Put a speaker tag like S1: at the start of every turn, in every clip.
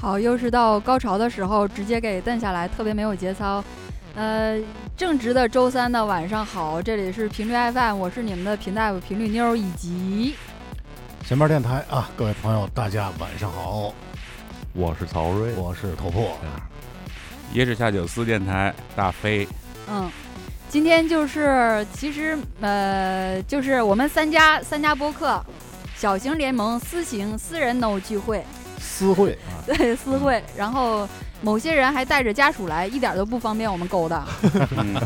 S1: 好，又是到高潮的时候，直接给蹬下来，特别没有节操。呃，正直的周三的晚上好，这里是频率 FM，我是你们的频大夫、频率妞儿以及
S2: 闲班电台啊，各位朋友，大家晚上好，
S3: 我是曹睿，
S2: 我是头破。
S4: 野史下酒四电台大飞，
S1: 嗯，今天就是其实呃，就是我们三家三家播客，小型联盟、私行、私人 no 聚会，
S2: 私会啊，
S1: 对私会，然后某些人还带着家属来，一点都不方便我们勾搭，
S4: 嗯，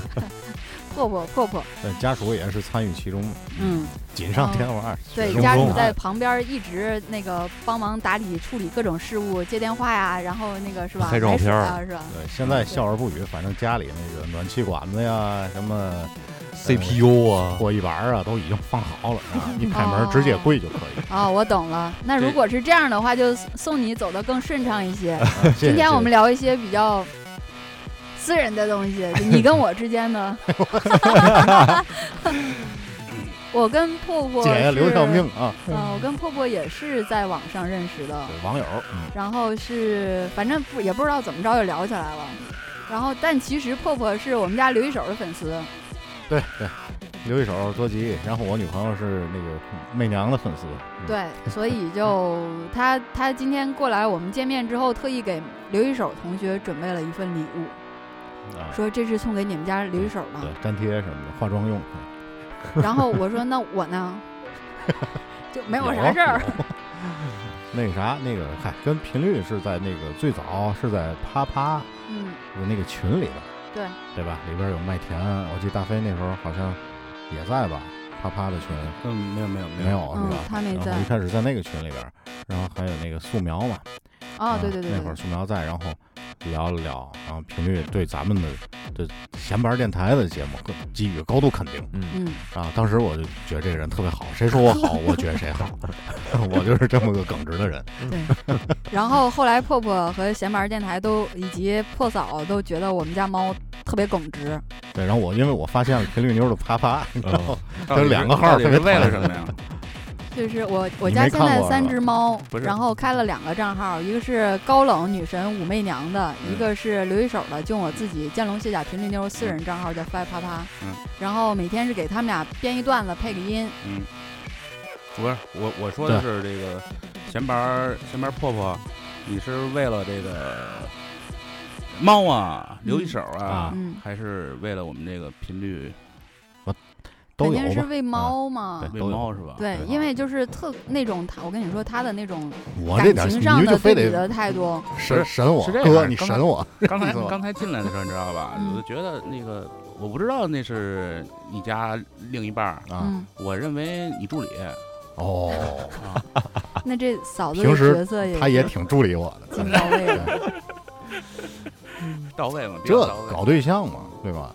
S1: 破破破破，
S3: 但呃家属也是参与其中，
S1: 嗯。
S2: 锦上添花，
S1: 对，
S2: 雪中
S1: 家
S2: 送啊
S1: 属
S2: 炭
S1: 在旁边一直那个帮忙打理处理各种事务，接电话呀，然后那个是吧？
S3: 拍照
S1: 买水
S3: 片儿
S1: 啊，是吧？
S2: 对，现在笑而不语，反正家里那个暖气管子呀，什么
S3: CPU 啊，
S2: 过一板啊，都已经放好了，啊， 一开
S1: 哦
S2: 门直接跪就可以。
S1: 啊、我懂了。那如
S4: 对
S1: 果是这样的话，就送你走得更顺畅一些。
S2: 啊谢谢
S1: 哦今天我们
S2: 谢
S1: 聊一些比较私人的东西，就你跟我之间的。 我跟破破
S2: 谢姐呀，
S1: 是
S2: 留条命啊，
S1: 嗯、我跟破破也是在网上认识的。
S2: 对网友，嗯
S1: 然后是反正不也不知道怎么着就聊起来了。然后，但其实破破是我们家刘一手的粉丝，
S2: 嗯对对，留一手多吉。然后我女朋友是那个媚娘的粉丝，嗯，
S1: 对，所以就他他今天过来我们见面之后，特意给刘一手同学准备了一份礼物，
S2: 啊
S1: 说这是送给你们家刘一手
S2: 对
S1: 的。，
S2: 粘贴什么的，化妆用，
S1: 然后我 说那我呢，就没有
S2: 有
S1: 啥
S2: 啊
S1: 事儿。
S2: 那个啥，那个嗨，跟频率是在那个最早是在啪啪
S1: 嗯，
S2: 的那个群里的，
S1: 对
S2: 对吧？里边有麦田，我记得大飞那时候好像也在吧，啪啪的群
S4: 嗯，没有没有
S2: 没，有啊
S1: 嗯
S2: 是吧？，
S1: 他没
S2: 然
S1: 在
S2: 后一。开始在那个群里边，然后还有那个素描嘛，
S1: 哦
S2: 啊，
S1: 对对对
S2: 那会
S1: 对
S2: 儿，素描在，然后聊了聊，然后频率对咱们的这闲白电台的节目给予高度肯定
S3: 嗯，
S1: 嗯，
S2: 啊！当时我就觉得这个人特别好，谁说我好，我觉得谁好， 我就是这么个耿直的人。
S1: 然后后来破破和闲玩电台都以及破嫂都觉得我们家猫特别耿直，
S2: 对，然后我因为我发现了频率妞的啪 啪，然后
S4: 到
S2: 他
S4: 底
S2: 有
S4: 是
S2: 两个号
S4: 嗯到底
S2: 特
S4: 是
S2: 别
S4: 为了
S2: 讨
S4: 什
S2: 厌
S4: 么呀？
S1: 就是我我
S2: 你
S1: 家
S2: 没
S1: 现
S2: 看
S1: 在
S2: 过啊
S1: 三
S2: 是吧
S1: 只猫
S4: 不，是
S1: 然后开了两个账号，一个是高冷女神武媚娘的，
S2: 嗯
S1: 一个是刘一手的，就我自己见龙卸甲频率妞私
S2: 嗯
S1: 人账号叫 f i 啪啪，
S4: 嗯
S1: 然后每天是给他们俩编一段子配个音，
S4: 嗯，不是我我说的是这个闲白儿闲白儿破破，你是为了这个猫啊留一手啊，
S1: 嗯，
S4: 还是为了我们这个频率
S1: 肯
S2: 都有
S1: 定是
S2: 吧。
S1: 喂猫嘛。
S2: 对
S4: 喂
S2: 都有
S4: 猫是吧？
S1: 对
S2: 对，啊
S1: 因为就是特那种他，我跟你说他的那种
S2: 我这
S1: 感
S2: 点
S1: 情
S2: 你
S1: 上
S2: 就
S1: 的
S2: 非
S1: 对你
S2: 得啊
S1: 的态度，
S2: 神神我
S4: 是这样
S2: 哥，你
S4: 刚才
S2: 神我，
S4: 刚才
S2: 意思吧
S4: 刚才进来的时候，你知道吧？
S1: 嗯
S4: 我就觉得那个，我不知道那是你家另一半儿，
S2: 啊！
S1: 嗯，
S4: 我认为你助理
S2: 哦，
S4: 啊，
S1: 那这嫂子
S2: 平
S1: 这
S2: 时
S1: 角色也
S2: 他也挺助理我的，
S1: 挺到位 的，嗯
S4: 到位嘛，比
S2: 这
S4: 较到位
S2: 搞对象嘛，对吧？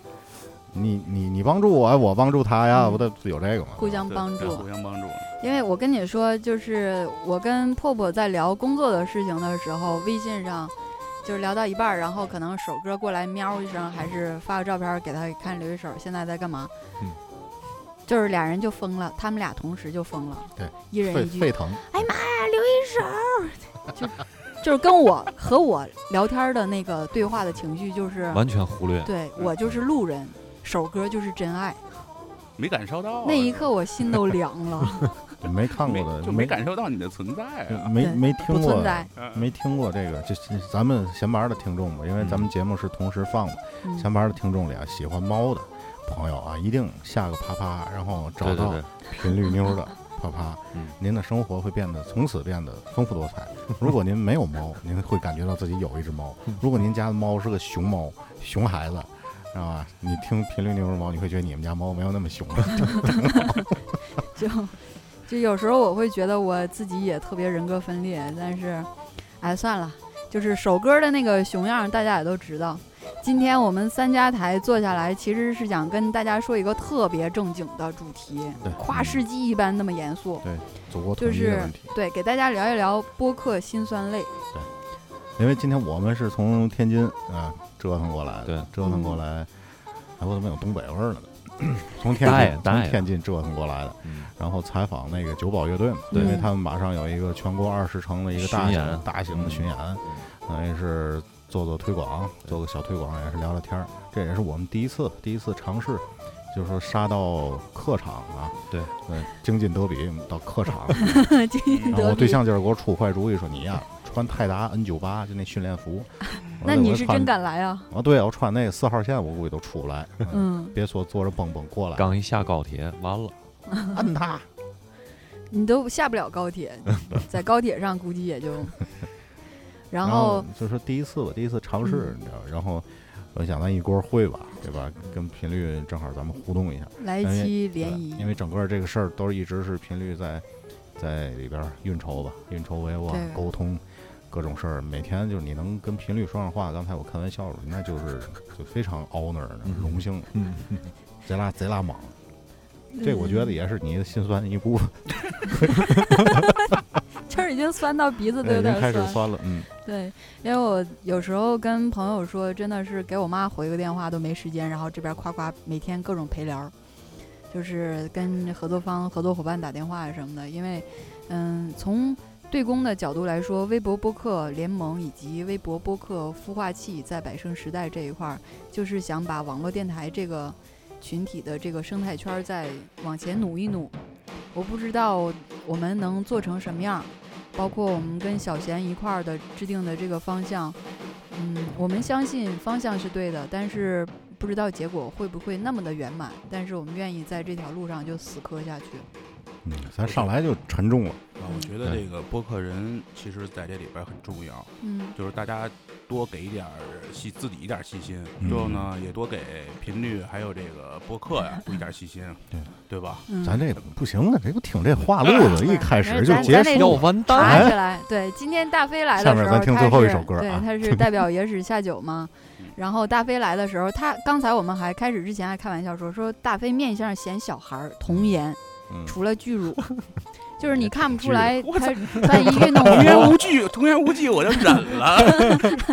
S2: 你你你帮助我，哎我帮助他呀，
S1: 嗯
S2: 不得有这个吗？
S1: 互相帮
S4: 对
S1: 助。
S4: 互相帮助。
S1: 因为我跟你说，就是我跟破破在聊工作的事情的时候，微信上就是聊到一半儿，然后可能手哥过来喵一声，还是发个照片儿给他看，留一手现在在干嘛？
S3: 嗯
S1: 就是俩人就疯了，他们俩同时就疯了，
S2: 对，
S1: 一人
S2: 沸
S1: 一句，
S2: 沸腾，
S1: 就是跟我和我聊天儿的那个对话的情绪就是，
S3: 完全忽略，
S1: 对我就是路人，手哥就是真爱，
S4: 没感受到啊
S1: 那一刻我心都凉了，
S2: 没嗯看
S4: 没
S2: 过的
S4: 就没感受到你的存在啊，
S2: 没
S1: 对
S2: 没
S1: 不
S2: 听
S1: 存
S2: 过，
S1: 在。
S4: 嗯
S2: 没听过这个，就就咱们闲玩的听众吧，因为
S3: 嗯
S2: 咱们节目是同时放的，
S1: 嗯
S2: 闲玩的听众里啊，喜欢猫的朋友啊，一定下个啪啪，然后找
S3: 对对
S2: 到
S3: 对，
S2: 频率 妞的啪啪
S3: 嗯，
S2: 您的生活会变得从此变得丰富多彩。如果您没有猫，您会感觉到自己有一只猫；
S3: 嗯
S2: 如果您家的猫是个熊猫、熊孩子，知道吧？你听频率妞的猫，你会觉得你们家猫没有那么熊了。
S1: 就就有时候我会觉得我自己也特别人格分裂，但是，哎，算了，就是首歌的那个熊样，大家也都知道。今天我们三家台坐下来，其实是想跟大家说一个特别正经的主题，
S2: 对，
S1: 跨世纪一般那么严肃。
S2: 祖国统一的问题。
S1: 对，给大家聊一聊播客辛酸泪。
S2: 因为今天我们是从天津啊折腾过来的，
S3: 对
S2: 折腾过来，哎，我怎么有东北味儿了呢？ 从天
S3: 大爷
S2: 津
S3: 大
S2: 从
S3: 爷
S2: 天津折腾过来的，
S3: 嗯
S2: 然后采访那个九宝乐队嘛，
S1: 对
S2: 因为他们马上有一个全国二十城的一个大
S3: 巡
S2: 型
S3: 演嗯
S2: 大型的巡演，等于是做做推广，做个小推广，也是聊聊天儿。这也是我们第一次第一次尝试，就是说杀到客场啊，
S3: 对，
S2: 呃，京津德比到客 场，
S1: 津津
S2: 然后
S1: 得
S2: 我嗯哦
S1: 比。
S2: 对象就是给我出坏主意，说你呀穿泰达 N 九八就那训练 服，我
S1: 那
S2: 说
S1: 你
S2: 我
S1: 是
S2: 穿
S1: 真敢来啊？
S2: 啊？对，我穿那个四号线，我估计都出不来。嗯
S1: 嗯，
S2: 别说坐着蹦蹦过来，
S3: 刚一下高铁，完了，
S2: 摁他。
S1: 你都下不了高铁，在高铁上估计也就。然
S2: 然
S1: 后
S2: 就是说第一次，我第一次尝试，
S1: 嗯
S2: 你知道吧，然后我想咱一锅会吧，对吧？跟频率正好咱们互动一下，
S1: 来一
S2: 因为
S1: 期
S2: 哎对吧
S1: 联谊，
S2: 因为整个这个事儿都是一直是频率在在里边儿运筹吧，运筹帷幄啊
S1: 对，
S2: 沟通。各种事儿，每天就是你能跟频率说上话。刚才我开玩笑了，那就是就非常 honor 的
S3: 嗯
S2: 荣幸，
S3: 嗯，
S2: 贼拉贼拉莽。
S1: 嗯
S2: 这我觉得也是你的心酸一部 分，
S1: 就是已经酸到鼻子都有
S2: 已经
S1: 点
S2: 哎开始
S1: 酸。
S2: 酸了。嗯，
S1: 对，因为我有时候跟朋友说，真的是给我妈回个电话都没时间，然后这边夸夸每天各种陪聊儿，就是跟合作方、合作伙伴打电话啊什么的。因为，嗯，从对公的角度来说，微博播客联盟以及微博播客孵化器在百盛时代这一块儿，就是想把网络电台这个群体的这个生态圈儿再往前努一努。我不知道我们能做成什么样儿，包括我们跟小贤一块儿的制定的这个方向，嗯，我们相信方向是对的，但是不知道结果会不会那么的圆满。但是我们愿意在这条路上就死磕下去。
S2: 嗯，咱上来就沉重了。
S4: 啊，我觉得这个播客人其实在这里边很重要，
S1: 嗯
S4: 就是大家多给一点儿细自己一点儿细心，
S2: 嗯
S4: 最后呢也多给频率还有这个播客呀多一点儿细心，
S2: 对
S4: 对吧？
S1: 嗯，
S2: 咱这不行啊，这不挺这话路子，一开始就
S1: 咱
S2: 结
S1: 咱
S2: 束
S1: 得。
S3: 要完蛋，
S1: 爬起来。对，今天大飞来的
S2: 哎下
S1: 时
S2: 面
S1: 候，
S2: 咱听
S1: 他
S2: 最后一
S1: 是
S2: 首歌啊
S1: 对， 他是代表野史下酒嘛
S4: 嗯。
S1: 然后大飞来的时候，他刚才我们还开始之前还开玩笑说说大飞面相显小孩儿，童颜，
S2: 嗯
S1: 除了巨乳， 就是你看不出
S2: 巨乳
S1: 来
S4: 我
S1: 他他一运动
S4: 童言
S1: 服，
S4: 无忌，童言无忌，我就忍了。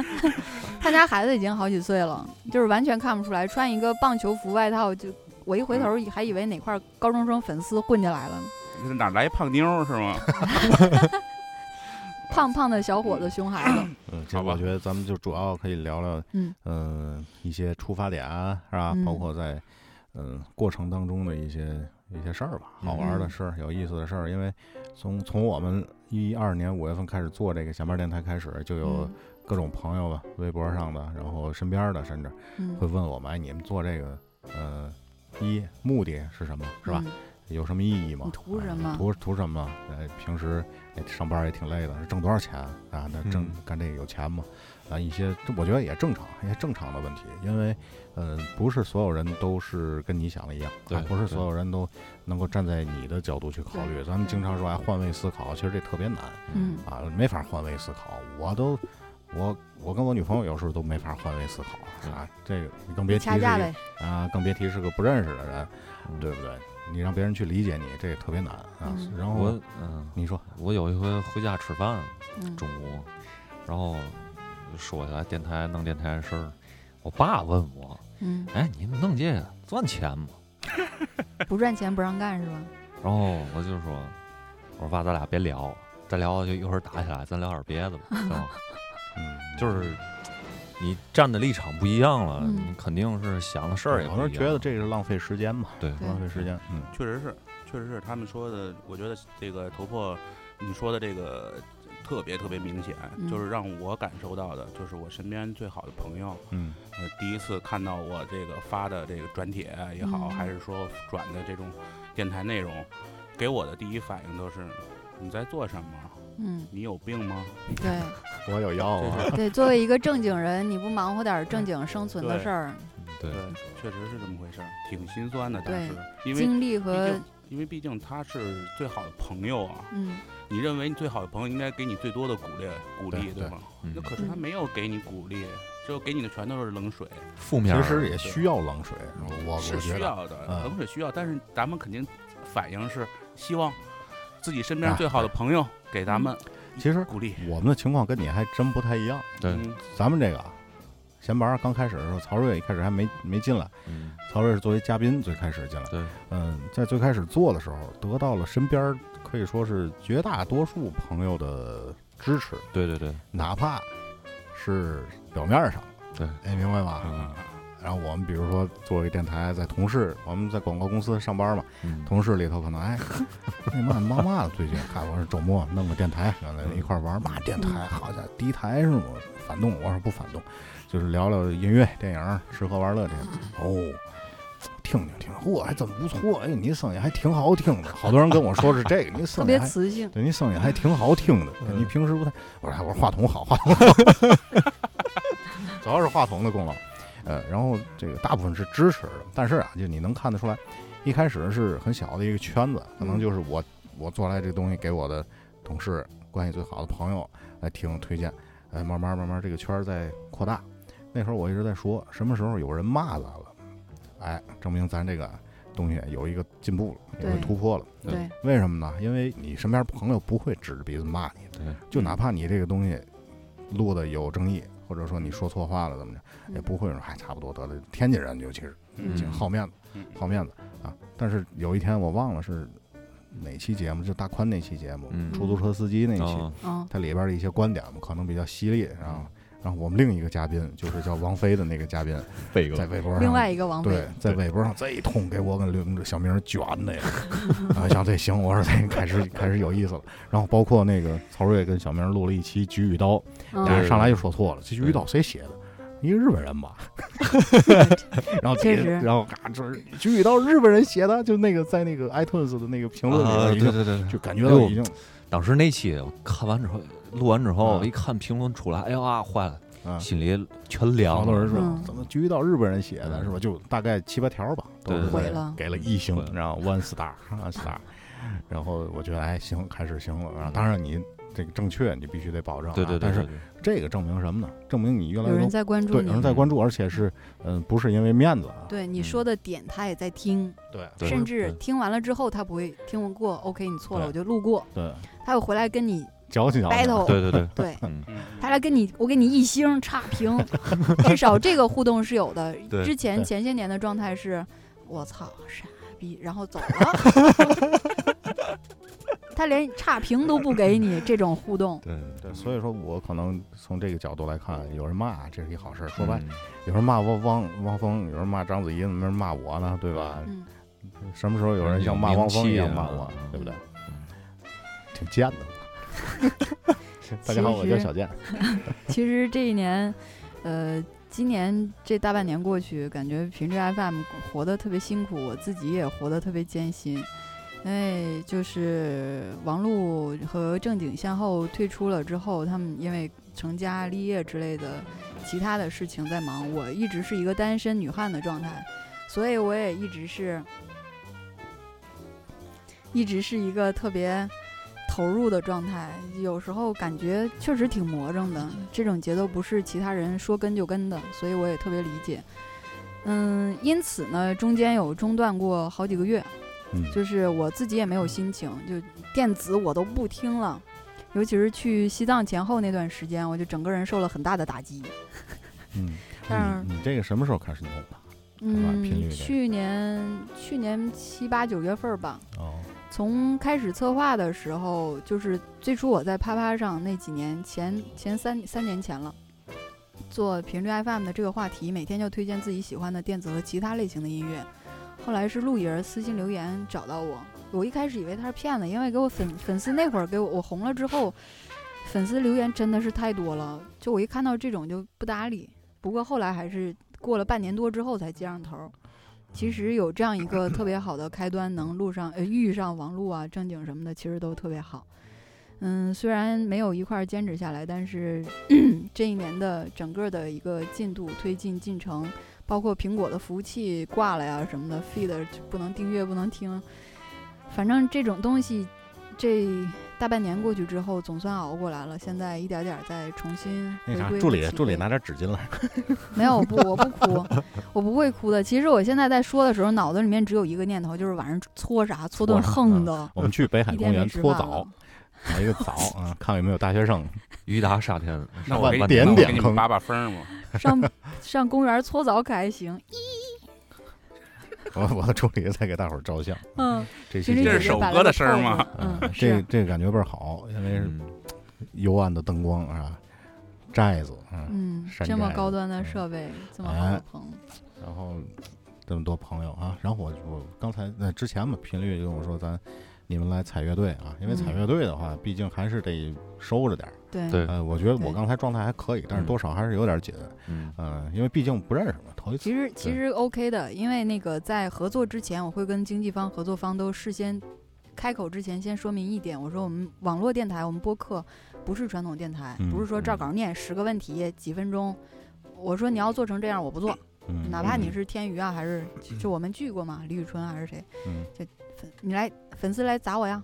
S1: 他家孩子已经好几岁了，就是完全看不出来，穿一个棒球服外套就。我一回
S2: 嗯
S1: 头还以为哪块高中生粉丝混进来了呢，
S4: 哪来胖妞儿是吗？
S1: 胖胖的小伙子熊孩子，
S2: 嗯，这
S4: 好吧
S2: 我觉得咱们就主要可以聊聊，
S1: 嗯
S2: 呃一些出发点啊是吧？
S1: 嗯
S2: 包括在嗯、呃过程当中的一些一些事儿吧，好玩的
S1: 嗯
S2: 事儿、有意思的事儿。因为从从我们一二年五月份开始做这个闲班电台开始，就有
S1: 嗯
S2: 各种朋友吧，微博上的，然后身边的，甚至
S1: 嗯，
S2: 会问我们，哎，你们做这个，呃，一目的是什么，是吧？
S1: 嗯？
S2: 有什么意义吗
S1: 你？图
S2: 哎
S1: 什么
S2: 图图什么？呃，平时也上班也挺累的，挣多少钱啊？那挣、
S3: 嗯
S2: 干这个有钱吗？啊，一些这我觉得也正常，一些正常的问题，因为呃，不是所有人都是跟你想的一样，
S3: 对
S2: 啊不是
S3: 对
S2: 所有人都能够站在你的角度去考虑。咱们
S1: 对
S2: 经常说哎换位思考，其实这特别难
S1: 嗯
S2: 啊，没法换位思考。我都我我跟我女朋友有时候都没法换位思
S3: 嗯
S2: 考啊，这个你更别提
S1: 掐
S2: 是
S1: 架
S2: 一
S1: 呗，
S2: 啊，更别提是个不认识的人，
S3: 嗯
S2: 对不对？你让别人去理解你，这也特别难啊
S1: 嗯。
S2: 然后
S3: 我嗯，
S2: 你说，
S3: 我有一回回家吃饭，
S1: 嗯
S3: 中午，然后就说起来电台弄电台的事儿，我爸问我，
S1: 嗯，
S3: 哎，你们弄这个赚钱吗？
S1: 不赚钱不让干是吧？
S3: 然后我就说，我说爸，咱俩别聊了，再聊就一会儿打起来，咱聊点别的吧， 然后
S2: 嗯，
S3: 就是你站的立场不一样了，
S1: 嗯
S3: 你肯定是想的事儿也
S2: 有
S3: 不
S2: 人
S3: 一
S2: 觉得
S3: 样。
S2: 这是浪费时间嘛，
S3: 对
S1: 对
S2: 浪费时间。嗯，
S4: 确实是，确实是他们说的，我觉得这个头破，你说的这个特别特别明显，
S1: 嗯
S4: 就是让我感受到的，就是我身边最好的朋友，
S2: 嗯，
S4: 呃，第一次看到我这个发的这个转帖也好，
S1: 嗯
S4: 还是说转的这种电台内容，给我的第一反应都是你在做什么？
S1: 嗯，
S4: 你有病吗？
S1: 对
S2: 我有药啊。
S1: 对，作为一个正经人，你不忙活点儿正经生存的
S4: 对
S1: 事儿，
S3: 对
S4: 对，确实是这么回事儿，挺心酸的。当
S1: 对
S4: 时，因为
S1: 精力
S4: 毕
S1: 和
S4: 竟，因为毕竟他是最好的朋友啊，
S1: 嗯
S4: 你认为你最好的朋友应该给你最多的鼓励，鼓励
S2: 对
S4: 对吗？
S3: 嗯
S4: 那可是他没有给你鼓励，就给你的全都是冷水，
S3: 负面儿
S2: 其
S3: 啊
S2: 实也需要冷水，哦我我
S4: 是
S2: 觉
S4: 需
S2: 得。
S4: 要的，
S2: 嗯
S4: 冷水需要。但是咱们肯定反应是希望自己身边
S2: 啊嗯
S4: 最好的朋友给咱们
S2: 其实
S4: 鼓励。
S2: 我们的情况跟你还真不太一样，
S3: 对
S4: 嗯，
S2: 咱们这个啊闲班儿刚开始的时候，曹睿一开始还没没进来，
S3: 嗯，
S2: 曹睿是作为嘉宾最开始进来。
S3: 对，
S2: 嗯，在最开始做的时候，得到了身边儿可以说是绝大多数朋友的支持，
S3: 对对对，
S2: 哪怕是表面上，
S3: 对，
S2: 哎，明白吧？
S3: 嗯
S2: 然后我们比如说做一个电台，在同事，我们在广告公司上班嘛，
S3: 嗯，
S2: 同事里头可能哎，那嘛妈嘛的，最近看我是周末弄个电台，原来一块儿玩嘛电台，好家伙，敌台是吗？反动，我说不反动，就是聊聊音乐、电影、吃喝玩乐这些。哦，听听听，嚯，还真不错，哎，你声音还挺好听的。好多人跟我说是这个，你
S1: 特
S2: 声
S1: 别
S2: 音还。
S1: 磁性。
S2: 对，你声音还挺好听的，
S3: 嗯
S2: 你平时不太……我说哎我说话筒好，话 筒好，主要是话筒的功劳。呃，然后这个大部分是支持的，但是啊，就你能看得出来，一开始是很小的一个圈子，可
S1: 嗯
S2: 能就是我我做来这东西给我的同事关系最好的朋友来听推荐，呃，慢慢慢慢这个圈儿在扩大。那时候我一直在说，什么时候有人骂咱了，哎，证明咱这个东西有一个进步了，有一个
S1: 对
S2: 突破了。
S3: 对
S1: 对，
S2: 为什么呢？因为你身边朋友不会指着鼻子骂你的，
S3: 对嗯
S2: 就哪怕你这个东西录的有争议，或者说你说错话了怎么着，
S3: 嗯
S2: 也不会说还差不多得了。天津人尤其是
S1: 嗯
S2: 挺好面子，
S4: 嗯
S2: 好面子啊。但是有一天我忘了是哪期节目，就大宽那期节目，
S3: 嗯
S2: 出租车司机那期，
S3: 啊
S1: 嗯，
S2: 它里边的一些观点可能比较犀利，然
S3: 嗯
S2: 后然后我们另一个嘉宾就是叫王菲的那个嘉宾，
S3: 背
S2: 在微博上
S1: 另外一个王
S2: 嗯对
S1: 菲，，
S2: 在微博上这一通给我跟刘小明卷的呀，啊，想这行，我说这开始开始有意思了。然后包括那个曹睿跟小明录了一期《菊与刀》，俩
S1: 嗯，
S2: 人上来就说错了，这《菊与刀》谁写的？一个日本 人吧，然后
S1: 确
S2: 底下
S1: 实
S2: 然后嘎，就是《菊与刀》日本人写的，就那个在那个 iTunes 的那个评论里
S3: 啊，
S2: 边已
S3: 对
S2: 经、
S3: 对对，对哎
S2: 就感觉到已经
S3: 当时那期我看完之后，录完之后，
S2: 嗯
S3: 一看评论出来，哎呀，坏了，
S2: 啊，
S3: 心里全凉
S2: 好
S3: 了。
S2: 多人说
S1: 嗯
S2: 怎么《菊与刀》日本人写的是吧？就大概七八条吧，都是
S3: 嗯对
S1: 毁了
S2: 给了一星
S3: 毁了，
S2: 然后 one star one star，然后我觉得哎行，开始行了。然后当然你这个正确你必须得保证啊，
S3: 对对对，
S2: 但是
S3: 对对
S2: 这个证明什么呢？证明你越来
S1: 有
S2: 越
S1: 人
S2: 多
S1: 在关注
S2: 对有人
S1: 你。
S2: 在关注，而且是嗯不是因为面子啊，
S1: 对你说的点，他也在听，
S2: 对
S3: 对
S1: 甚至
S3: 对
S1: 听完了之后，他不会听过，OK，你错了，
S2: 对
S1: 我就路过，
S2: 对
S1: 他又回来跟你
S2: 矫情矫情
S1: battle，
S3: 对对对，
S1: 对
S3: 嗯，
S1: 他来跟你，我给你一星差 评，至少这个互动是有的。
S3: 对
S1: 之前
S2: 对
S1: 前些年的状态是，我操，傻逼，然后走了。 他连差评都不给你，这种互动，
S3: 对
S2: 嗯对，所以说我可能从这个角度来看，有人骂这是一好事儿。 说白，
S3: 嗯
S2: 有人骂汪汪汪峰，有人骂章子怡，怎么没人骂我呢？对吧？
S1: 嗯，
S2: 什么时候有人像骂汪峰一样骂我
S3: 嗯，
S2: 对不对
S3: 嗯？
S2: 挺贱的。 大家好，我叫小健。
S1: 其实这一年，呃，今年这大半年过去，感觉平时 FM 活得特别辛苦，我自己也活得特别艰辛。因为就是王璐和正经先后退出了之后，他们因为成家立业之类的其他的事情在忙，我一直是一个单身女汉的状态，所以我也一直是，一直是一个特别投入的状态，有时候感觉确实挺魔怔的。
S2: 嗯
S1: 这种节奏不是其他人说跟就跟的，所以我也特别理解。嗯，因此呢，中间有中断过好几个月，
S2: 嗯，
S1: 就是我自己也没有心情，就电子我都不听了。尤其是去西藏前后那段时间，我就整个人受了很大的打击。
S2: 嗯，
S1: 但
S2: 你你这个什么时候开始牛的？吧频率
S1: 嗯，
S2: 得
S1: 去年去年七八九月份儿吧，
S2: 哦，
S1: 从开始策划的时候，就是最初我在啪啪上那几年前前三三年前了，做频率 FM 的这个话题，每天就推荐自己喜欢的电子和其他类型的音乐。后来是陆爷儿私信留言找到我，我一开始以为他是骗子，因为给我粉粉丝那会儿给我我红了之后，粉丝留言真的是太多了，就我一看到这种就不搭理。不过后来还是过了半年多之后才接上头儿。其实有这样一个特别好的开端，能录上呃遇上王璐啊、正经什么的，其实都特别好。嗯，虽然没有一块儿坚持下来，但是 这一年的整个的一个进度推进进程，包括苹果的服务器挂了呀什么的，feed 就不能订阅、不能听，反正这种东西，这大半年过去之后，总算熬过来了。现在一点点儿再重新
S2: 那
S1: 回
S2: 啥，
S1: 归
S2: 助理
S1: 起
S2: 助理
S1: 飞
S2: 拿点纸巾来。
S1: 没有不，我不哭， 我不会哭的。其实我现在在说的时候，脑子里面只有一个念头，就是晚上搓啥搓顿
S2: 搓啥
S1: 横的，
S2: 我们去北海
S1: 一
S2: 公
S1: 天没
S2: 园
S1: 吃
S2: 搓
S1: 饭
S2: 澡
S1: 了，。
S2: 找一个澡啊，看看有没有大学生。
S3: 雨打沙天，
S4: 那
S3: 上了
S4: 我给
S3: 半
S4: 你
S2: 点
S3: 天
S4: 那我
S2: 点
S4: 给你
S2: 坑
S4: 们扒扒风儿嘛，
S1: 上 上公园搓澡可还行。
S2: 我 我助理在给大伙儿照相，
S1: 嗯，
S2: 这期
S1: 平时
S2: 节
S4: 这
S1: 姐
S4: 是
S1: 姐
S2: 目
S4: 手
S1: 摆
S4: 哥
S1: 了
S4: 的
S1: 个
S4: 事儿
S1: 扣
S4: 吗
S1: 子嗯，
S2: 这
S1: 是
S2: 这感觉倍儿好，因为是
S3: 嗯
S2: 幽暗的灯光啊，寨子啊，
S1: 嗯，
S2: 山
S1: 这么
S2: 寨
S1: 高端的
S2: 嗯
S1: 设备，这么好的棚，
S2: 然后这么多朋友啊，然后我我刚才那之前嘛，频率就跟我说咱你们来踩乐队啊，因为踩
S1: 嗯
S2: 乐队的话，毕竟还是得收着点儿。
S1: 对
S3: 对
S2: 呃，我觉得我
S1: 对
S2: 刚才状态还可以，但是
S3: 嗯
S2: 多少还是有点紧。
S3: 嗯
S2: 嗯，因为毕竟不认识嘛，头一次
S1: 其。实其
S2: 对
S1: 实 OK 的，因为那个在合作之前，我会跟经纪方、合作方都事先开口之前先说明一点，我说我们网络电台，我们播客不是传统电台，
S2: 嗯
S1: 不是说照稿念十个问题几分钟。我说你要做成这样，我不做，
S2: 嗯
S1: 哪怕你
S2: 嗯
S1: 是天娱啊，还是就我们聚过嘛，李宇春啊还是谁，
S2: 嗯
S1: 粉你来粉丝来砸我呀，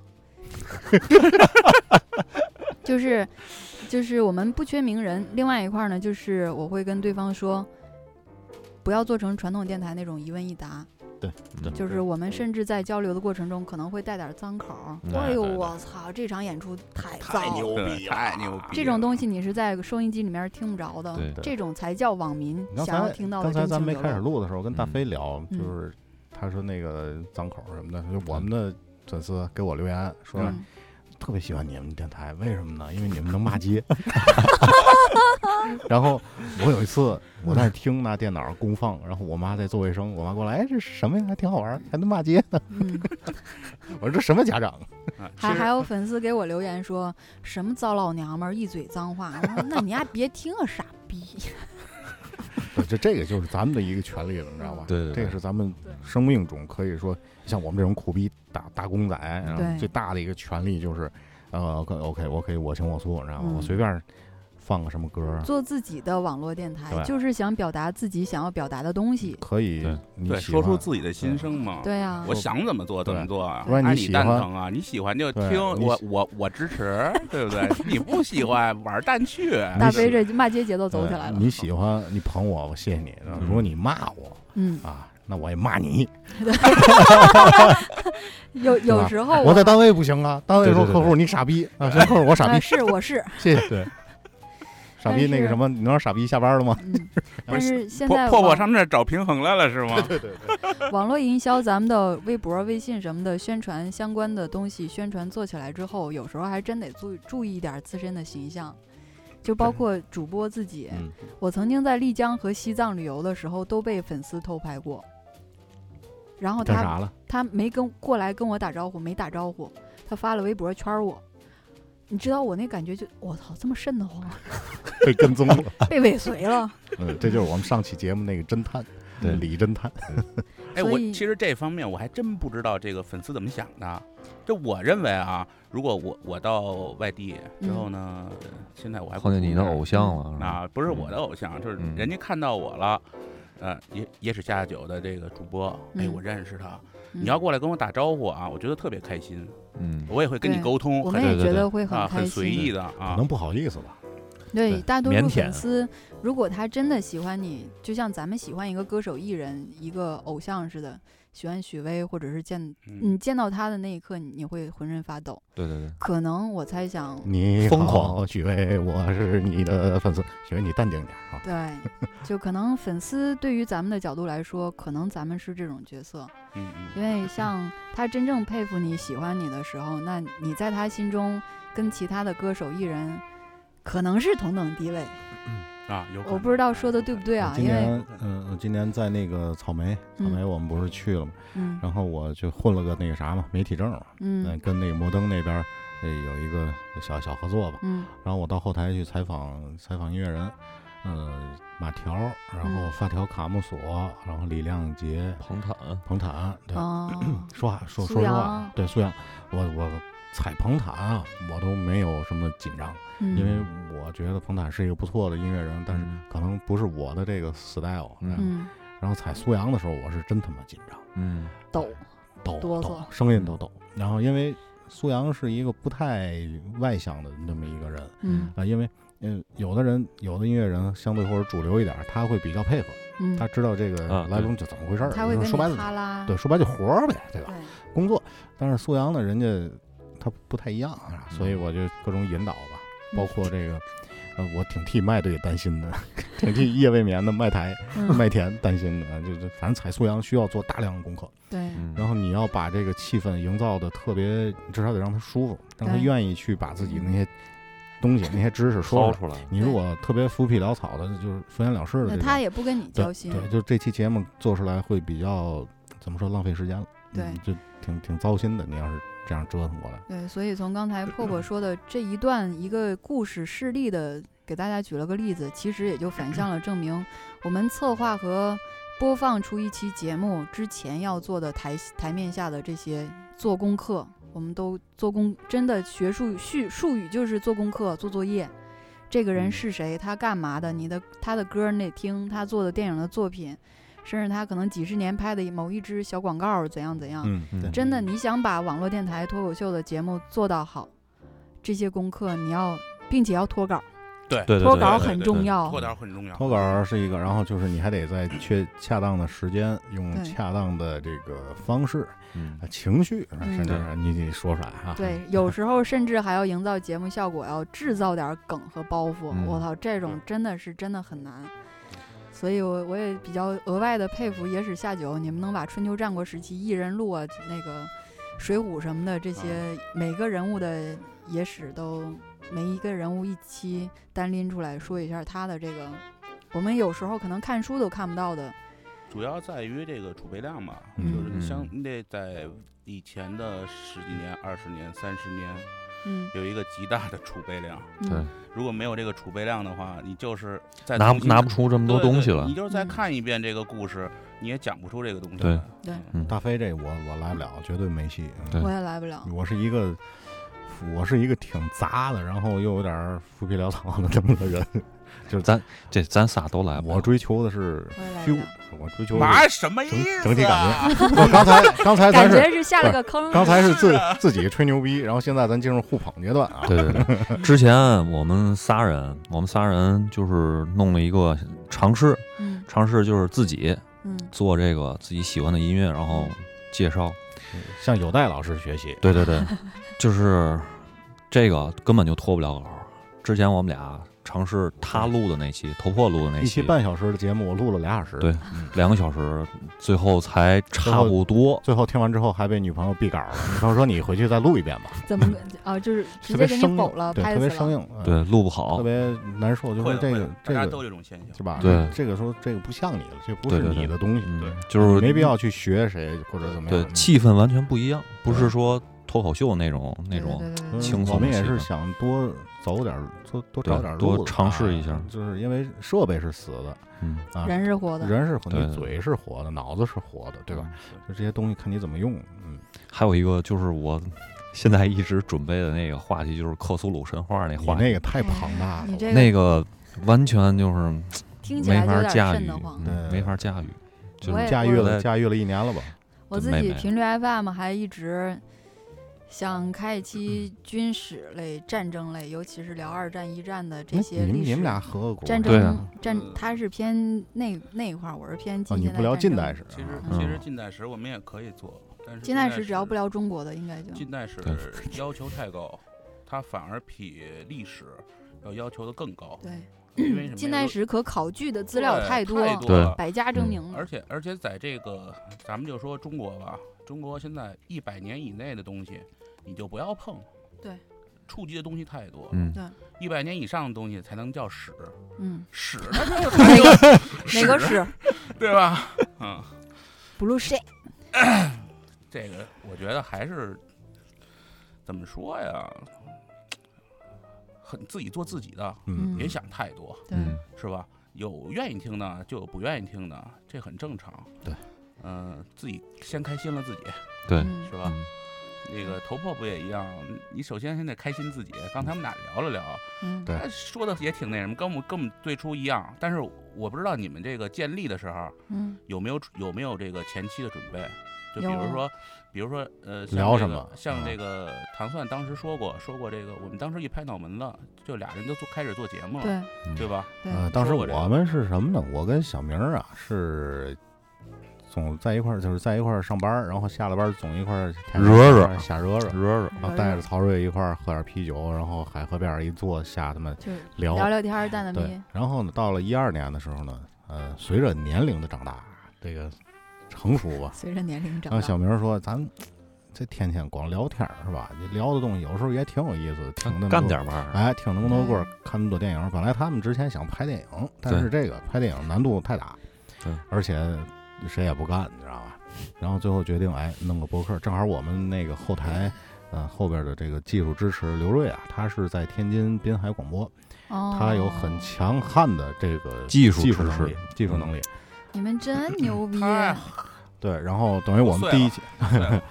S1: 就是就是我们不缺名人。另外一块儿呢，就是我会跟对方说，不要做成传统电台那种一问一答。
S3: 对
S1: 就是我们甚至在交流的过程中，可能会带点脏口儿。
S3: 嗯
S1: 哎
S3: 对
S1: 呦，
S3: 对对
S1: 我操，这场演出太糟了！
S4: 逼啊了，太牛逼了！
S1: 这种东西你是在收音机里面听不着的
S3: 对，
S1: 这种才叫网民
S2: 刚
S1: 想要
S2: 才
S1: 听到的
S2: 刚才
S1: 真
S2: 咱
S1: 情
S2: 没
S1: 流
S2: 开始
S1: 露。
S2: 录的时候，跟大飞聊，
S1: 嗯
S2: 就是他说那个脏口什么的，就我们的粉丝给我留言说
S1: 嗯，
S2: 特别喜欢你们电台，为什么呢？因为你们能骂街。 然后我有一次我在听拿电脑公放，然后我妈在做卫生，我妈过来，哎，这什么呀？还挺好玩儿，还能骂街呢。
S1: 嗯，
S2: 我说这什么家长？
S4: 啊
S1: 还
S4: 其实
S1: 还有粉丝给我留言说什么糟老娘们儿，一嘴脏话。我说那你还别听啊，傻逼。
S2: 对这这个就是咱们的一个权利了，你知道吧？
S3: 对对对
S2: 这个是咱们生命中可以说像我们这种苦逼打打工仔，然后
S1: 对
S2: 最大的一个权利就是，呃，OK OK，我可以我行我素，然后
S1: 嗯
S2: 我随便放个什么歌儿，
S1: 做自己的网络电台，
S2: 对
S1: 就是想表达自己想要表达的东西。
S2: 可以
S3: 对
S2: 你
S4: 对
S2: 喜
S4: 说出
S2: 欢
S4: 自己的心声嘛。
S1: 对呀、
S4: 我想怎么做怎么做啊，
S2: 对不然你
S4: 爱
S2: 喜
S4: 蛋
S2: 欢
S4: 疼啊，你喜欢就
S2: 对
S4: 听
S2: 你
S4: 我
S2: 喜
S4: 我我支持，对不对？ 你不喜欢玩蛋去，
S1: 大
S2: 你喜
S1: 飞这骂街节奏走起来了
S2: 哎对。你喜欢你捧我，我谢谢你。然后如果你骂我
S1: 嗯，
S2: 啊，那我也骂你。
S1: 有有
S2: 吧
S1: 时候
S2: 我在单位不行啊，单位
S3: 对对
S2: 说
S3: 对
S2: 客户你傻逼啊，说客户我傻
S1: 啊
S2: 逼，
S1: 是我是，
S2: 谢谢。对，傻逼
S1: 但
S2: 那个
S1: 是
S2: 什么，你能让傻逼下班了吗？
S1: 嗯，
S4: 不
S1: 但
S4: 是
S1: 是现
S4: 破
S1: 在
S4: 破破
S1: 网
S4: 上这找平衡来了 是吗？
S1: 哦网络营销，咱们的微博、微信什么的宣传相关的东西，宣传做起来之后，有时候还真得注注意一点自身的形象，就包括主播自己。
S2: 嗯
S1: 我曾经在丽江和西藏旅游的时候，都被粉丝偷拍过。然后
S2: 干
S1: 他
S2: 啥了？
S1: 他没跟过来跟我打招呼，没打招呼，他发了微博圈儿我。你知道我那感觉就我操，这么瘆得慌啊，
S2: 被跟踪 了。
S1: 被尾随了。
S2: 嗯，这就是我们上期节目那个侦探，
S3: 对
S2: 李侦探。
S4: 哎，
S1: 所
S4: 我
S1: 以
S4: 其实这方面我还真不知道这个粉丝怎么想的。这我认为啊，如果我我到外地之后呢，
S1: 嗯
S4: 现在我还不
S3: 碰见你的
S4: 出名
S3: 偶像
S2: 嗯
S3: 了，是吧
S4: 啊，不是我的偶像，就是
S3: 嗯
S4: 人家看到我了，呃，野野史下下酒的这个主播，哎，
S1: 嗯
S4: 我认识他，
S1: 嗯
S4: 你要过来跟我打招呼啊，我觉得特别开心，
S3: 嗯，
S4: 我也会跟你
S1: 对
S4: 沟通，
S1: 我
S4: 很
S1: 们也
S3: 对对
S1: 觉
S3: 对
S1: 得会很
S4: 啊
S1: 开
S4: 很随
S1: 心。
S4: 意的
S2: 可
S4: 啊
S2: 能。不好意思吧，
S1: 对，
S2: 对
S1: 大多
S3: 腼
S1: 数
S3: 腆
S1: 粉丝，如果他真的喜欢你，就像咱们喜欢一个歌手、艺人、一个偶像似的，喜欢许巍，或者是见
S4: 嗯
S1: 你见到他的那一刻，你你会浑身发抖。
S3: 对对对，
S1: 可能我猜想，
S2: 你
S3: 疯
S2: 好
S3: 狂，
S2: 许巍，我是你的粉丝，许巍你淡定点啊。
S1: 对，就可能粉丝对于咱们的角度来说，可能咱们是这种角色，
S4: 嗯
S1: 因为像他真正佩服你、喜欢你的时候，那你在他心中跟其他的歌手、艺人可能是同等地位。
S4: 嗯啊，有可能
S1: 我不知道说的对不对啊，
S2: 今
S1: 因为
S2: 年，嗯，我今年在那个草莓，草
S1: 嗯
S2: 莓我们不是去了吗？
S1: 嗯
S2: 然后我就混了个那个啥嘛，媒体证嘛，那
S1: 嗯
S2: 跟那个摩登那边儿，呃，有一个小小合作吧。
S1: 嗯
S2: 然后我到后台去采访采访音乐人，呃，马条，然后
S1: 嗯
S2: 发条卡木索，然后李亮杰、
S3: 彭坦，
S2: 彭坦，对，
S1: 哦。
S2: 说话说
S1: 苏
S2: 说实话
S1: 阳，
S2: 对苏阳，我我踩彭坦啊，我都没有什么紧张，
S1: 嗯
S2: 因为我觉得彭坦是一个不错的音乐人，但是
S3: 嗯
S2: 可能不是我的这个 style。
S3: 嗯
S1: 嗯
S2: 然后踩苏阳的时候，我是真他妈紧张，
S3: 嗯，
S1: 抖，
S2: 抖
S1: 哆嗦
S2: 抖，声音都抖。然后因为苏阳是一个不太外向的那么一个人啊、
S1: 嗯
S2: 因为嗯，有的人有的音乐人相对或者主流一点，他会比较配合，
S1: 嗯，
S2: 他知道这个
S3: 啊
S2: 来
S3: 对
S2: 龙就怎么回事儿，
S1: 他会
S2: 就
S1: 跟
S2: 是
S1: 你
S2: 说白了
S1: 哈嗯拉，
S2: 对，说白就活儿呗，对吧？
S1: 对
S2: 工作，但是苏阳呢，人家他不太一样啊，
S3: 嗯
S1: 嗯
S2: 所以我就各种引导吧，包括这个，呃，我挺替麦队担心的，挺替夜未眠的 麦台
S1: 嗯，
S2: 麦田担心的，啊就是反正踩素羊需要做大量的功课，
S1: 对，
S3: 嗯
S2: 然后你要把这个气氛营造的特别，至少得让他舒服，让他
S1: 对
S2: 愿意去把自己那些东西、那些知识说
S3: 掏
S2: 出来。
S3: 出来，
S2: 你如果特别浮皮潦草的，就是敷衍了事的
S1: 那
S2: 这
S1: 他
S2: 种，
S1: 也不跟你交
S2: 对
S1: 心，
S2: 对，就这期节目做出来会比较怎么说浪费时间了，
S1: 对
S2: 嗯就挺挺糟心的。你要是这样折腾过来，
S1: 对，所以从刚才破破说的这一段一个故事事例的，给大家举了个例子，其实也就反向了证明，我们策划和播放出一期节目之前要做的台台面下的这些做功课，我们都做功，真的学术术术语就是做功课、做作业。这个人
S3: 嗯
S1: 是谁？他干嘛的？你的他的歌儿你得听，他做的电影的作品，甚至他可能几十年拍的某一支小广告儿怎样怎样。
S2: 嗯，
S3: 嗯
S2: 对，
S1: 真的，你想把网络电台脱口秀的节目做到好，这些功课你要，并且要脱稿，
S4: 对
S3: 对对
S1: 脱
S3: 对
S1: 稿
S3: 对
S1: 很
S4: 对
S1: 重要
S4: 脱。稿很重要。
S2: 投稿是一个，然后就是你还得在确恰当的时间，用
S1: 对
S2: 恰当的这个方式、
S3: 嗯
S2: 啊情绪，甚至
S3: 对
S2: 你得说出来啊 哈。
S1: 对，有时候甚至还要营造节目效果，要制造点梗和包袱。
S3: 嗯
S1: 我操，这种真的是真的很难。所以我我也比较额外的佩服野史下酒，你们能把春秋战国时期异人录啊、那个水浒什么的
S2: 嗯
S1: 这些每个人物的野史都每一个人物一期单拎出来说一下他的这个，我们有时候可能看书都看不到的。
S4: 主要在于这个储备量吧，
S2: 嗯
S4: 就是你像
S3: 嗯
S4: 你得在以前的十几年、二十年、三十年
S1: 嗯，
S4: 有一个极大的储备量。
S1: 嗯
S4: 如果没有这个储备量的话，你就是在
S3: 哎拿不拿不出这么
S4: 很
S3: 多东西了
S4: 你，就是再
S1: 嗯
S4: 看一遍这个故事，你也讲不出这个东西
S3: 对
S4: 来。
S1: 对
S4: 嗯
S3: 嗯
S2: 大飞这我我来不了，绝对没戏。嗯
S3: 对
S1: 我也来不了。
S2: 我是一个，我是一个挺杂的，然后又有点儿浮皮潦草的这么个人。
S3: 这咱仨都
S1: 啊
S3: 来不了。
S2: 我追求的是
S1: 我也来不
S2: feel，
S1: 了
S2: 我追求的
S4: 嘛
S2: 是
S4: 什么意
S2: 整
S4: 思啊？
S2: 整体感觉。 不刚才刚才
S1: 感
S2: 咱是
S1: 觉是下了个坑。
S2: 刚才是自自己吹牛逼，然后现在咱进入互捧阶段啊。
S3: 对对对，之前我们仨人，我们仨人就是弄了一个尝试，
S1: 嗯
S3: 尝试就是自己
S1: 嗯，
S3: 做这个自己喜欢的音乐，然后介绍。
S2: 向有代老师学习。
S3: 对对对，就是这个根本就脱不了稿。之前我们俩尝试他录的那期，头破录的那
S2: 一期
S3: 期，
S2: 半小时的节目，我录了俩小时。
S3: 对两个小时，最后才差不多。
S2: 最后听完之后还被女朋友毙稿了。女朋友说：“你回去再录一遍吧。
S1: 怎么个啊？就是直
S2: 嗯特
S1: 接
S2: 别
S1: 给
S2: 生
S1: 你
S2: 硬”
S1: 否了，
S2: 对，
S1: 拍
S2: 特别
S1: 死
S2: 生
S1: 了。
S2: 硬，嗯，
S3: 对，录不
S2: 特
S3: 好。
S2: 别难受。就
S4: 会
S2: 是
S4: 的
S2: 这个
S4: 会的
S2: 这
S4: 大家
S2: 个
S4: 都有这种现象。
S2: 是吧？
S3: 对
S2: 这个说这个不像你了，这不
S3: 对
S2: 是
S3: 对对
S2: 你的东西，
S3: 嗯，就
S2: 你
S3: 是
S2: 没必要去学谁或者怎么
S3: 对
S2: 样。
S3: 气氛完全不一样，不是
S2: 对
S3: 说脱口秀那种那种。
S1: 对对对
S2: 嗯
S1: 对
S3: 轻松的
S2: 我们也是
S3: 气氛
S2: 想多走点儿，多多找
S3: 对
S2: 点儿
S3: 多
S2: 路子
S3: 尝试
S2: 啊
S3: 一下
S2: 就是因为设备是死的
S3: 嗯，
S2: 啊，
S1: 人是活的，
S2: 人是活的，
S3: 对
S2: 你
S3: 对
S2: 嘴是活的，脑子是活的，对吧？就这些东西看你怎么用，嗯，
S3: 还有一个就是我现在一直准备的那个话题，就是克苏鲁神话那
S2: 你
S3: 话题，
S2: 那个太庞大了，
S1: 哎你这
S3: 那个完全就是
S1: 听起
S3: 没
S1: 来就有
S3: 法
S1: 点
S3: 驾
S1: 瘆
S3: 驭
S1: 得慌，。
S2: 对
S3: 嗯没法驾驭。就
S1: 我
S3: 是
S1: 也
S2: 驾驭
S3: 我
S2: 了驾驭了一年了吧？
S1: 我自
S3: 妹
S1: 己
S3: 妹
S1: 频率 FM 还一直想开一期
S2: 嗯
S1: 军史类、战争类，尤其是聊二战、一战的这
S2: 哎
S1: 些
S2: 你
S1: 历
S2: 们
S1: 史。
S2: 你们俩合个股，
S1: 战
S3: 对啊
S1: 争战，
S4: 嗯
S1: 他是偏那那一块儿，我是偏
S2: 啊，
S1: 近
S2: 你
S1: 现
S2: 不
S1: 代
S2: 聊
S1: 战争
S2: 近代史，啊
S4: 其实
S3: 嗯
S4: 其实近代史我们也可以做，但是
S1: 近代史只要不
S4: 了
S1: 聊中国的，应该就
S4: 近代史
S3: 对
S4: 要求太高，它反而比历史要要求的更高，
S1: 对。
S4: 因为什么呀
S1: 近代史可考据的资料
S4: 对
S1: 太
S4: 太
S1: 多，
S4: 多
S3: 对
S4: 了
S1: 百家争
S3: 嗯
S1: 鸣了
S4: 而。且而且在这个，咱们就说中国吧，中国现在一百年以内的东西，你就不要碰。
S1: 对，
S4: 触及的东西太多，
S3: 嗯，
S4: 一百年以上的东西才能叫史，
S1: 嗯，
S4: 史它就
S1: 哪
S4: 它
S1: 个
S4: 就
S1: 哪个
S4: 史，啊
S1: 是
S4: 对吧？ 嗯，
S1: blue shit？
S4: 这个我觉得还是怎么说呀，很自己做自己的，
S2: 嗯，
S4: 别想太多，
S1: 对，
S3: 嗯
S4: 是吧？有愿意听的，就有不愿意听的，这很正常。
S2: 对，
S4: 嗯、自己先开心了自己，
S3: 对，
S1: 嗯
S4: 是吧？
S3: 嗯
S4: 那个头破不也一样？你首先先得开心自己。刚才我们俩聊了聊，
S1: 嗯，
S2: 对
S4: 他说的也挺那什么，跟我们跟我们最初一样。但是我不知道你们这个建立的时候
S1: 嗯，
S4: 有没有有没有这个前期的准备，就比
S1: 有
S4: 如说，比如说呃，像
S2: 聊
S4: 这
S2: 什
S4: 个
S2: 么
S4: 像
S2: 嗯
S4: 这个糖蒜当时说过说过这个，我们当时一拍脑门子，就俩人就做开始做节目了，
S1: 嗯对
S4: 对吧？
S1: 对，
S2: 呃，当时
S4: 说过这个
S2: 我们是什么呢？我跟小明儿啊是总在一块儿，就是在一块儿上班儿，然后下了班儿总一块儿
S3: 惹惹
S2: 瞎惹惹，
S3: 惹惹，
S2: 然后带着曹睿一块儿喝点啤酒，然后海河边儿一坐下他们
S1: 就
S2: 聊
S1: 聊聊天儿，蛋蛋
S2: 对
S1: 咪，，
S2: 然后呢，到了一二年的时候呢，呃，随着年龄的长大，这个成熟吧，
S1: 随着年龄长
S2: 然
S1: 大，
S2: 后嗯小明说：“咱这天天光聊天儿是吧？你聊的东西有时候也挺有意思，听那么多
S3: 干点玩意儿，
S2: 哎，听那么多歌儿，看那么多电影。本来他们之前想拍电影，但是这个拍电影难度太大，
S3: 对，
S2: 而且谁也不干，你知道吧？然后最后决定，哎，弄个博客。正好我们那个后台，呃，后边的这个技术支持刘瑞啊，他是在天津滨海广播，
S1: 哦
S2: 他有很强悍的这个
S3: 技术嗯
S2: 技术
S3: 知
S2: 能力
S3: 识，
S2: 技术能力。
S1: 你们
S2: 嗯
S1: 真牛逼，
S4: 太
S2: 对，然后等于我们第一期，
S4: 了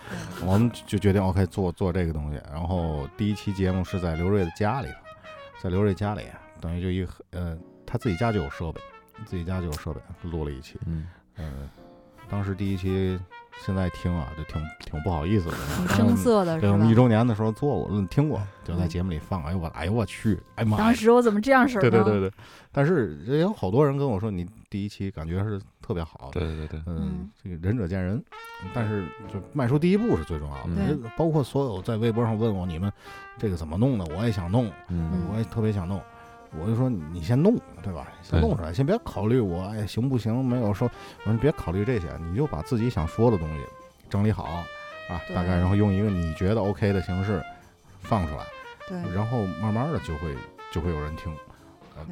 S2: 我们就决定 OK 做做这个东西。然后第一期节目是在刘瑞的家里头，在刘瑞家里，啊等于就一个呃，他自己家就有设备，自己家就有设备，录了一期。
S3: 嗯，
S2: 嗯、当时第一期，现在听啊，就挺挺不好意思的。
S1: 挺生涩的是
S2: 嗯对，我们一
S1: 吧？
S2: 周年的时候做过，嗯听过，就在节目里放。哎呦我，哎呦我去，哎妈呀！
S1: 当时我怎么这样式儿
S2: 对
S1: 呢？
S2: 对对对，但是也有好多人跟我说，你第一期感觉是特别好，
S3: 对对对，
S2: 嗯
S1: 嗯，
S2: 这个仁者见仁，但是就迈出第一步是最重要的。呃
S1: 嗯
S2: 包括所有在微博上问我你们这个怎么弄的，我也想弄，
S3: 嗯
S2: 我也特别想弄。我就说你你先弄，对吧？
S3: 对
S2: 先弄出来，先别考虑我哎行不行，没有说，我说你别考虑这些，你就把自己想说的东西整理好啊，
S1: 对
S2: 大概然后用一个你觉得 OK 的形式放出来，
S1: 对，
S2: 然后慢慢的就会就会有人听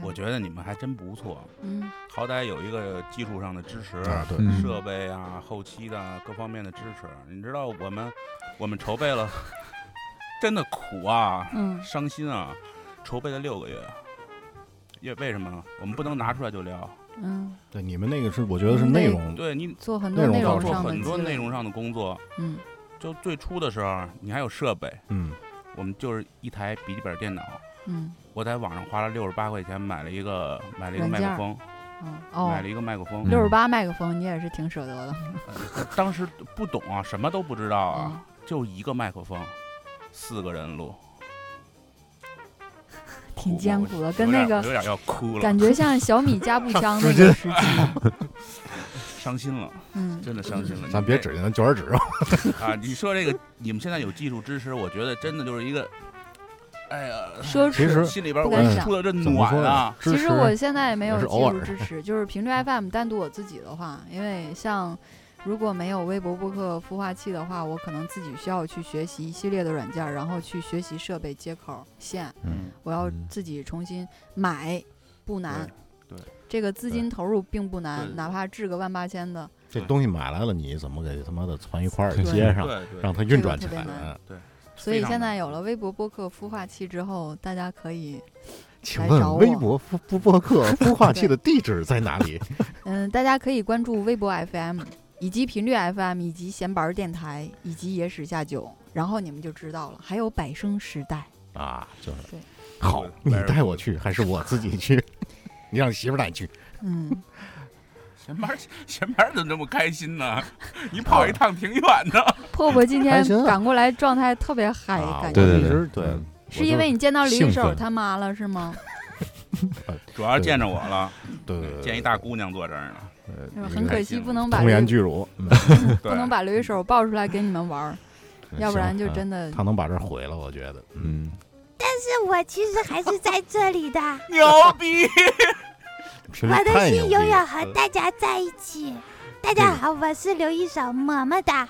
S4: 我觉得你们还真不错，
S1: 嗯，
S4: 好歹有一个技术上的支持，
S2: 啊，对，
S3: 嗯
S4: 设备啊、后期的啊各方面的支持。你知道我们我们筹备了， 真的苦啊，
S1: 嗯，
S4: 伤心啊，筹备了六个月。因为为什么我们不能拿出来就聊？
S1: 嗯，
S2: 对你们那个是我觉得是内容，
S4: 对你
S1: 做很多
S2: 内容
S1: 内
S2: 造
S1: 容
S4: 做
S1: 上的
S4: 很多
S1: 积累
S4: 内容上的工作，
S1: 嗯，
S4: 就最初的时候你还有设备，
S2: 嗯，
S4: 我们就是一台笔记本电脑，
S1: 嗯，
S4: 我在网上花了六十八块钱买了一个买了一个
S1: 软
S4: 麦
S1: 件
S4: 克
S1: 儿
S4: 风，
S1: 嗯
S4: 买
S1: 哦
S4: 了，一个麦克风。
S1: 六
S2: 嗯
S1: 十八麦克风，你也是挺舍得的
S4: 当时不懂啊，什么都不知道啊，
S1: 啊。
S4: 就一个麦克风，四个人录，
S1: 挺
S4: 哭
S1: 艰
S4: 我
S1: 苦的
S4: 我
S1: 跟
S4: 有
S1: 那
S4: 点
S1: 个
S4: 我有点要哭了，
S1: 感觉像小米加步 枪那个时期，
S4: 伤心了，
S1: 嗯，
S4: 真的伤心了。
S2: 咱
S4: 你
S2: 别
S4: 这
S2: 指着咱卷儿指着，
S4: 啊！你说这个，你们现在有技术支持，我觉得真的就是一个，哎呀，
S1: 奢
S2: 其
S1: 侈
S2: 实。
S4: 心里边
S1: 不
S4: 我
S1: 敢
S4: 出了这
S2: 怎么
S4: 暖
S2: 说呢
S4: 啊，？
S1: 其
S2: 支
S1: 实
S2: 持
S1: 我现在也没
S2: 也
S1: 有
S2: 是
S1: 技
S2: 偶
S1: 术
S2: 尔
S1: 支持，就是平时 FM 单独我自己的话，因为像如果没有微博播客孵化器的话，我可能自己需要去学习一系列的软件儿，然后去学习设备、接口、线，
S2: 嗯，
S1: 我要
S3: 嗯
S1: 自己重新买，不难。
S4: 对对
S1: 这个资金投入并不难，
S4: 对
S1: 哪怕置个万八千的，
S2: 这东西买来了，你怎么给他妈的攒一块儿
S3: 对
S2: 接上，
S4: 对对，
S2: 让它运转起
S1: 这
S2: 来
S1: 个特？别难
S2: 嗯
S1: 所以
S4: 非常
S1: 现
S4: 难嗯
S1: 在有了微博播客孵化器之后，大家可以，
S2: 请
S1: 来找我
S2: 问微博播播播客孵化器的地址在哪里？
S1: 嗯，大家可以关注微博 FM，以及频率 FM，以及闲板儿电台，以及野史下酒，然后你们就知道了。还有百生时代，
S2: 啊，就是
S1: 对
S2: 好，你带我去还是我自己去？ 你让媳妇儿带你去，
S1: 嗯，
S4: 前面前面怎么这么开心呢？你
S2: 啊
S4: 跑一趟挺远的，
S1: 破破今
S2: 开
S1: 天
S2: 心啊
S1: 赶过来，状态特别嗨，
S2: 啊
S1: 哎感
S2: 我
S3: 对
S1: 觉
S3: 对
S2: 一
S3: 对
S2: 直，对
S3: 嗯
S1: 是因为你见到李
S2: 兴
S1: 玉手
S2: 奋
S1: 他妈了是 吗？
S4: 主要是见着我了，
S2: 对对对，
S4: 见一大姑娘坐这儿呢，
S2: 呃，
S1: 是吧
S2: 一个
S1: 很可
S4: 开
S1: 惜
S4: 心
S1: 不能把
S2: 童
S1: 这
S2: 颜
S1: 个
S2: 巨乳，嗯
S1: 不能把驴手抱出来给你们玩儿， 要不然就
S2: 行
S1: 真
S2: 嗯
S1: 的
S2: 他能把这儿毁了，我觉得。嗯，
S3: 嗯，
S5: 是我其实还是在这 里的，
S4: 牛逼！
S2: 平时
S5: 我的
S2: 太
S5: 心
S2: 牛逼
S5: 永远
S2: 了嗯
S5: 和大家在一起。大家好，我是刘一手，么么哒。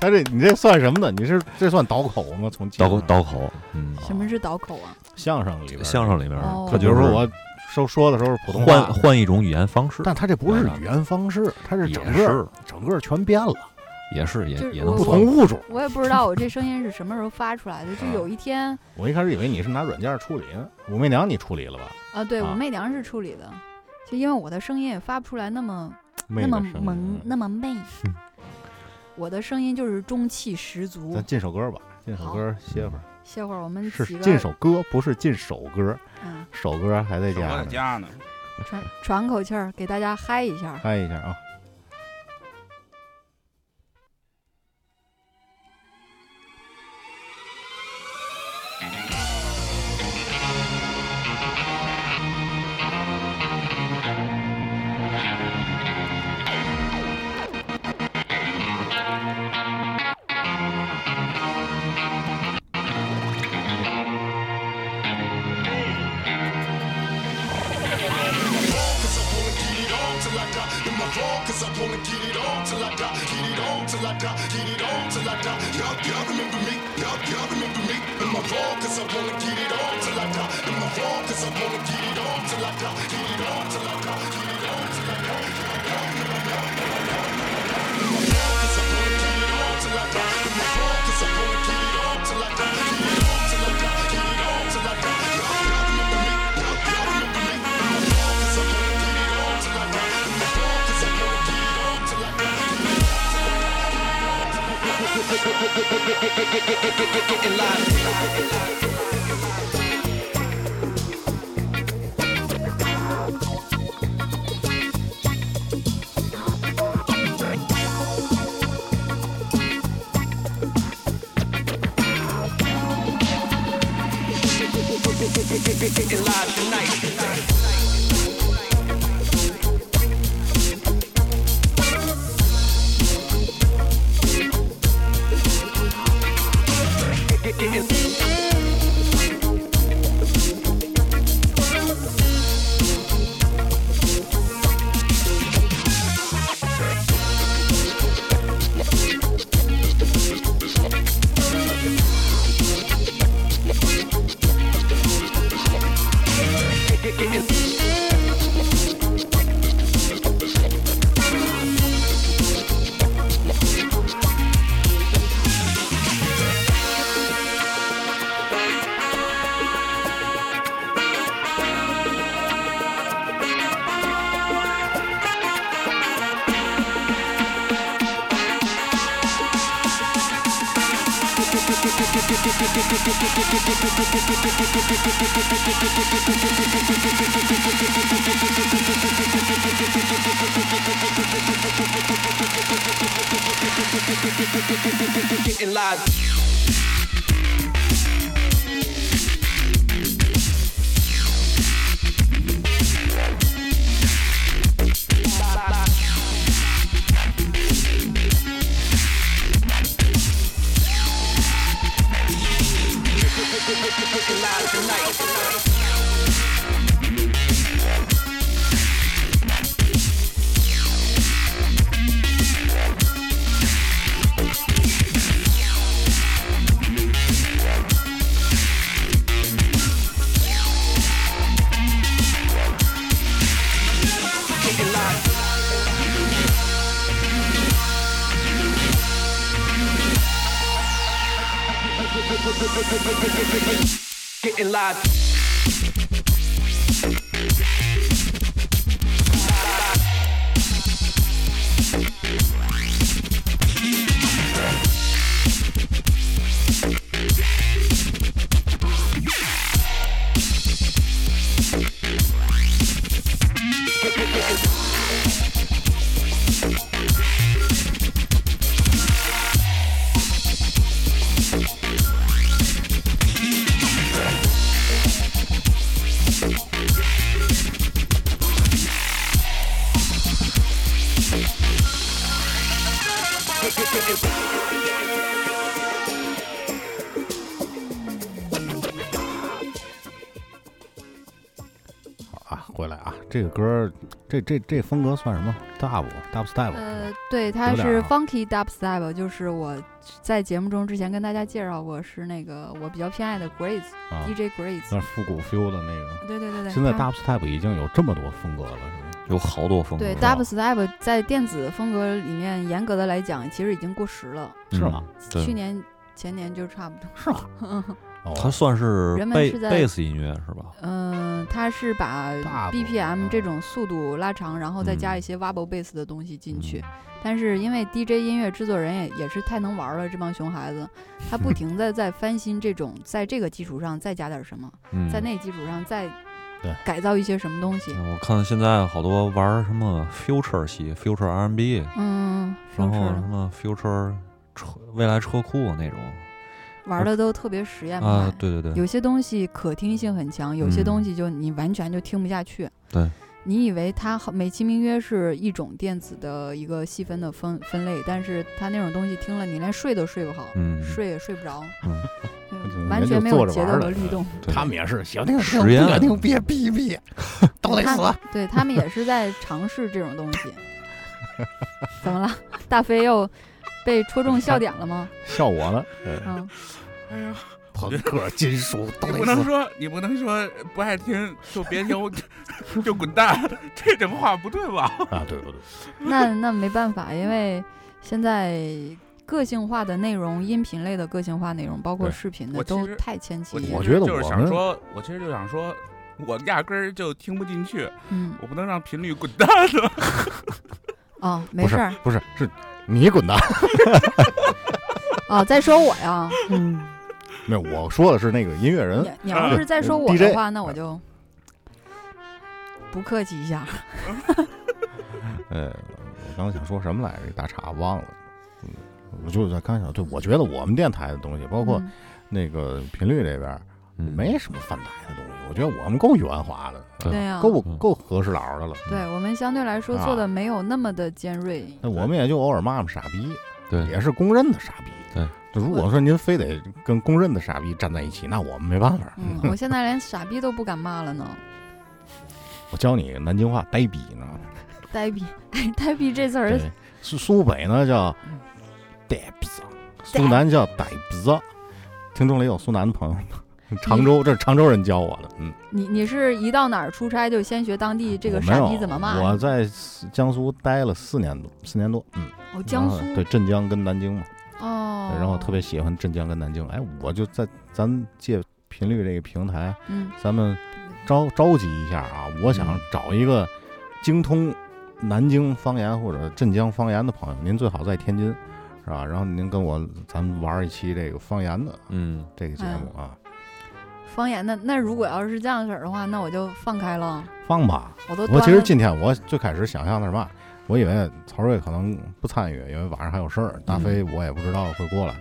S2: 他这你这算什么呢？你是这算倒口吗？从
S3: 刀口
S2: 口
S3: 刀口，嗯，
S1: 什么是倒口啊？
S2: 相声里边，
S3: 相声里面
S1: 哦，
S3: 他
S2: 比
S3: 就
S2: 如
S3: 是
S2: 说我说说的时候是普通
S3: 换
S2: 话，
S3: 换一种语言方式，
S2: 但他这不是语言方式，他是整
S3: 也
S2: 个
S3: 是
S2: 整个全变了，
S3: 也是
S1: 就
S3: 也
S1: 是
S3: 也
S1: 我
S3: 能
S2: 不
S3: 算
S2: 同物种。
S1: 我也不知道我这声音是什么时候发出来的，就
S2: 啊
S1: 有一天
S2: 我一开始以为你是拿软件处理呢，武媚娘你处理了吧？
S1: 啊，对
S2: 啊
S1: 我媚娘是处理的，就因为我的声音也发不出来那么
S2: 那嗯
S1: 那么萌那么媚， 我的声音就是中气十足
S2: 咱。进首歌吧，进首歌歇会儿。
S1: 歇会儿我们
S2: 是
S1: 几嗯
S2: 进
S1: 个
S2: 首歌，不是进首歌，
S1: 嗯
S2: 首歌还在
S4: 我
S2: 家
S4: 在
S2: 呢，
S4: 家呢，
S1: 喘喘口气儿，给大家嗨一下。
S2: 嗨一下啊。
S6: till I die. In my phone, cause I wanna get it on till I die. Get it on till I die. Get it on till I die. Y'all, y'all remember me. Y'all, y'all remember me. In my phone, cause I wanna get it on till I die. In my phone, cause I wanna get it on till I die. Get it on till I die. Get it on till I die. In my phone, 'cause I wanna get it on till I die. In my phone, 'cause I wanna get it on till I die. Get it on till I die. Get it on till I die. Y'all, y'all remember me. Y'all, y'all remember me. In my phone, 'cause I wanna get it on till I die. In my phone, 'cause I wanna get it on till I die.
S7: getting live. Getting live.
S2: 啊，回来啊，这个歌儿，这这这风格算什么？dub dub style，
S1: 呃，对，它
S2: 有点儿
S1: 是
S2: 啊
S1: Funky Dubstep，就是我在节目中之前跟大家介绍过，是那个我比较偏爱的 Grace
S2: 啊，有
S1: DJ Grace。
S2: 点复古 feel 的那个。
S1: 对对对对，
S2: 现在
S1: 它
S2: dub step 已经有这么多风格了，是吗？
S3: 有好多风格，
S1: 对
S3: 是吧
S1: Dubstep 在电子风格里面，严格的来讲，其实已经过时了。
S2: 是吗？
S3: 对
S1: 去年前年就差不多。
S2: 是 吗？哦，
S3: 它算是
S1: 人们
S3: 贝
S1: 是在
S3: 贝斯音乐是吧？
S1: 嗯，它是把
S2: 大部分
S1: BPM
S2: 啊
S1: 这种速度拉长，然后再加
S3: 嗯
S1: 一些 wobble bass 的东西进去。
S2: 嗯
S1: 但是因为 DJ 音乐制作人也也是太能玩了，这帮熊孩子，他 不停的在翻新这种，在这个基础上再加点什么，
S3: 嗯，
S1: 在那基础上再
S2: 对
S1: 改造一些什么东西。
S3: 我看现在好多玩什么 future 系 future R&B，
S1: 嗯，是
S3: 然
S1: 不
S3: 后什
S1: 是
S3: 么 future 车未来车库那种
S1: 玩的都特别实验派。
S2: 呃
S3: 啊，对对对
S1: 有，些东西可听性很强，有些东西就你完全就听不下去。
S3: 对，
S1: 你以为它好美其名曰是一种电子的一个细分的分分类，但是它那种东西听了你连睡都睡不好，
S3: 嗯，
S1: 睡也睡不着。
S3: 嗯
S1: 对，
S2: 嗯
S1: 完
S2: 人
S1: 全
S2: 就
S1: 没
S2: 坐
S1: 有
S2: 着
S1: 节
S2: 玩
S1: 奏
S2: 儿
S1: 和
S2: 了
S1: 律动。
S3: 对
S2: 他们也是行，那个
S3: 实验
S2: 那个别逼 逼，都得死。
S1: 对他们也是在尝试这种东西。 怎么了？大飞又被戳中笑点了吗？
S2: 笑我呢，
S1: 嗯，
S4: 哎呀，
S2: 朋克金属都
S4: 你
S2: 得
S4: 不能
S2: 死。
S4: 说你不能说不爱听就别听，我就滚蛋，这种话不对吧？
S2: 啊，对对对，
S1: 那那没办法，因为现在个性化的内容、音频类的个性化内容，包括
S2: 对
S1: 视频的，
S4: 我其
S1: 都
S4: 实
S1: 太前期
S4: 我其
S1: 了。
S2: 我
S4: 实
S2: 觉得
S4: 就是
S2: 我
S4: 想
S2: 们
S4: 说，我其实就想说，我压根儿就听不进去，
S1: 嗯
S4: 我不能让频率滚蛋了。
S1: 哦，没
S2: 不是
S1: 事儿
S2: 不是是你滚蛋。
S1: 哦，在说我呀。
S2: 没有，我说的是那个音乐 人
S1: 你，你要是再说我的
S2: DJ
S1: 话，那我就不客气一下。
S2: 呃，我刚才想说什么来着？打岔忘了。嗯，我就是在刚想，对，我觉得我们电台的东西，包括
S1: 嗯
S2: 那个频率这边，
S3: 嗯
S2: 没什么翻台的东西。我觉得我们够圆滑的，
S3: 对
S1: 对呀，
S2: 够
S3: 嗯
S2: 够合适佬的了。
S1: 对我们相对来说
S2: 啊
S1: 做的没有那么的尖锐。
S2: 那我们也就偶尔骂骂傻逼，
S3: 对
S2: 也是公认的傻逼。
S3: 对，
S2: 如果说您非得跟公认的傻逼站在一起，那我们没办法。
S1: 嗯，我现在连傻逼都不敢骂了呢。
S2: 我教你南京话呆逼呢，
S1: 呆逼，哎，呆逼这词儿
S2: 对，苏苏北呢叫
S1: 嗯
S2: 呆逼子，苏南叫呆逼子。听众里有苏南的朋友吗？常州，这是常州人教我的。嗯，
S1: 你你是一到哪儿出差就先学当地这
S2: 我
S1: 个
S2: 没
S1: 傻
S2: 有
S1: 逼怎么骂？
S2: 我在江苏待了四年多，四年多。嗯，
S1: 哦，江苏
S2: 然后对镇江跟南京嘛，
S1: 哦，
S2: 然后特别喜欢镇江跟南京。哎，我就在咱借频率这个平台，
S1: 嗯
S2: 咱们着着急一下啊！我
S3: 嗯
S2: 想找一个精通南京方言或者镇江方言的朋友，您最好在天津，是吧？然后您跟我咱们玩一期这个方言的
S3: 嗯，
S2: 这个节目啊，
S1: 方言。那那如果要是这样式儿的话，那我就放开了，
S2: 放吧。
S1: 我都
S2: 我
S1: 端
S2: 其实
S1: 了
S2: 今天我最开始想象的是嘛，我以为曹睿可能不参与，因为晚上还有事儿。大
S3: 嗯
S2: 飞我也不知道会过来，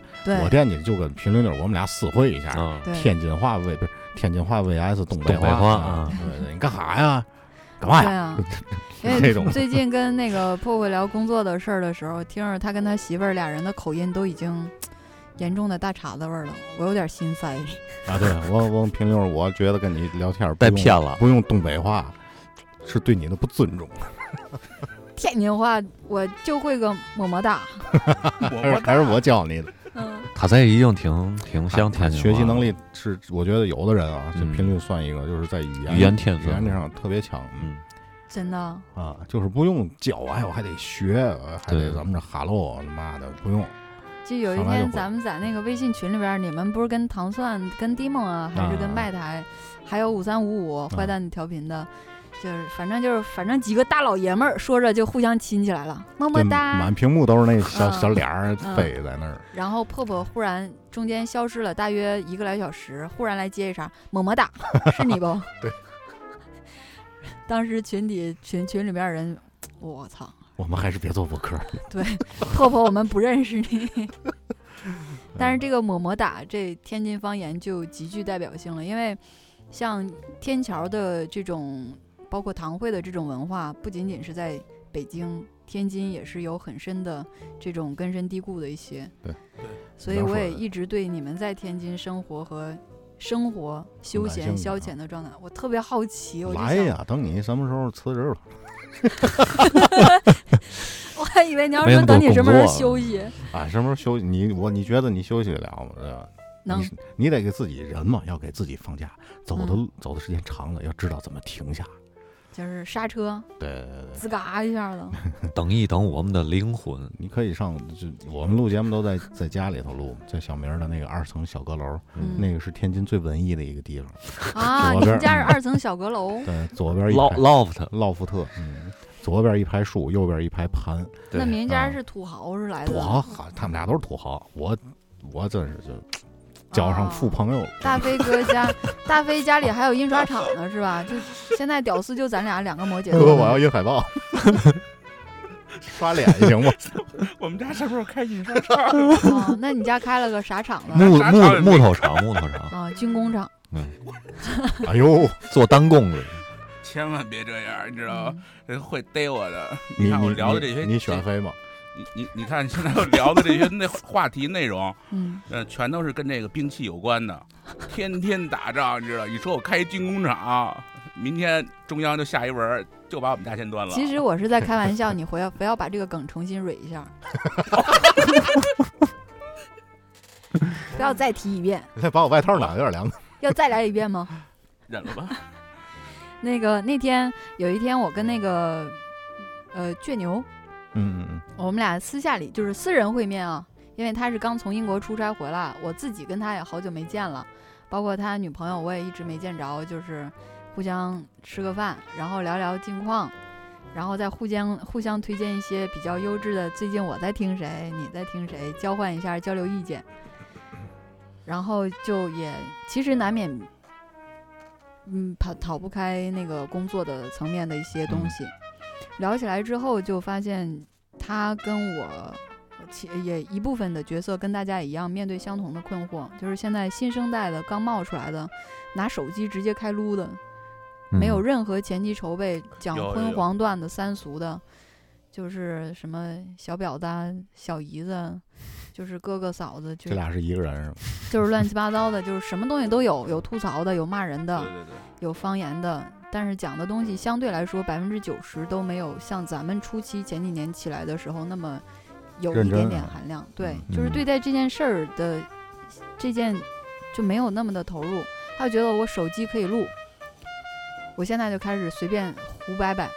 S1: 对
S2: 我惦记就跟评论里我们俩私会一下，
S3: 啊，
S1: 对
S2: 天津话 V 不是天津话 VS 东
S3: 东北话
S2: 话
S3: 啊
S2: 对对你干啥 呀？干嘛
S1: 对
S2: 呀？
S1: 啊，因
S2: 这种
S1: 为最近跟那个破破聊工作的事儿的时候，听着他跟他媳妇儿俩人的口音都已经严重的大碴子味儿了，我有点心塞。
S2: 啊，对我我评论，我觉得跟你聊天儿不
S3: 被
S2: 用
S3: 骗了，
S2: 不用东北话，是对你的不尊重，
S1: 天津话我就会个么么哒，
S2: 还 是还是我教你的。
S1: 嗯，
S3: 他这已经挺挺像
S2: 他
S3: 天津话
S2: 学习能
S3: 了，
S2: 力是，我觉得有的人啊，这
S3: 嗯
S2: 频率算一个，就是在语言
S3: 语言天
S2: 语
S3: 分
S2: 言这上特别强，嗯
S3: 嗯，
S1: 真的。
S2: 啊，就是不用教，哎，我还得学，还得
S3: 对
S2: 咱们这哈喽，他妈的不用，
S1: 就有一
S2: 上来
S1: 天
S2: 就会
S1: 咱们在那个微信群里边儿，你们不是跟糖蒜、跟 d i m o 啊，还是跟
S2: 啊
S1: 麦台，还有五三五五坏蛋调频的，就是反正就是反正几个大老爷们儿说着就互相亲起来了，么
S2: 就
S1: 么哒
S2: 满。屏幕都是那小
S1: 嗯
S2: 小脸儿
S1: 嗯
S2: 飞在那儿，
S1: 然后破破忽然中间消失了大约一个来小时，忽然来接一茬么么 哒，是你不？
S2: 对。
S1: 当时群底群群里边儿人，我操，
S2: 我们还是别做博客，
S1: 破破我们不认识你。
S2: 嗯
S1: 但是这个么么哒，这天津方言就极具代表性了，因为像天桥的这种，包括堂会的这种文化，不仅仅是在北京、天津，也是有很深的这种根深蒂固的一些。
S2: 对
S4: 对
S1: 所以
S2: 你刚
S1: 我
S2: 说
S1: 也
S2: 的
S1: 一直对你们在天津生活和生活、休
S2: 感兴
S1: 闲、
S2: 趣
S1: 消
S2: 啊
S1: 遣的状态，我特别好奇。我就
S2: 来
S1: 想，
S2: 呀，等你什么时候辞职吧，
S1: 我还以为你要
S3: 没
S1: 说
S3: 那么
S1: 等
S3: 多
S1: 你什
S3: 工
S1: 么时候
S3: 作
S1: 休息，
S2: 啊，什么时候休息？你我你觉得你休息得了吗？对吧？
S1: 能
S2: 你是你得给自己人嘛，要给自己放假，走的、
S1: 嗯
S2: 走的时间长了，要知道怎么停下。
S1: 就是刹车
S2: 对对对对，
S1: 吱嘎一下了。
S3: 嗯等一等我们的灵魂，
S2: 你可以上，就我们录节目都在在家里头录，在小明儿的那个二层小阁楼，
S1: 嗯
S2: 那个是天津最文艺的一个地方。
S1: 啊，
S2: 左
S1: 你们
S2: 边，
S1: 家是二层小阁楼
S2: 嗯对，左边一
S3: 老
S2: 排
S3: loft，
S2: 老福特，嗯，左边一排树，右边一排盘。
S3: 对
S1: 那您家
S2: 啊
S1: 是土豪是来的？啊
S2: 土豪，好他们俩都是土豪，我我真是就交上富朋友了。
S1: 大飞哥家，大飞家里还有印刷厂呢，是吧？就现在屌丝就咱俩两个摩羯
S2: 哥，我
S1: 座
S2: 要
S1: 呢。
S2: 印海报， 刷脸行吗？
S4: 我们家什么时候开印刷厂？
S1: 啊，那你家开了个啥厂呢？
S3: 木
S4: 啥厂也
S3: 木木
S4: 没
S3: 头厂，木头 厂
S1: 啊，军工厂。
S2: 哎呦，
S3: 做单供的，
S4: 千万别这样，你知道吗
S1: 嗯？
S4: 人会逮我的。
S2: 你
S4: 看我
S2: 你
S4: 聊的
S2: 你
S4: 这些，
S2: 你选
S4: 这
S2: 飞吗？
S4: 你你你看现在我聊的这些那话题内容，
S1: 嗯，
S4: 呃，全都是跟这个兵器有关的，天天打仗，你知道？你说我开一军工厂，明天中央就下一文儿，就把我们家先端了。
S1: 其实我是在开玩笑，你回要不要把这个梗重新蕊一下？ 不要再提一遍，
S2: 再 把我外套拿，有点凉。
S1: 要再来一遍吗？
S4: 忍了吧，
S1: 那个那天有一天，我跟那个呃倔牛，
S2: 嗯嗯
S1: 我们俩私下里就是私人会面啊，因为他是刚从英国出差回来，我自己跟他也好久没见了，包括他女朋友我也一直没见着，就是互相吃个饭，然后聊聊近况，然后再互相互相推荐一些比较优质的，最近我在听谁，你在听谁，交换一下交流意见，然后就也其实难免。嗯，逃逃不开那个工作的层面的一些东西，聊起来之后就发现他跟我其也一部分的角色跟大家一样，面对相同的困惑，就是现在新生代的刚冒出来的，拿手机直接开撸的，
S3: 嗯
S1: 没有任何前期筹备，讲
S4: 有有
S1: 荤
S4: 有
S1: 黄段子、三俗的，就是什么小表单、小姨子，啊就是哥哥嫂子，就
S2: 这俩是一个人是吗？
S1: 就是乱七八糟的，就是什么东西都有，有吐槽的，有骂人的
S4: 对，对对，
S1: 有方言的，但是讲的东西相对来说百分之九十都没有像咱们初期前几年起来的时候那么有
S2: 认
S1: 一点
S2: 真
S1: 点
S2: 啊
S1: 含量。对，
S2: 嗯
S1: 就是
S3: 嗯
S1: 对待这件事儿的这件就没有那么的投入。他就觉得我手机可以录，我现在就开始随便胡掰掰，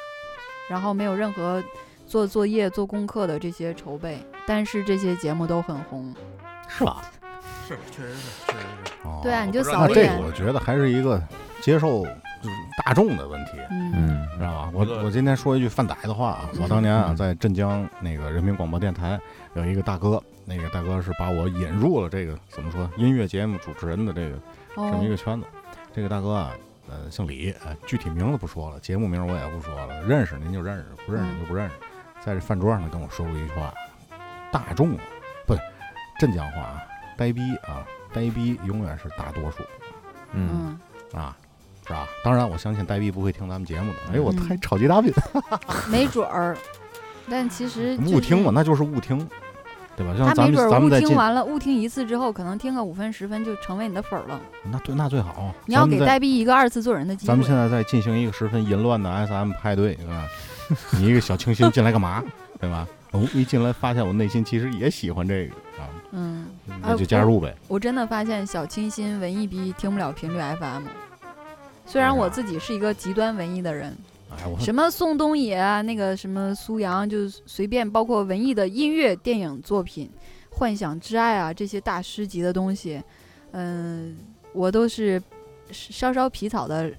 S1: 然后没有任何做作业、做功课的这些筹备，但是这些节目都很红。
S2: 是吧？
S8: 是，确实是，确实是。
S2: 哦，
S1: 对啊，你
S4: 我
S1: 就
S4: 不知道
S1: 扫
S2: 那
S1: 一
S2: 这
S1: 眼
S2: 个，我觉得还是一个接受就是大众的问题，
S1: 嗯
S3: 嗯
S2: 你知道吧？
S4: 这个
S2: 我我今天说一句犯歹的话啊，
S1: 嗯
S2: 我当年啊
S3: 嗯
S2: 在镇江那个人民广播电台有一个大哥，那个大哥是把我引入了这个怎么说音乐节目主持人的这个这么一
S1: 哦，
S2: 个圈子。这个大哥啊，呃，姓李，呃，具体名字不说了，节目名我也不说了，认识您就认识，不认识您就不认识。
S1: 嗯
S2: 在这饭桌上，他跟我说过一句话：“大众啊，不是镇江话啊，呆逼啊，呆逼永远是大多数
S3: 嗯，
S1: 嗯，
S2: 啊，是吧？当然，我相信呆逼不会听咱们节目的。哎呦，我
S1: 嗯
S2: 太炒鸡大饼，
S1: 没准儿，但其 实就
S2: 误听
S1: 是
S2: 嘛，那就是误听，对吧？就像
S1: 他
S2: 咱
S1: 没
S2: 们
S1: 准儿
S2: 咱
S1: 误
S2: 们在进
S1: 听，完了，误听一次之后，可能听个五分十分就成为你的粉儿了。
S2: 那对，那最好。
S1: 你要
S2: 咱们
S1: 给
S2: 在
S1: 呆逼一个二次做人的机
S2: 咱们现
S1: 会。
S2: 在在进行一个十分淫乱的 SM 派对啊！ 你一个小清新进来干嘛？ 对吧？哦，一进来发现我内心其实也喜欢这个啊，
S1: 嗯，
S2: 那就加入呗。
S1: 我真的发现小清新文艺逼听不了频率 FM。虽然
S2: 为啥
S1: 我自己是一个极端文艺的人，
S2: 哎，我
S1: 什么宋冬野啊，那个什么苏阳，就随便包括文艺的音乐、电影作品，《幻想之爱》啊这些大师级的东西，嗯，我都是稍稍皮草的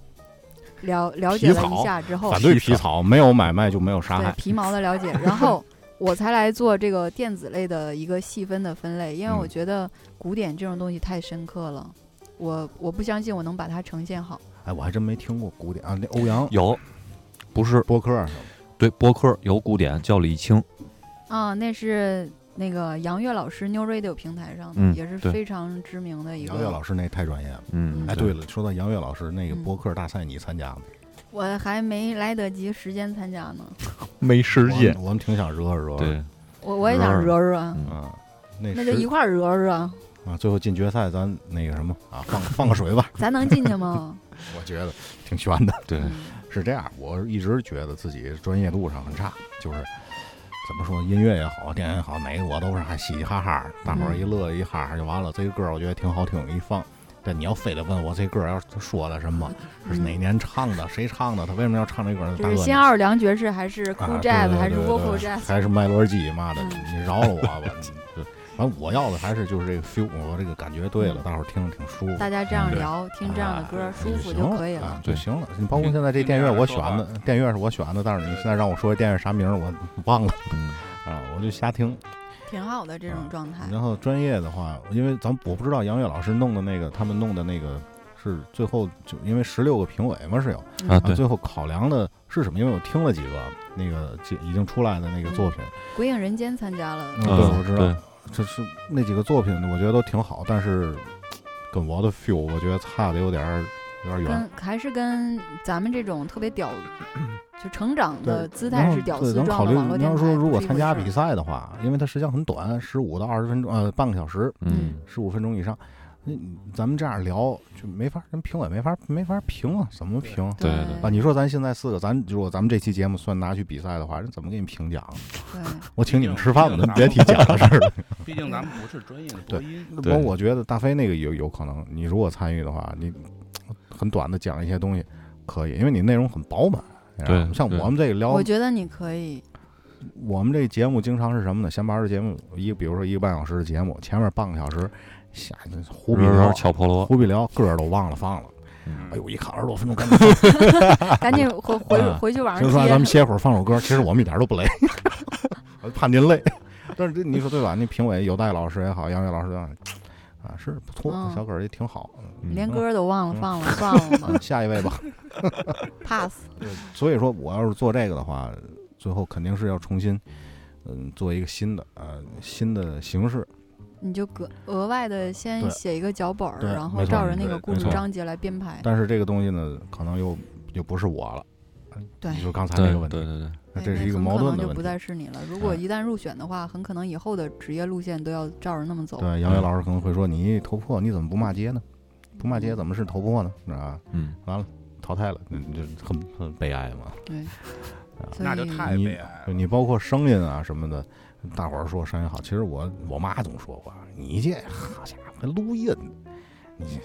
S1: 了了解了
S2: 皮
S1: 一
S2: 草
S1: 下之后，
S2: 反对皮草，没有买卖就没有杀
S1: 对
S2: 害。
S1: 皮毛的了解，然后我才来做这个电子类的一个细分的分类，因为我
S2: 嗯
S1: 觉得古典这种东西太深刻了，我我不相信我能把它呈现好。
S2: 哎，我还真没听过古典啊，那欧阳
S3: 有，不是
S2: 播客
S3: 对播客有古典叫李青，
S1: 啊，那是那个杨越老师 New Radio 平台上的，
S3: 嗯
S1: 也是
S3: 对
S1: 非常知名的一
S2: 杨越
S1: 个。
S2: 老师那太专业了。
S3: 嗯，
S2: 哎，对了，说到杨越老师那个
S1: 嗯
S2: 播客大赛，你参加吗？
S1: 我还没来得及时间参加呢，
S3: 没世
S2: 我们，我们挺想热热。，
S3: 对，
S1: 我我也想
S3: 惹
S1: 惹惹，
S2: 嗯，那
S1: 那就一
S2: 十
S1: 块儿惹惹，
S2: 啊，最后进决赛，咱那个什么啊， 放放个水吧，
S1: 咱能进去吗？
S2: 我觉得挺悬的。
S3: 对，
S1: 嗯
S2: 是这样，我一直觉得自己专业度上很差，就是怎么说，音乐也好，电影也好，哪个我都是还嘻嘻哈哈，大伙儿
S1: 嗯
S2: 一乐一哈哈就完了。这个歌儿我觉得挺好听，一放。但你要非得问我这歌儿要是说的什么，是哪年唱的，谁唱的，他为什么要唱这歌儿呢？
S1: 嗯就
S2: 大
S1: 是
S2: 哥
S1: 新奥尔良爵士还是
S2: 啊
S1: Cool
S2: 对
S1: Jazz
S2: 对
S1: 还是
S2: 对
S1: Vocal
S2: 对
S1: Jazz？
S2: 还是麦洛基妈的，
S1: 嗯
S2: 你饶了我吧！你就反正我要的还是就是这个 feel，我这个感觉对
S1: 嗯
S2: 了，大伙儿听着挺舒服。
S1: 大家这样
S2: 嗯对
S1: 聊，听这样的
S2: 啊
S1: 歌，舒
S2: 就
S1: 服
S2: 行
S1: 就可以
S2: 了，啊
S1: 了。嗯
S2: 就
S3: 对
S2: 行了。你包括现在这电乐我选的，电乐是我选的，但是你现在让我说这电乐啥名儿，我 忘了
S3: 嗯，
S1: 哎
S2: 啊，我就瞎听。
S1: 挺好的这种
S2: 啊
S1: 状态。
S2: 然后专业的话，因为咱我不知道杨越老师弄的那个，他们弄的那个是最后就因为十六个评委嘛是有
S1: 嗯
S3: 啊
S2: 啊，
S3: 对，
S2: 最后考量的是什么？因为我听了几个那个几已经出来的那个作品，
S1: 鬼影人间参加了，
S2: 嗯
S3: 嗯
S2: 对我知道
S3: 对
S2: 这是那几个作品，我觉得都挺好，但是跟我的 feel
S3: 嗯
S2: 我觉得差的有点儿有点儿远。
S1: 跟还是跟咱们这种特别屌，就成长的
S2: 对，
S1: 姿
S2: 然
S1: 态
S2: 后
S1: 是屌
S2: 对
S1: 丝
S2: 咱
S1: 撞
S2: 考
S1: 的
S2: 虑
S1: 网络
S2: 你
S1: 电
S2: 要
S1: 台，
S2: 说如果
S1: 是一
S2: 参
S1: 回
S2: 加
S1: 事
S2: 比
S1: 儿，
S2: 赛的话，因为它时间很短，十五到二十分钟，呃，半个小时，
S3: 嗯，
S2: 十五分钟以上。那你咱们这样聊就没法，咱评委没法没法评啊，怎么评
S3: 对对
S2: 啊？你说咱现在四个，咱如果咱们这期节目算拿去比赛的话，人怎么给你评奖？啊
S1: 对，
S2: 我请你们吃饭 吧，咱别提奖的事儿了。
S4: 毕竟咱们不是专业的播音，
S2: 不
S3: 对
S2: 过我觉得大飞那个有有可能，你如果参与的话，你很短的讲一些东西可以，因为你内容很饱满。你知道吗
S3: 对
S2: 像
S3: 对
S2: 我们这个聊
S1: 我觉得你可 以，
S2: 我们这节目经常是什么呢？闲班儿的节目，一个比如说一个半小时的节目，前面半个小时，下胡逼
S3: 热
S2: 聊
S3: 热，巧婆罗，
S2: 胡逼聊，歌儿都忘了放了。哎
S4: 嗯
S2: 呦，一看二十多分钟，赶紧放
S1: 赶紧回回
S3: 嗯
S2: 啊
S1: 回去网
S2: 行
S1: 上
S2: 算了，咱们
S1: 贴。
S2: 歇会儿，放首歌。其实我们一点都不累， 我怕您累。 但是这你说对吧？那评委有戴老师也好，杨岳老师也好啊，是不错，
S1: 嗯
S2: 小葛儿也挺好。
S3: 嗯
S1: 连歌都忘了
S2: 嗯
S1: 放了，算了吧
S2: 啊下一位吧。
S1: ，pass。
S2: 所以说，我要是做这个的话，最后肯定是要重新，嗯，做一个新的呃新的形式。
S1: 你就额额外的先
S2: 对
S1: 写一个脚本儿，
S2: 对
S1: 然后
S2: 没错
S1: 照着那个
S2: 对
S1: 故
S2: 没
S1: 事
S2: 错
S1: 章节来编排。
S2: 但是这个东西呢，可能又又不是我了。
S1: 对
S2: 你说刚才
S3: 对
S2: 那个问
S3: 对
S2: 题，
S3: 对对，
S2: 那
S1: 对
S2: 这
S1: 那
S2: 是一个
S1: 很可
S2: 矛盾
S1: 能
S2: 的
S1: 就
S2: 问
S1: 不
S2: 题。
S1: 再是你了。如果
S2: 哎
S1: 一旦入选的话，很可能以后的职业路线都要照着那么走。
S2: 对，杨伟老师可能会说：“你头破，你怎么不骂街呢？不骂
S1: 嗯
S2: 街怎么是头破呢？啊，
S3: 嗯，
S2: 淘汰了，那你就很很悲哀嘛。
S1: 对，所以
S4: 啊那就太悲哀
S2: 就
S1: 嗯
S4: 了。
S2: 你包括声音啊什么的，大伙儿说声音好，其实我我妈总说我，你这好家伙录音，你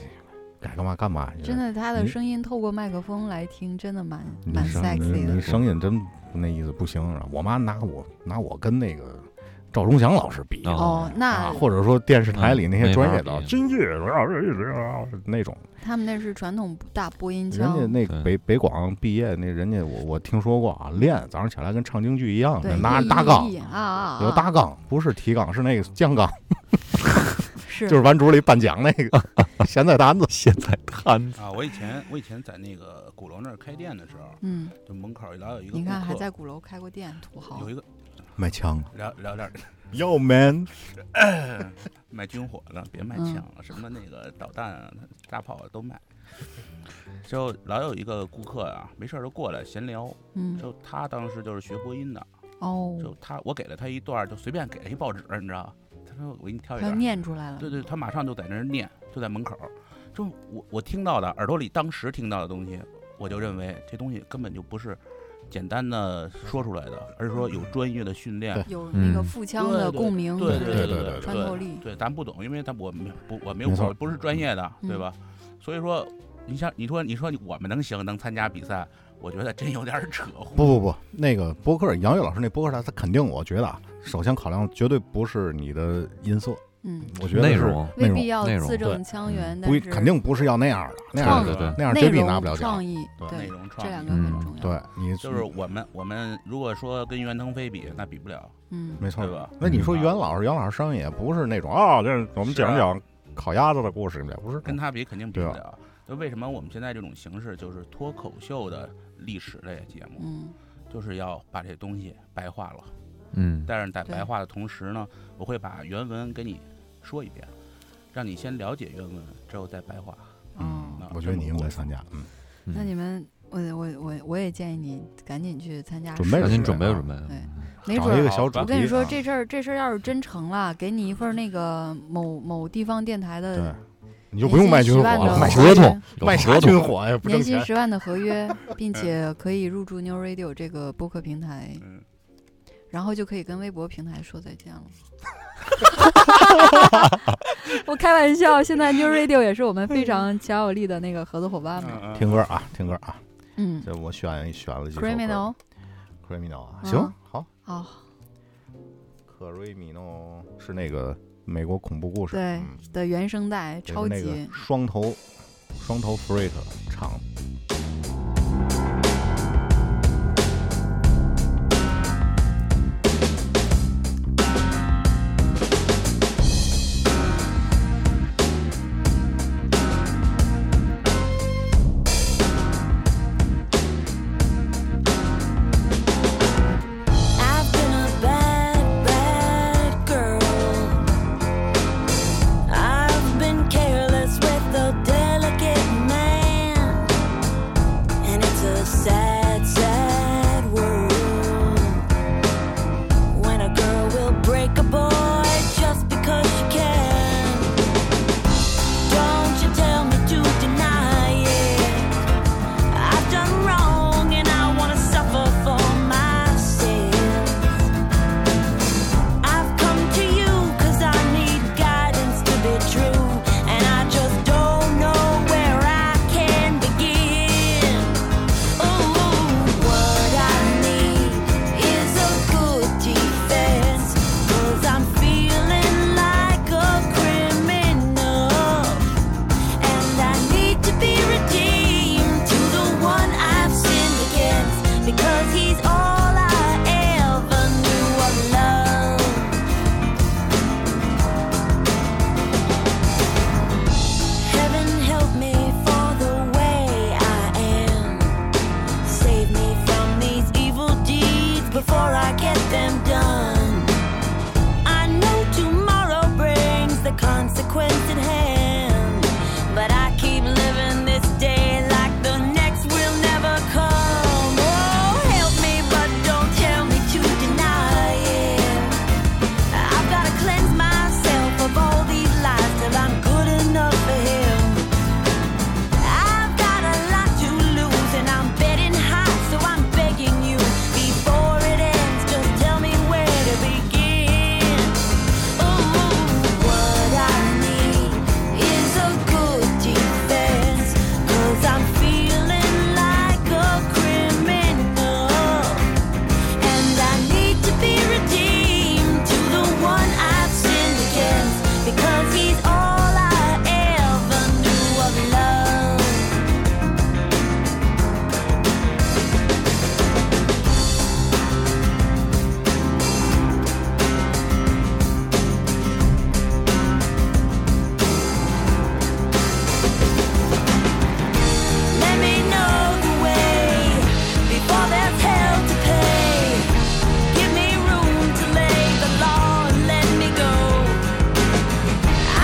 S2: 该干嘛干嘛。你这
S1: 真的，他的
S2: 你
S1: 声音透过麦克风来听，真的蛮
S2: 你
S1: 蛮
S2: 声你
S1: sexy
S2: 你
S1: 的。
S2: 声音真那意思不行。啊！我妈拿我拿我跟那个赵忠祥老师比。
S3: 哦
S1: 哦，
S2: 啊
S1: 那，
S2: 或者说电视台里那
S3: 嗯
S2: 些
S3: 没
S2: 专
S3: 法
S2: 业的
S3: 比
S2: 京剧那种，
S1: 他们那是传统大播音
S2: 人家
S1: 腔，
S2: 那
S3: 对
S2: 北北广毕业那人家我我听说过啊，练早上起来跟唱京剧一样，
S1: 对，
S2: 拿
S1: 意
S2: 着大杠，
S1: 意啊啊，
S2: 有
S1: 啊
S2: 大杠，不是提杠，是那个降杠，
S1: 是
S2: 就是完主里颁奖那个 咸菜坛子。
S3: 现在摊
S4: 啊，我以前我以前在那个鼓楼那儿开店的时候，
S1: 嗯，
S4: 就门口老有一个
S1: 你看
S4: 顾
S1: 还
S4: 客，
S1: 在鼓楼开过店，土豪
S4: 有一个
S2: 买枪了
S4: 聊聊点儿
S2: ，Yo man，
S4: 卖军火的，别卖
S1: 嗯
S4: 枪了，什么那个导弹、啊、大炮啊都卖。就老有一个顾客啊，没事儿就过来闲聊。
S1: 嗯
S4: 就他当时就是学播音的，
S1: 哦，
S4: 就他我给了他一段儿，就随便给了一报纸，你知道？他说我给你挑一
S1: 他
S4: 段儿，
S1: 念出来了，
S4: 哎对对，他马上就在那儿念，就在门口儿。就我我听到的耳朵里当时听到的东西，我就认为这东西根本就不是简单的说出来的，而是说有专业的训练
S2: 对。
S1: 有那个
S3: 嗯
S1: 腹腔的
S4: 对对
S1: 共鸣，
S4: 嗯对
S1: 就是
S2: 对
S4: 对
S2: 对
S4: 对，
S1: 穿透力
S4: 对，咱不懂，因为咱我没不我没有
S2: 没错
S4: 我不是专业的，
S1: 嗯
S4: 对吧？所以说，你像你说你说我们能行能参加比赛，我觉得真有点扯乎。
S2: 不不不，那个播客杨岳老师那播客他他肯定，我觉得啊，首先考量绝对不是你的音色，
S1: 嗯，
S2: 我觉得
S3: 内
S2: 是
S3: 容，
S1: 未
S2: 内
S1: 必
S2: 容
S1: 要
S3: 内容
S1: 字正
S2: 对
S1: 腔圆，但
S2: 不
S1: 是
S2: 肯定不是要那样的，那
S3: 对
S2: 样
S1: 创
S2: 的
S3: 对对，
S2: 那样
S1: 内
S2: 绝对拿
S1: 容
S2: 不了
S1: 创
S2: 奖。
S1: 意，
S2: 对
S1: 对，
S4: 内容创
S1: 这
S4: 意
S1: 两个很
S3: 嗯
S1: 重要，
S2: 对你
S4: 就是我们我们如果说跟袁腾飞比，那比不了，
S1: 嗯，
S2: 没错
S4: 对吧？
S2: 那你说袁老师，袁老师声音也不是那种啊，这是我们讲讲烤鸭子的故事，不是
S4: 跟他比肯定比不
S2: 哎对啊
S4: 了。就为什么我们现在这种形式就是脱口秀的历史类节目，
S1: 嗯，
S4: 就是要把这东西白化了。
S3: 嗯，
S4: 但是在
S1: 对
S4: 白话的同时呢，我会把原文给你说一遍，让你先了解原文，之后再白话。
S1: 哦，
S4: 那
S2: 我觉得你应该参加，嗯，
S1: 那你们，我我我我也建议你赶紧去参加试
S2: 准
S1: 试，
S2: 备
S3: 赶
S2: 着
S3: 紧准备
S2: 啊
S3: 准备，
S1: 对没准
S2: 找一
S1: 儿。
S2: 个小主题。啊
S1: 我跟你说，这事儿这事儿要是真成了，给你一份那个某某地方电台
S2: 对
S1: 的，
S2: 你就不用卖军火
S1: 年薪10万
S2: 了，
S1: 的
S2: 卖
S1: 合
S2: 合同
S1: 同，，
S3: 有
S2: 卖
S3: 合同
S2: 啥军火呀？不挣
S1: 年薪
S2: 钱。
S1: 十万的合约， 并且可以入驻 New Radio 这个播客平台，
S4: 嗯，
S1: 然后就可以跟微博平台说再见了。 我开玩笑，现在 New Radio 也是我们非 常强有力的那个合作伙伴嘛。
S4: 嗯
S2: 听歌啊，听歌啊，
S1: 嗯
S2: 这我选选了几首歌。
S1: ，Criminal，
S2: Criminal 啊，
S1: 嗯
S2: 行好
S1: 哦，
S2: ，Criminal 是那个美国恐怖故事，
S1: 对
S2: 嗯
S1: 的原声带
S2: 也是
S1: 超
S2: 那个
S1: 级，
S2: 双头双头 Freak 唱的。
S9: I've been a bad, bad girl. I've been careless with a delicate man. he's all I ever knew of love. Heaven help me for the way I am. Save me from these evil deeds before I get them done. I know tomorrow brings the consequence at hand. But I keep living this day like the next will never come. Oh, help me, but don't tell me to deny it. I've gotta cleanse myself of all these lies till I'm good enough for him. I've got a lot to lose and I'm betting high, so I'm begging you. Before it ends, just tell me where to begin. What I need is a good defense, i I'm feeling like a criminal. And I need to be redeemed to the one I've sinned against, because he's all I ever knew of love. Let me know the way before there's hell to pay. Give me room to lay the law and let me go.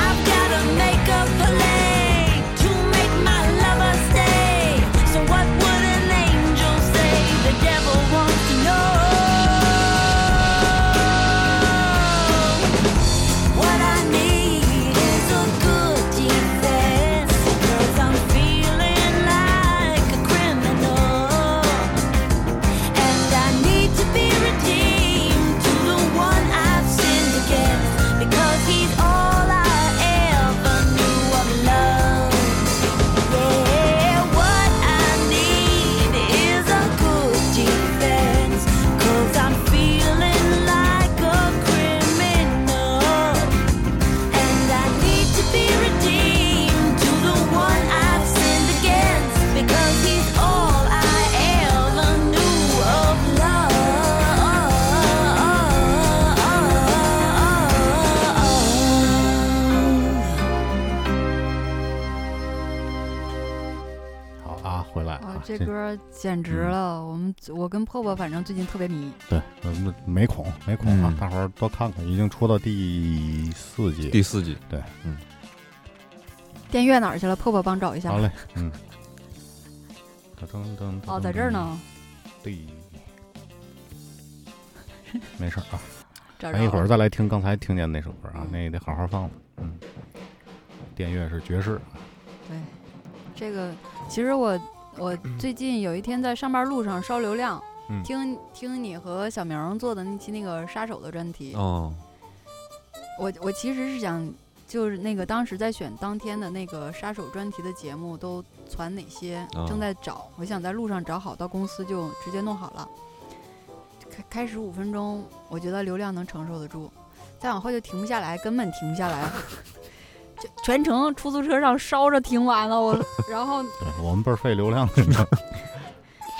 S9: I've gotta make a play to make my lover stay. So what would an angel say? The devil wants to know what I need is a good defense, 'cause I'm feeling like a criminal. And I need to be redeemed to the one I've sinned against because he's all I ever knew of love. Yeah, what I need is a good defense because I'm feeling like a criminal. And I need to be redeemed to the one I've sinned against because he's all I ever knew of love.
S2: 好嗯啊，回来
S1: 哇
S2: 啊，，
S1: 哦这歌简直了！我们我跟破破反正最近特别迷，
S2: 对，嗯没恐没恐啊
S3: 嗯，
S2: 大伙儿多看看，已经出到第四季，
S3: 第四季，
S1: 电乐哪儿去了？破破帮找一下。
S2: 好嘞， 嗯。噔噔噔
S1: 哦，在这儿。
S2: 嗯
S1: 呢，
S2: 对， 没事儿啊，
S1: 找着
S2: 咱一会
S1: 了
S2: 儿再来听刚才听见那首歌啊，那得好好放了。嗯，电乐是爵士啊，
S1: 对，这个其实我我最近有一天在上班路上烧流量，
S2: 嗯
S1: 听听你和小明儿做的那期那个杀手的专
S2: 啊
S1: 题，
S3: 哦，
S1: 我我其实是想就是那个当时在选当天的那个杀手专题的节目都传哪些，
S3: 哦
S1: 正在找，我想在路上找好，到公司就直接弄好了。开开始五分钟，我觉得流量能承受得住，再往后就停不下来，根本停不下来。就 全程出租车上烧着听完了，我 然后
S2: 对我们倍儿费流量的，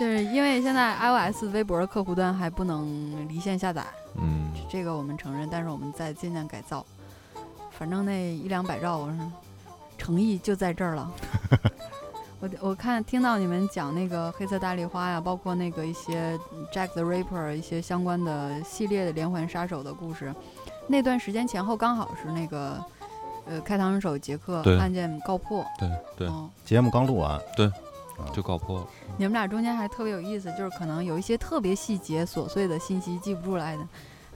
S1: 就是因为现在 iOS 微博客户端还不能离线下载，
S3: 嗯，
S1: 这个我们承认，但是我们在尽量改造。反正那一两百兆，我说诚意就在这 儿了。我我看听到你们讲那个黑色大丽花呀，包括那个一些嗯 Jack the Ripper 一些相关的系列的连环杀手的故事，那段时间前后刚好是那个呃开膛手杰克
S3: 对
S1: 案件告破。
S3: 对对，
S1: 嗯，
S2: 节目刚录完，
S3: 就告破了，
S1: 你们俩中间还特别有意思，就是可能有一些特别细节琐碎的信息记不住来的。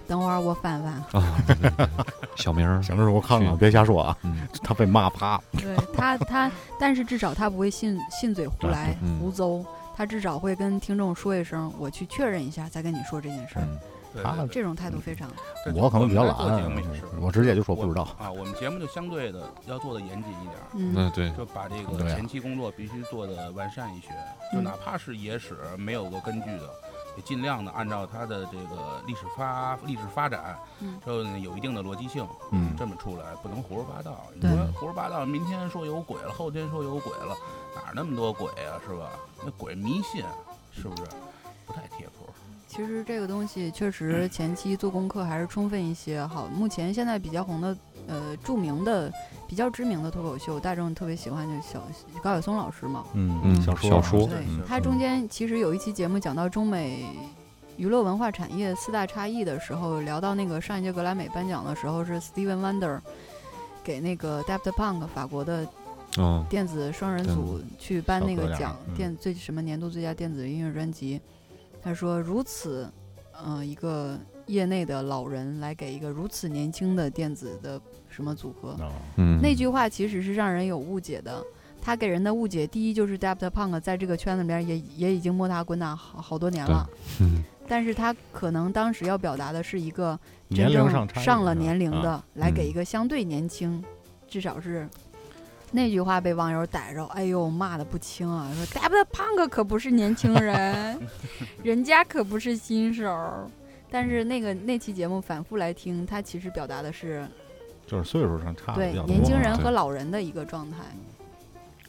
S1: 等会儿我翻翻。
S3: 啊，对对对 小明儿，
S2: 小明儿我看看，
S3: 是
S2: 别瞎说啊，
S3: 嗯
S2: 他被骂趴。
S1: 对他，他但是至少他不会信信嘴胡来、
S3: 嗯
S1: 胡诌，他至少会跟听众说一声，我去确认一下，再跟你说这件事儿。
S3: 嗯，
S4: 对
S2: 他
S4: 对
S1: 这种态度非常
S4: 对
S2: 我可能比较懒啊
S4: 我们做节目也是
S2: 我直接就说不知道
S4: 我啊。我们节目就相对的要做的严谨一点儿，
S1: 嗯
S3: 那对，
S4: 就把这个
S2: 对啊
S4: 前期工作必须做的完善一些，就
S1: 嗯
S4: 哪怕是野史没有个根据的，也尽量的按照它的这个历史发历史发展
S1: 嗯，
S4: 之后呢有一定的逻辑性，
S2: 嗯
S4: 这么出来不能胡说八道。你
S1: 对
S4: 说胡说八道，明天说有鬼了，后天说有鬼了，哪儿那么多鬼啊，是吧？那鬼迷信是不是？不太贴谱。
S1: 其实这个东西确实前期做功课还是充分一些好。目前现在比较红的，呃，著名的、比较知名的脱口秀，大众特别喜欢就是小高晓松老师嘛。
S2: 嗯
S3: 嗯
S2: 小
S3: 小
S2: 说
S3: 说
S1: 对
S2: 嗯，
S1: 他中间其实有一期节目讲到中美娱乐文化产业四大差异的时候，聊到那个上一届格莱美颁奖的时候，是 Steven Wonder 给那个 Daft Punk 法国的
S3: 嗯
S1: 电子双人
S3: 对
S1: 组去颁那
S2: 小
S1: 个
S2: 哥俩
S1: 奖，
S2: 嗯
S1: 电最什么年度最佳电子音乐专辑，他说如此，呃，一个业内的老人来给一个如此年轻的电子的什么组合，
S2: 啊
S3: 嗯，
S1: 那句话其实是让人有误解的。他给人的误解，第一就是 Daft Punk 在这个圈子里边也也已经摸爬滚打好好多年了，
S3: 嗯
S1: 但是他可能当时要表达的是一个
S2: 年
S1: 真
S2: 龄
S1: 正
S2: 上差异
S1: 了
S2: 是吧
S1: 年龄的，
S2: 啊
S1: 来给
S3: 嗯
S1: 一个相对年轻，至少是那句话被网友逮着，哎呦骂的不轻啊，说 Daft Punk 可不是年轻 人，人家可不是新手儿。但是那个那期节目反复来听，他其实表达的是
S2: 就是岁数上差的
S1: 对
S2: 啊比较多嘛。
S1: 年轻人
S3: 对
S1: 和老人的一个状态，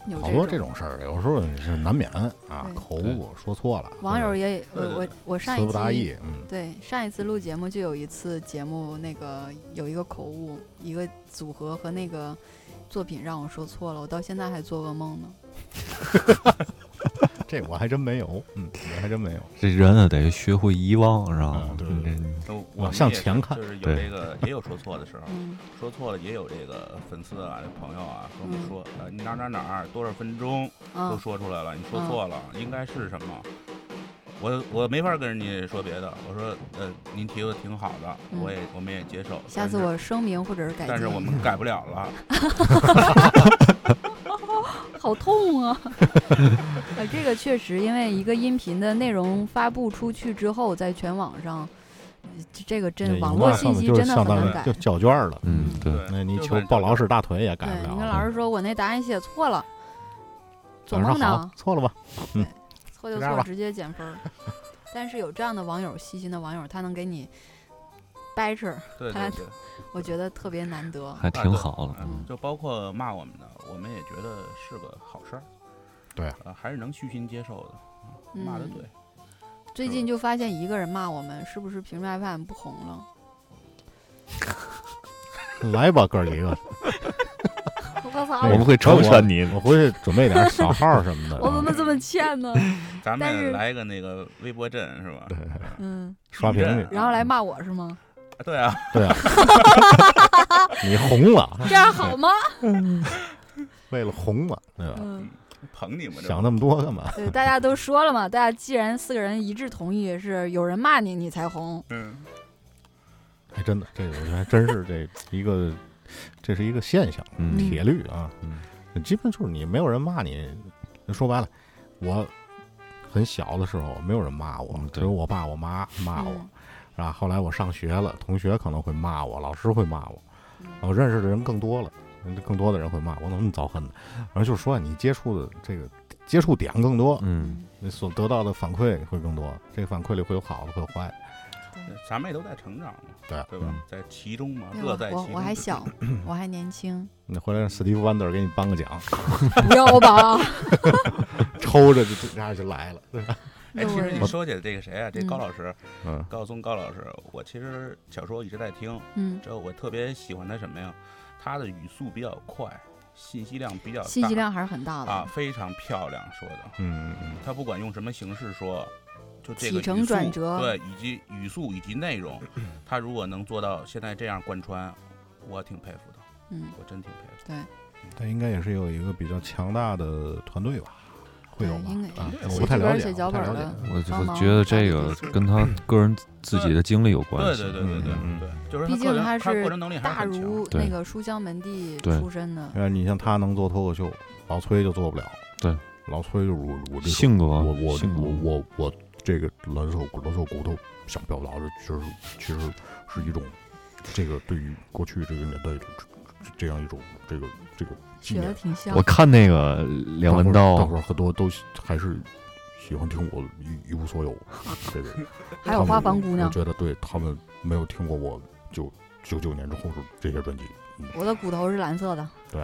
S1: 有
S2: 好多
S1: 这
S2: 这。种事儿，有时候也是难免啊
S1: 对，
S2: 口误说错了，
S1: 网友也我
S4: 对对
S1: 我我上
S2: 词
S1: 一
S2: 不达
S1: 期
S2: 意，嗯，
S1: 对上一次录节目就有一次节目那个有一个口误，一个组合和那个作品让我说错了，我到现在还做噩梦呢。
S2: 这我还真没有，嗯，我还真没有。
S3: 这人啊得学会遗忘，知道
S2: 啊
S3: 吗？
S2: 对对
S4: 都
S2: 往
S4: 们
S2: 向
S4: 也是
S2: 前看
S4: 就是有
S3: 对
S4: 这个也有说错的时候，
S2: 啊
S1: 嗯，
S4: 说错了也有这个粉丝啊、朋友啊跟我
S1: 嗯
S4: 们说，呃，你哪哪哪儿多少分钟都
S1: 啊，
S4: 说出来了，你说
S1: 嗯
S4: 错了，应该是什么？我我没法跟人家说别的，我说呃，您提的挺好的，
S1: 嗯
S4: 我也我们也接受。
S1: 下次
S4: 但是
S1: 我声明或者是改进。
S4: 但是我们改不了了，
S1: 好痛啊！ 呃，这个确实，因为一个音频的内容发布出去之后，在全网上，呃这这个真
S2: 那
S1: 网
S2: 一
S1: 络
S2: 骂
S1: 信
S2: 上
S1: 息
S2: 面就是
S1: 真的
S2: 相
S1: 很
S2: 当
S1: 难
S2: 于
S1: 改
S2: 就。交卷儿了。
S3: 嗯对，
S2: 那你
S4: 就
S2: 求
S4: 是
S2: 抱老鼠大腿也改
S1: 对，你
S2: 不了。
S1: 跟老师说我那答案写错了，做
S2: 老师说
S1: 梦
S2: 好
S1: 呢，，
S2: 错了吧？
S1: 错就
S2: 就这样
S1: 错，
S2: 吧
S1: 直接减分儿。 但是有这样的网友，细心的网友，他能给你掰扯，
S4: 对
S1: 看来
S4: 对对，
S1: 我觉得特别难 得。
S3: 还挺好的。
S4: 嗯，就包括骂我们的，我们也觉得是个好事儿。
S2: 对
S4: 呃，还是能虚心接受的，骂的
S1: 嗯，
S4: 对。
S1: 最近就发现一个人骂我们，是不是平时 iPad 不红了？
S2: 来吧，哥几个，
S1: 啊我操！
S2: 我
S3: 我们会成全你的
S2: 我回去准备点小号什么的。
S1: 我怎么这么欠 呢？
S4: 咱
S1: 但是
S4: 们来一个那个微博阵是吧？
S1: 嗯，
S2: 刷屏
S4: 认
S2: 去，
S1: 然后来骂我是吗？
S4: 啊对啊，
S2: 你红了，
S1: 这样好 吗？
S2: 为了红了，对吧？
S1: 嗯，
S4: 捧你们这
S2: 想那么多干嘛？
S1: 对，大家都说了嘛，大家既然四个人一致同意是有人骂你，你才红。
S4: 嗯，
S2: 还哎真的，这个我觉得还真是这一个，这是一个现象，
S3: 嗯
S2: 铁律啊。
S3: 嗯，
S2: 基本就是你没有人骂你，说白了，我很小的时候没有人骂我
S3: 嗯，
S2: 只
S3: 对
S2: 有我爸我妈骂我，
S1: 嗯
S2: 是吧？后来我上学了，同学可能会骂我，老师会骂我
S1: 嗯，
S2: 我认识的人更多了，更多的人会骂我，我怎么那么遭恨呢？然后就是说你接触的这个接触点更多，
S3: 嗯，
S2: 你所得到的反馈会更多，这个反馈里会有好的，会有坏的。
S4: 咱们也都在成长嘛，
S2: 对
S4: 对吧
S3: 嗯？
S4: 在其中嘛，
S1: 对
S4: 乐
S1: 吧
S4: 在其
S1: 我
S4: 中。
S1: 我还小，我还年轻，
S2: 你回来让史蒂夫·万德尔给你颁个奖，
S1: 不要吧？
S2: 抽着就这样就来了，对吧？
S4: 哎，
S1: 那
S4: 其实
S1: 我
S4: 你说起这个谁啊，这
S1: 嗯
S4: 高老师，
S2: 嗯
S4: 高晓松高老师，我其实小时候一直在听，
S1: 嗯，
S4: 之后我特别喜欢他什么呀？他的语速比较快，信息量比较大，
S1: 信息量还是很大
S4: 啊，
S1: 的，
S4: 非常漂亮说的。
S2: 嗯嗯
S4: 他不管用什么形式说，就这
S1: 起
S4: 个
S1: 承
S4: 语速
S1: 转折
S4: 对，以及语速以及内容， 他如果能做到现在这样贯穿，我挺佩服的，
S1: 嗯，
S4: 我真挺佩服。
S2: 嗯，他应该也是有一个比较强大的团队吧，会有吧
S1: 对应该？
S2: 啊，
S4: 写
S2: 我不太
S1: 剧本
S2: 了解，
S1: 写脚
S2: 我不太
S1: 本
S2: 了
S1: 的
S2: 解。
S3: 我
S1: 嗯帮忙
S3: 我觉得这个跟他个人自己的经历有关
S4: 对
S3: 系。
S4: 对对对对
S2: 嗯
S4: 对，就是
S1: 毕
S4: 他个
S1: 竟
S4: 人
S1: 他
S4: 他
S1: 是
S4: 个人能力还
S1: 大
S4: 是很强。
S1: 如
S3: 对
S1: 那个书香门第
S3: 对
S1: 出身的，
S2: 呃，你像他能做脱口秀，老崔就做不了。
S3: 对，
S2: 老崔就是我我这
S3: 性格，
S1: 啊
S2: 我我
S3: 性格
S2: 我我我这个蓝瘦蓝瘦骨头想表达的，其实其实是一种这个对于过去这个年代这这样一种这个这个纪
S1: 学的。
S2: 念
S1: 挺像
S3: 我。看那个梁文
S2: 大
S3: 道
S2: 伙，儿很多都还是喜欢听我一一无所有， 这个
S1: 还有花房姑
S2: 我
S1: 娘，
S2: 觉得对他们没有听过我九九九年之后是这些专辑，
S1: 我的骨头是蓝色的，
S2: 对。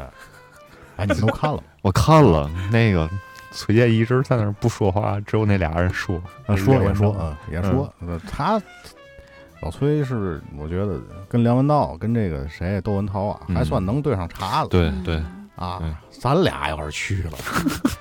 S2: 哎，你们都看了吗？
S3: 我看了那个
S10: 崔健一直在那儿不说话，只有那俩人说
S2: 啊，说也
S10: 也
S2: 说啊，也说，呃他老崔是我觉得跟梁文道、跟这个谁窦文涛啊，
S10: 嗯
S2: 还算能对上茬子。
S3: 对
S1: 嗯
S3: 对，对
S2: 啊，咱俩要是去了，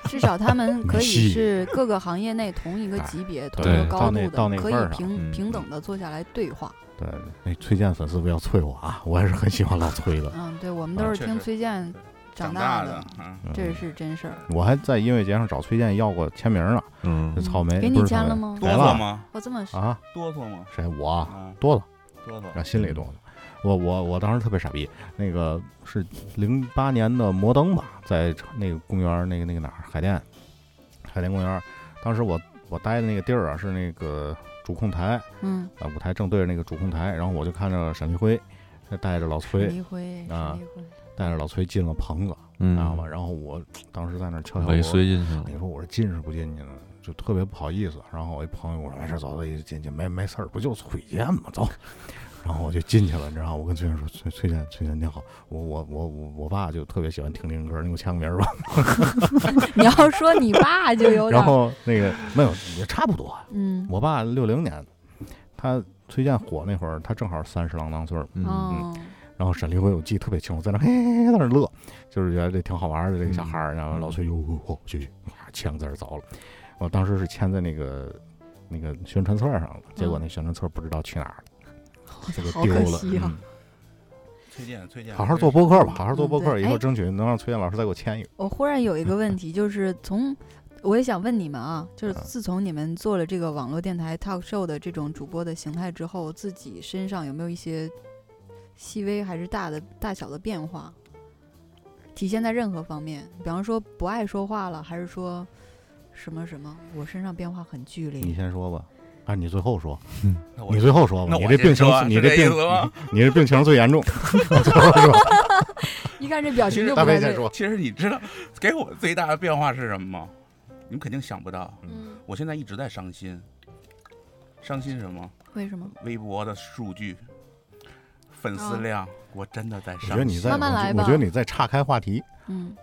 S1: 至少他们可
S2: 没
S1: 以
S2: 戏
S1: 是各个行业内同一个级别、同一
S3: 对
S1: 个高
S2: 到
S1: 度
S2: 那
S1: 的，
S2: 到那个
S1: 可
S2: 份儿
S1: 以
S2: 上
S1: 平
S10: 嗯
S1: 平等的坐下来对话。
S2: 对，那崔健粉丝不要催我啊，我还是很喜欢老崔的。
S1: 嗯，对，我们都
S2: 啊
S1: 是
S4: 确
S1: 听
S4: 实
S1: 崔健
S4: 长
S1: 大
S4: 的，啊，
S2: 嗯
S1: 这是真事儿。
S2: 我还在音乐节上找崔健要过签名呢。
S3: 嗯
S2: 这草莓
S1: 给
S2: 不
S1: 你
S2: 是
S1: 签了
S2: 草莓
S1: 吗？
S4: 哆
S2: 来
S4: 嗦
S2: 了
S4: 吗？
S1: 我这么说，
S2: 啊，
S4: 哆嗦吗？
S2: 谁我啊
S4: 啊，
S2: 多了，
S4: 哆嗦。
S2: 让心里多了。我我我当时特别傻逼，那个是零八年的摩登吧，在那个公园儿那个那个哪儿海淀，海淀公园儿。当时我我待的那个地儿啊是那个主控台
S1: 嗯，
S2: 啊，舞台正对着那个主控台，然后我就看着沈立辉，他带着老崔
S1: 沈，立辉，
S2: 啊
S1: 沈立辉，
S2: 带着老崔进了棚子，
S3: 嗯，
S2: 知道吧？然后我当时在那儿悄悄
S3: 尾
S2: 我
S3: 随进去了
S2: 你，说我是进是不进去呢？就特别不好意思。然后我一朋友我说哎没事儿走，走一进去没没事儿，不就崔健吗？走。 然后我就进去了，你知道吗，我跟崔健说崔崔健崔健你好，我我我我我爸就特别喜欢听这个歌，你给我签个名儿吧。
S1: 你要说你爸就有点
S2: 然
S1: 儿，
S2: 后那个没有也差不多，
S1: 嗯，
S2: 我爸六零年的，他崔健火那会儿他正好三十郎当岁儿，
S3: 嗯，
S1: 哦，
S2: 然后沈立辉我记得特别清楚，在那嘿嘿嘿在那乐，就是觉得这挺好玩的这个小孩
S1: 嗯
S2: 儿。然后老崔就哦哦去去，啊签个字儿走了。我当时是签在那个那个宣传册上了，结果那宣传册不知道去哪儿了，这个
S1: 嗯好
S2: 丢
S1: 可
S2: 了。
S1: 惜啊
S2: 嗯
S4: 推荐推荐，
S2: 好好做播客吧，好好做播
S1: 嗯
S2: 客，
S1: 对
S2: 以后
S1: 哎
S2: 争取能让崔健老师再给我签一个。
S1: 我忽然有一个问题，
S2: 嗯
S1: 就是从我也想问你们啊，就是自从你们做了这个网络电台 talk show 的这种主播的形态之后，自己身上有没有一些细微还是大的大小的变化？体现在任何方面，比方说不爱说话了，还是说什么什么，我身上变化很剧
S2: 你
S1: 烈。
S2: 先说吧，啊，你最后说，
S4: 那
S2: 你
S4: 我
S2: 最后说吧
S4: 那，
S2: 你
S4: 我
S2: 这病
S4: 先
S2: 情
S4: 说，啊
S2: 你
S4: 是
S2: 这
S4: 这意
S2: 病
S4: 思吗，
S2: 你这病情 最严重。最后说，
S1: 一看这
S4: 啊
S1: 表情就
S2: 大
S1: 不
S2: 飞
S1: 太
S2: 先
S1: 对。
S2: 说，
S4: 其实你知道给我最大的变化是什么吗？你们肯定想不到，
S2: 嗯
S4: 我现在一直在伤心，伤心什么？
S1: 为什么？
S4: 微博的数据、粉丝量，我真的在
S2: 啊我觉
S4: 伤心。
S2: 得你在，我
S1: 慢慢来
S2: 觉
S1: 吧
S2: 我觉得你在岔开话题。
S1: 嗯，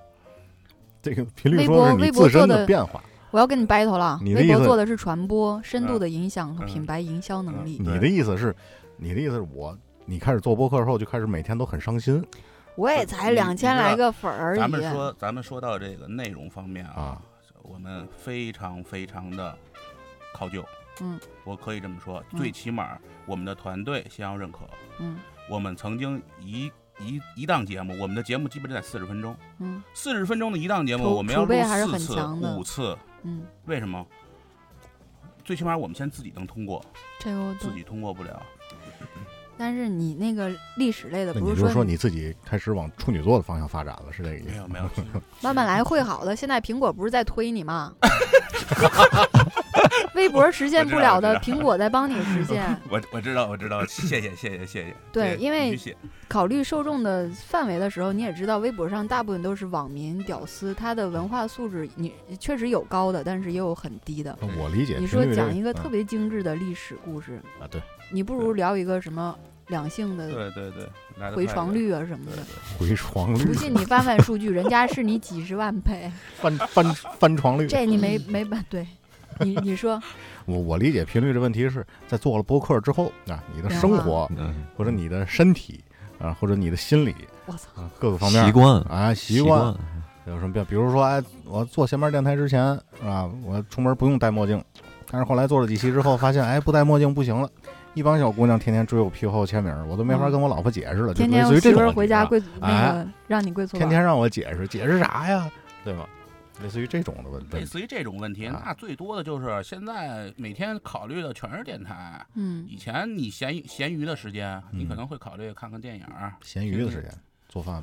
S2: 这个频率
S1: 微
S2: 说
S1: 博
S2: 是你
S1: 微博
S2: 自身
S1: 做
S2: 的
S1: 的
S2: 变化，
S1: 我要跟你 battle 了。
S2: 你的
S1: 微
S2: 意
S1: 博
S2: 思
S1: 做的是传播、深度的影响和
S4: 嗯
S1: 品牌营销能力。
S2: 你的意思是，你的意思是我，你开始做播客后就开始每天都很伤心
S1: 我也才
S4: 你
S1: 两千
S4: 嗯你知
S1: 来
S4: 道
S1: 个粉儿而已。
S4: 咱们说，咱们说到这个内容方面啊，
S2: 啊？
S4: 我们非常非常的考究。
S1: 嗯，
S4: 我可以这么说，
S1: 嗯
S4: 最起码我们的团队先要认可。
S1: 嗯
S4: 我们曾经一一一档节目，我们的节目基本在四十分钟，
S1: 嗯
S4: 四十分钟的一档节目，
S1: 储
S4: 我们要
S1: 储
S4: 录
S1: 备还是
S4: 四
S1: 很
S4: 次、
S1: 强的
S4: 五次，
S1: 嗯，
S4: 为什么？最起码我们先自己能通过，
S1: 这个我
S4: 自
S1: 懂。
S4: 己通过不了。
S1: 但是你那个历史类的，
S2: 那
S1: 不
S2: 你就是是说
S1: 你
S2: 你自己开始往处女座的方向发展了，是这个意
S4: 没
S2: 思？
S4: 有没有，其实
S1: 慢慢来会好的。现在苹果不是在推你 吗？微博实现不了的，
S4: 我知道
S1: 苹果在帮你实现。
S4: 我我知道我知道，谢谢谢谢谢谢。
S1: 对
S4: 谢谢
S1: 因为
S4: 必须谢
S1: 考虑受众的范围的时候，你也知道，微博上大部分都是网民屌丝，他的文化素质你确实有高的，但是也有很低的。
S2: 那我理解
S1: 你
S2: 频率
S1: 说
S2: 这，
S1: 讲一个特
S2: 嗯
S1: 别精致的历史故事，
S2: 啊，对，
S1: 你不如聊一个什么两性的
S4: 对对对，来得
S1: 回
S4: 快
S1: 床
S4: 点。
S1: 率啊什么
S4: 对
S1: 的
S4: 对。，
S2: 回床率
S1: 不、信你翻翻数据，人家是你几十万倍，
S2: 翻翻翻床率，
S1: 这你没没办对。你你 说，
S2: 我我理解频率这问题是在做了播客之后啊，你的
S1: 变
S2: 生
S1: 化
S2: 活
S3: 嗯
S2: 或者你的身体啊，或者你的心理
S1: 我操，
S2: 啊，各个方面
S3: 习惯
S2: 啊习惯
S3: 惯，
S2: 有什么变？比如说，哎，我做闲班电台之前啊，我出门不用戴墨镜，但是后来做了几期之后，发现哎，不戴墨镜不行了。一帮小姑娘天天追我屁股后签名，我都没法跟我老婆解释了。
S1: 嗯
S2: 就
S1: 天天
S2: 类
S1: 我
S2: 似于
S1: 媳
S2: 这
S1: 妇
S2: 种
S1: 儿
S2: 问题
S1: 回家
S2: 啊
S1: 跪那
S2: 哎
S1: 个让你跪搓
S2: 天
S1: 板，
S2: 天让我解释，解释啥呀？对吗？类似于这种的问
S4: 类
S2: 题。
S4: 似于这种问题，
S2: 啊
S4: 那最多的就是现在每天考虑的全是电台。
S1: 嗯，
S4: 以前你闲余闲余的时间，你可
S2: 嗯
S4: 能会考虑看看电影儿，
S2: 闲鱼的时间做饭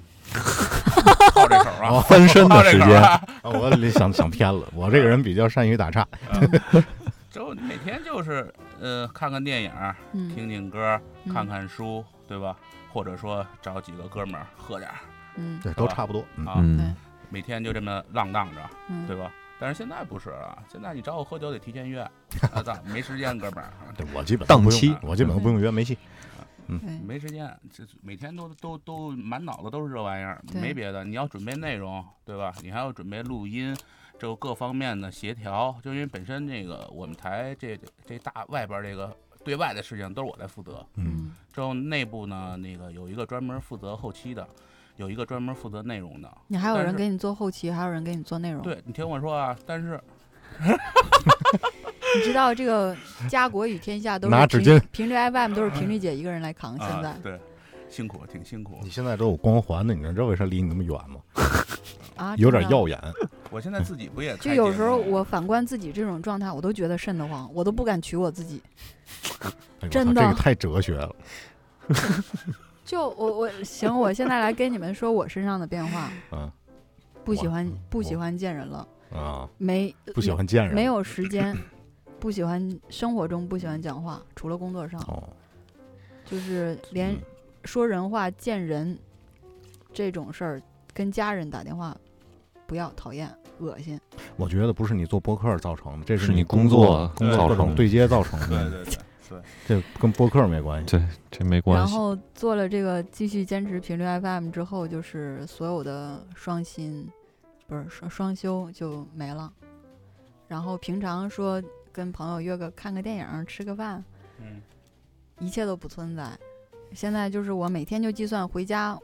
S4: 靠这口儿啊，
S2: 翻身
S4: 靠这口儿啊。
S2: 啊，我想想偏了，我这个人比较善于打岔。
S4: 嗯之后每天就是呃，看看电影儿，
S1: 嗯
S4: 听听歌儿，
S1: 嗯
S4: 看看书，对吧？或者说找几个哥们儿喝点儿
S1: 嗯
S2: 对，都差不多。嗯，
S4: 啊，
S3: 嗯，
S4: 每天就这么浪荡着，对
S1: 嗯，
S4: 吧？但是现在不是了，现在你找我喝酒得提前约，我操，没时间，哥们儿，
S2: 对我基本都不
S3: 档期
S2: 用，我基本都不用约，没戏。
S1: 对
S4: 没时间，这每天都都都满脑子都是这玩意儿，
S1: 对
S4: 没别的，你要准备内容，对吧？你还要准备录音，这个各方面的协调，就因为本身这个我们台这这大外边这个对外的事情都是我在负责，
S2: 嗯，
S4: 之后内部呢那个有一个专门负责后期的，有一个专门负责内容的，
S1: 你还有
S4: 但
S1: 人
S4: 是
S1: 给你做后期，还有人给你做内容。
S4: 对你听我说啊，但是
S1: 你知道这个家国与天下都是
S2: 拿纸
S1: 凭
S2: 巾嗯
S1: 凭着 FM 都是平丽姐一个人来扛，嗯现在
S4: 啊对辛苦挺辛苦
S2: 你，现在都有光环的，你知道为啥离你那么远吗？
S1: 啊
S2: 有点
S1: 真的
S2: 耀眼。
S4: 我现在自己不也
S1: 就有时候我反观自己这种状态，我都觉得瘆得慌，我都不敢娶我自己。
S2: 哎呦我操
S1: 真的
S2: 这个太哲学了。
S1: 就我我行，我现在来跟你们说我身上的变 化，
S2: 嗯
S1: 不喜
S2: 我
S1: 欢不喜
S2: 嗯我
S1: 欢见人了，
S2: 啊，
S1: 没
S2: 不喜欢见人，
S1: 没有时间，不喜欢生活中不喜欢讲话，除了工作上，
S2: 哦，
S1: 就是连
S2: 嗯
S1: 说人话、见人这种事儿，跟家人打电话不要讨厌、恶心。
S2: 我觉得不是你做播客造成的，这
S3: 是
S2: 你
S3: 你工
S2: 作
S3: 作
S2: 工
S4: 造
S2: 各
S3: 成
S2: 种
S3: 的
S2: 对接造成
S4: 对
S2: 的，
S4: 对对对，
S2: 这跟播客没关系。
S3: 对，这没关
S1: 然
S3: 系。
S1: 后做了这个继续坚持频率 FM 之后，就是所有的双薪，不是双双休就没了。然后平常说跟朋友约个看个电影、吃个饭，
S4: 嗯，
S1: 一切都不存在。现在就是我每天就计算回家，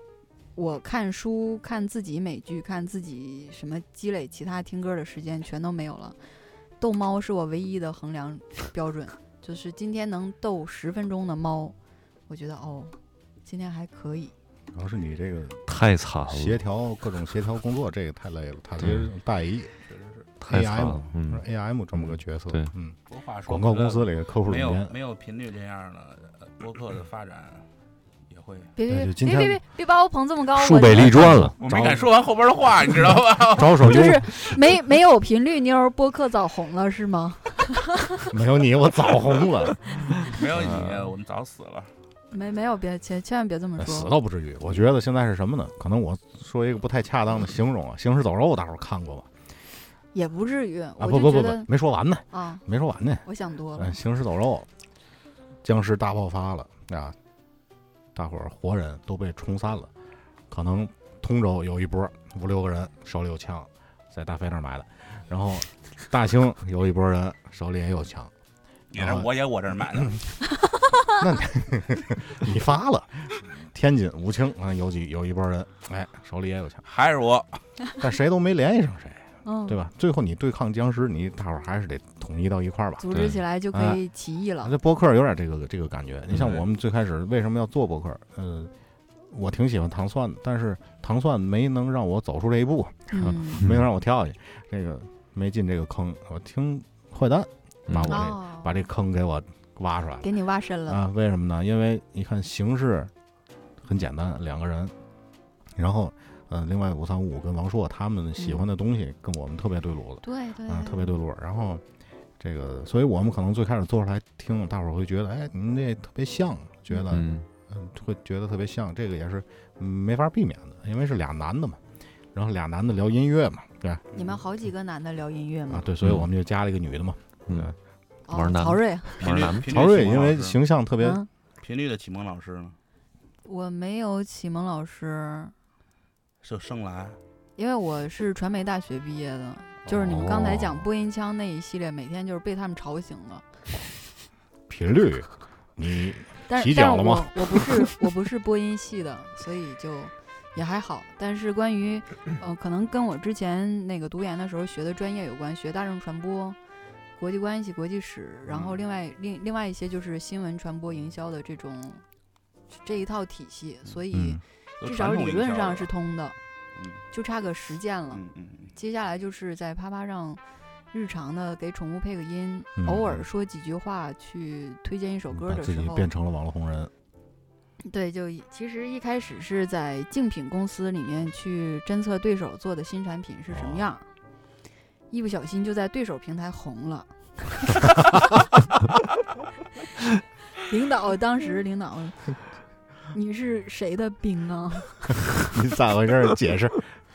S1: 我看书、看自己美剧、看自己什么积累其他听歌的时间全都没有了。逗猫是我唯一的衡量标准，就是今天能逗十分钟的猫，我觉得哦，今天还可以。
S2: 主要是你这个
S3: 太惨
S2: 协
S3: 了，
S2: 调各种协调工作，这个太累了。他其实大姨
S4: 确实是。
S3: 太惨
S2: AM
S3: 了。嗯，
S2: AM 这么个角色，
S3: 对
S2: 嗯，
S4: 说话说
S2: 广告
S4: 回来
S2: 公司里的客户
S4: 没
S2: 总监
S4: 有没有频率这样的呃播客的发展也会。
S1: 别
S2: 对
S1: 别
S2: 就今
S1: 别别
S2: 天
S1: 别别把我捧这么高，
S3: 树
S1: 我
S3: 北
S1: 就
S3: 立传了，
S4: 我没敢说完后边的话，你知道吧？
S2: 招手
S1: 就
S2: 就是
S1: 没没有频率妞儿播客早红了是吗？
S2: 没有你，我早 红了，
S4: 没有你，
S2: 嗯
S4: 我们早死了。
S1: 没没有别千千万别这么
S2: 哎死
S1: 说，
S2: 倒不至于。我觉得现在是什么呢？可能我说一个不太恰当的形容啊，《行尸走肉》大伙儿看过吧？
S1: 也不至于。
S2: 啊，
S1: 我
S2: 不
S1: 就
S2: 不
S1: 觉
S2: 不
S1: 得
S2: 不，没说完呢，
S1: 啊，
S2: 没说完呢。
S1: 我想多了
S2: 嗯，。行尸走肉，僵尸大爆发了啊！大伙儿活人都被冲散了，可能通州有一波五六个人手里有枪，在大飞那儿买的，然后大兴有一波人手里也有枪，
S4: 也
S2: 啊
S4: 是我也我这儿买的，
S2: 你发了，天津武清啊有几有一波人，哎手里也有枪，
S4: 还是我。
S2: 但谁都没联系上谁，
S1: 嗯，
S2: 对吧？最后你对抗僵尸，你大伙儿还是得统一到一块儿吧。
S1: 组织起来就可以起义
S2: 啊，
S1: 了。
S2: 这播客有点这个这个感觉。你像
S4: 嗯
S2: 我们最开始为什么要做播客？呃，我挺喜欢糖蒜的，但是糖蒜没能让我走出这一步，
S1: 嗯，
S2: 没能让我跳下去，这个没进这个坑。我听坏蛋
S3: 嗯
S2: 把我这、
S1: 哦，
S2: 把这坑给我挖出来
S1: 给你挖深
S2: 了
S1: 了。
S2: 啊？为什么呢？因为你看形式很简单，两个人，然后呃，另外五三五跟王硕他们喜欢的东西跟我们特别对路了。
S1: 对对
S2: 啊，特别对路儿。然后这个，所以我们可能最开始做出来听，大伙儿会觉得，哎，你们这特别像，觉得嗯、
S3: 嗯，
S2: 会觉得特别像，这个也是嗯没法避免的，因为是俩男的嘛，然后俩男的聊音乐嘛，对吧？
S1: 你们好几个男的聊音乐
S2: 啊
S1: 吗，？
S2: 对，所以
S3: 嗯
S2: 我们就加了一个女的嘛。
S3: 嗯
S2: 对
S1: 哦
S3: 玩男的
S1: 曹睿，
S4: 频
S3: 玩
S4: 率
S3: 男
S4: 频率
S2: 曹睿
S4: 启蒙
S2: 因为
S4: 老师
S2: 形象特别，
S1: 嗯，
S4: 频率的启蒙老师呢，
S1: 我没有启蒙老师，
S4: 就生来
S1: 因为我是传媒大学毕业的，就是你们刚
S2: 哦
S1: 才讲播音腔那一系列，每天就是被他们吵醒了。
S2: 频率， 你
S1: 但
S2: 洗
S1: 是，
S2: 脚
S1: 但
S2: 了
S1: 是
S2: 吗
S1: 我我不是我不是播音系的，所以就也还好。但是关于呃，可能跟我之前那个读研的时候学的专业有关，学大众传播、国际关系、国际史，然
S2: 嗯
S1: 后另外另另外一些就是新闻传播、营销的这种这一套体系，所以
S2: 嗯，
S1: 至少理论上是，通的，
S4: 嗯
S1: 就差个实践了。
S4: 嗯嗯嗯，
S1: 接下来就是在啪啪上日常的给宠物配个音，
S2: 嗯
S1: 偶尔说几句话，去推荐一首歌
S2: 把
S1: 的
S2: 自
S1: 时
S2: 己
S1: 候，
S2: 变成了网络红人，
S1: 对，就一其实一开始是在竞品公司里面去侦测对手做的新产品是什么样儿，一不小心就在对手平台红了。领导当时领导，你是谁的兵啊？
S2: 你咋回事儿？解释，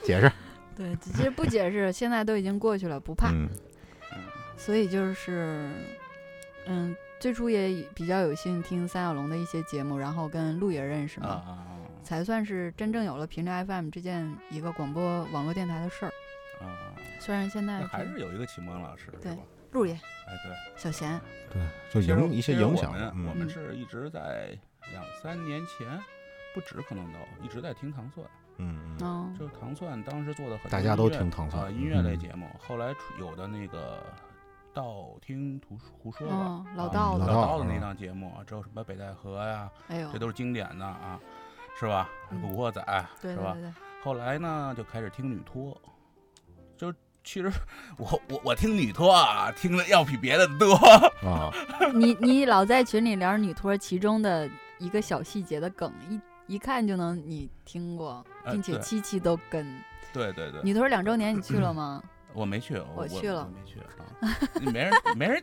S2: 解释。
S1: 对，其实不解释，现在都已经过去了，不怕。
S2: 嗯，
S1: 所以就是，嗯，最初也比较有幸听三小龙的一些节目，然后跟陆爷认识
S4: 啊
S1: 嘛，
S4: 啊
S1: 才算是真正有了频率 FM 这件一个广播网络电台的事儿。
S4: 啊啊，
S1: 虽然现在
S4: 那还
S1: 这
S4: 是有一个启蒙老师，是
S1: 哎对
S4: 吧？
S1: 陆爷、
S4: 哎，对。
S1: 小贤，
S2: 对，就
S4: 其实
S2: 影一些
S4: 其实
S2: 影响
S4: 我们，我
S2: 嗯，
S4: 们
S1: 嗯
S4: 是一直在两三年前，不止可能都一直在听糖蒜，
S2: 嗯嗯，
S1: 嗯，
S4: 就是糖蒜当时做的很多音乐，
S2: 大家都听糖蒜
S4: 啊，音乐类
S2: 嗯
S4: 节目。后来出有的那个道听途说胡说吧
S1: 嗯，老
S4: 啊
S1: 道
S4: 老
S2: 子
S4: 道的那
S2: 嗯
S4: 档节目，之后什么北戴河呀，
S1: 哎呦，
S4: 这都是经典的啊，是吧？
S1: 嗯
S4: 古惑仔
S1: 对
S4: 是
S1: 对
S4: 吧
S1: 对？对，
S4: 后来呢，就开始听女托，就其实我我我听女托啊，听的要比别的多。
S2: 啊，
S1: 你你老在群里聊女托其中的一个小细节的梗，一一看就能你听过，
S4: 呃
S1: 并且
S4: 对
S1: 期期都跟。
S4: 对对对，嗯
S1: 女托两周年你去了吗？
S4: 我没去，我
S1: 我去了
S4: 我没去啊，没人 没人，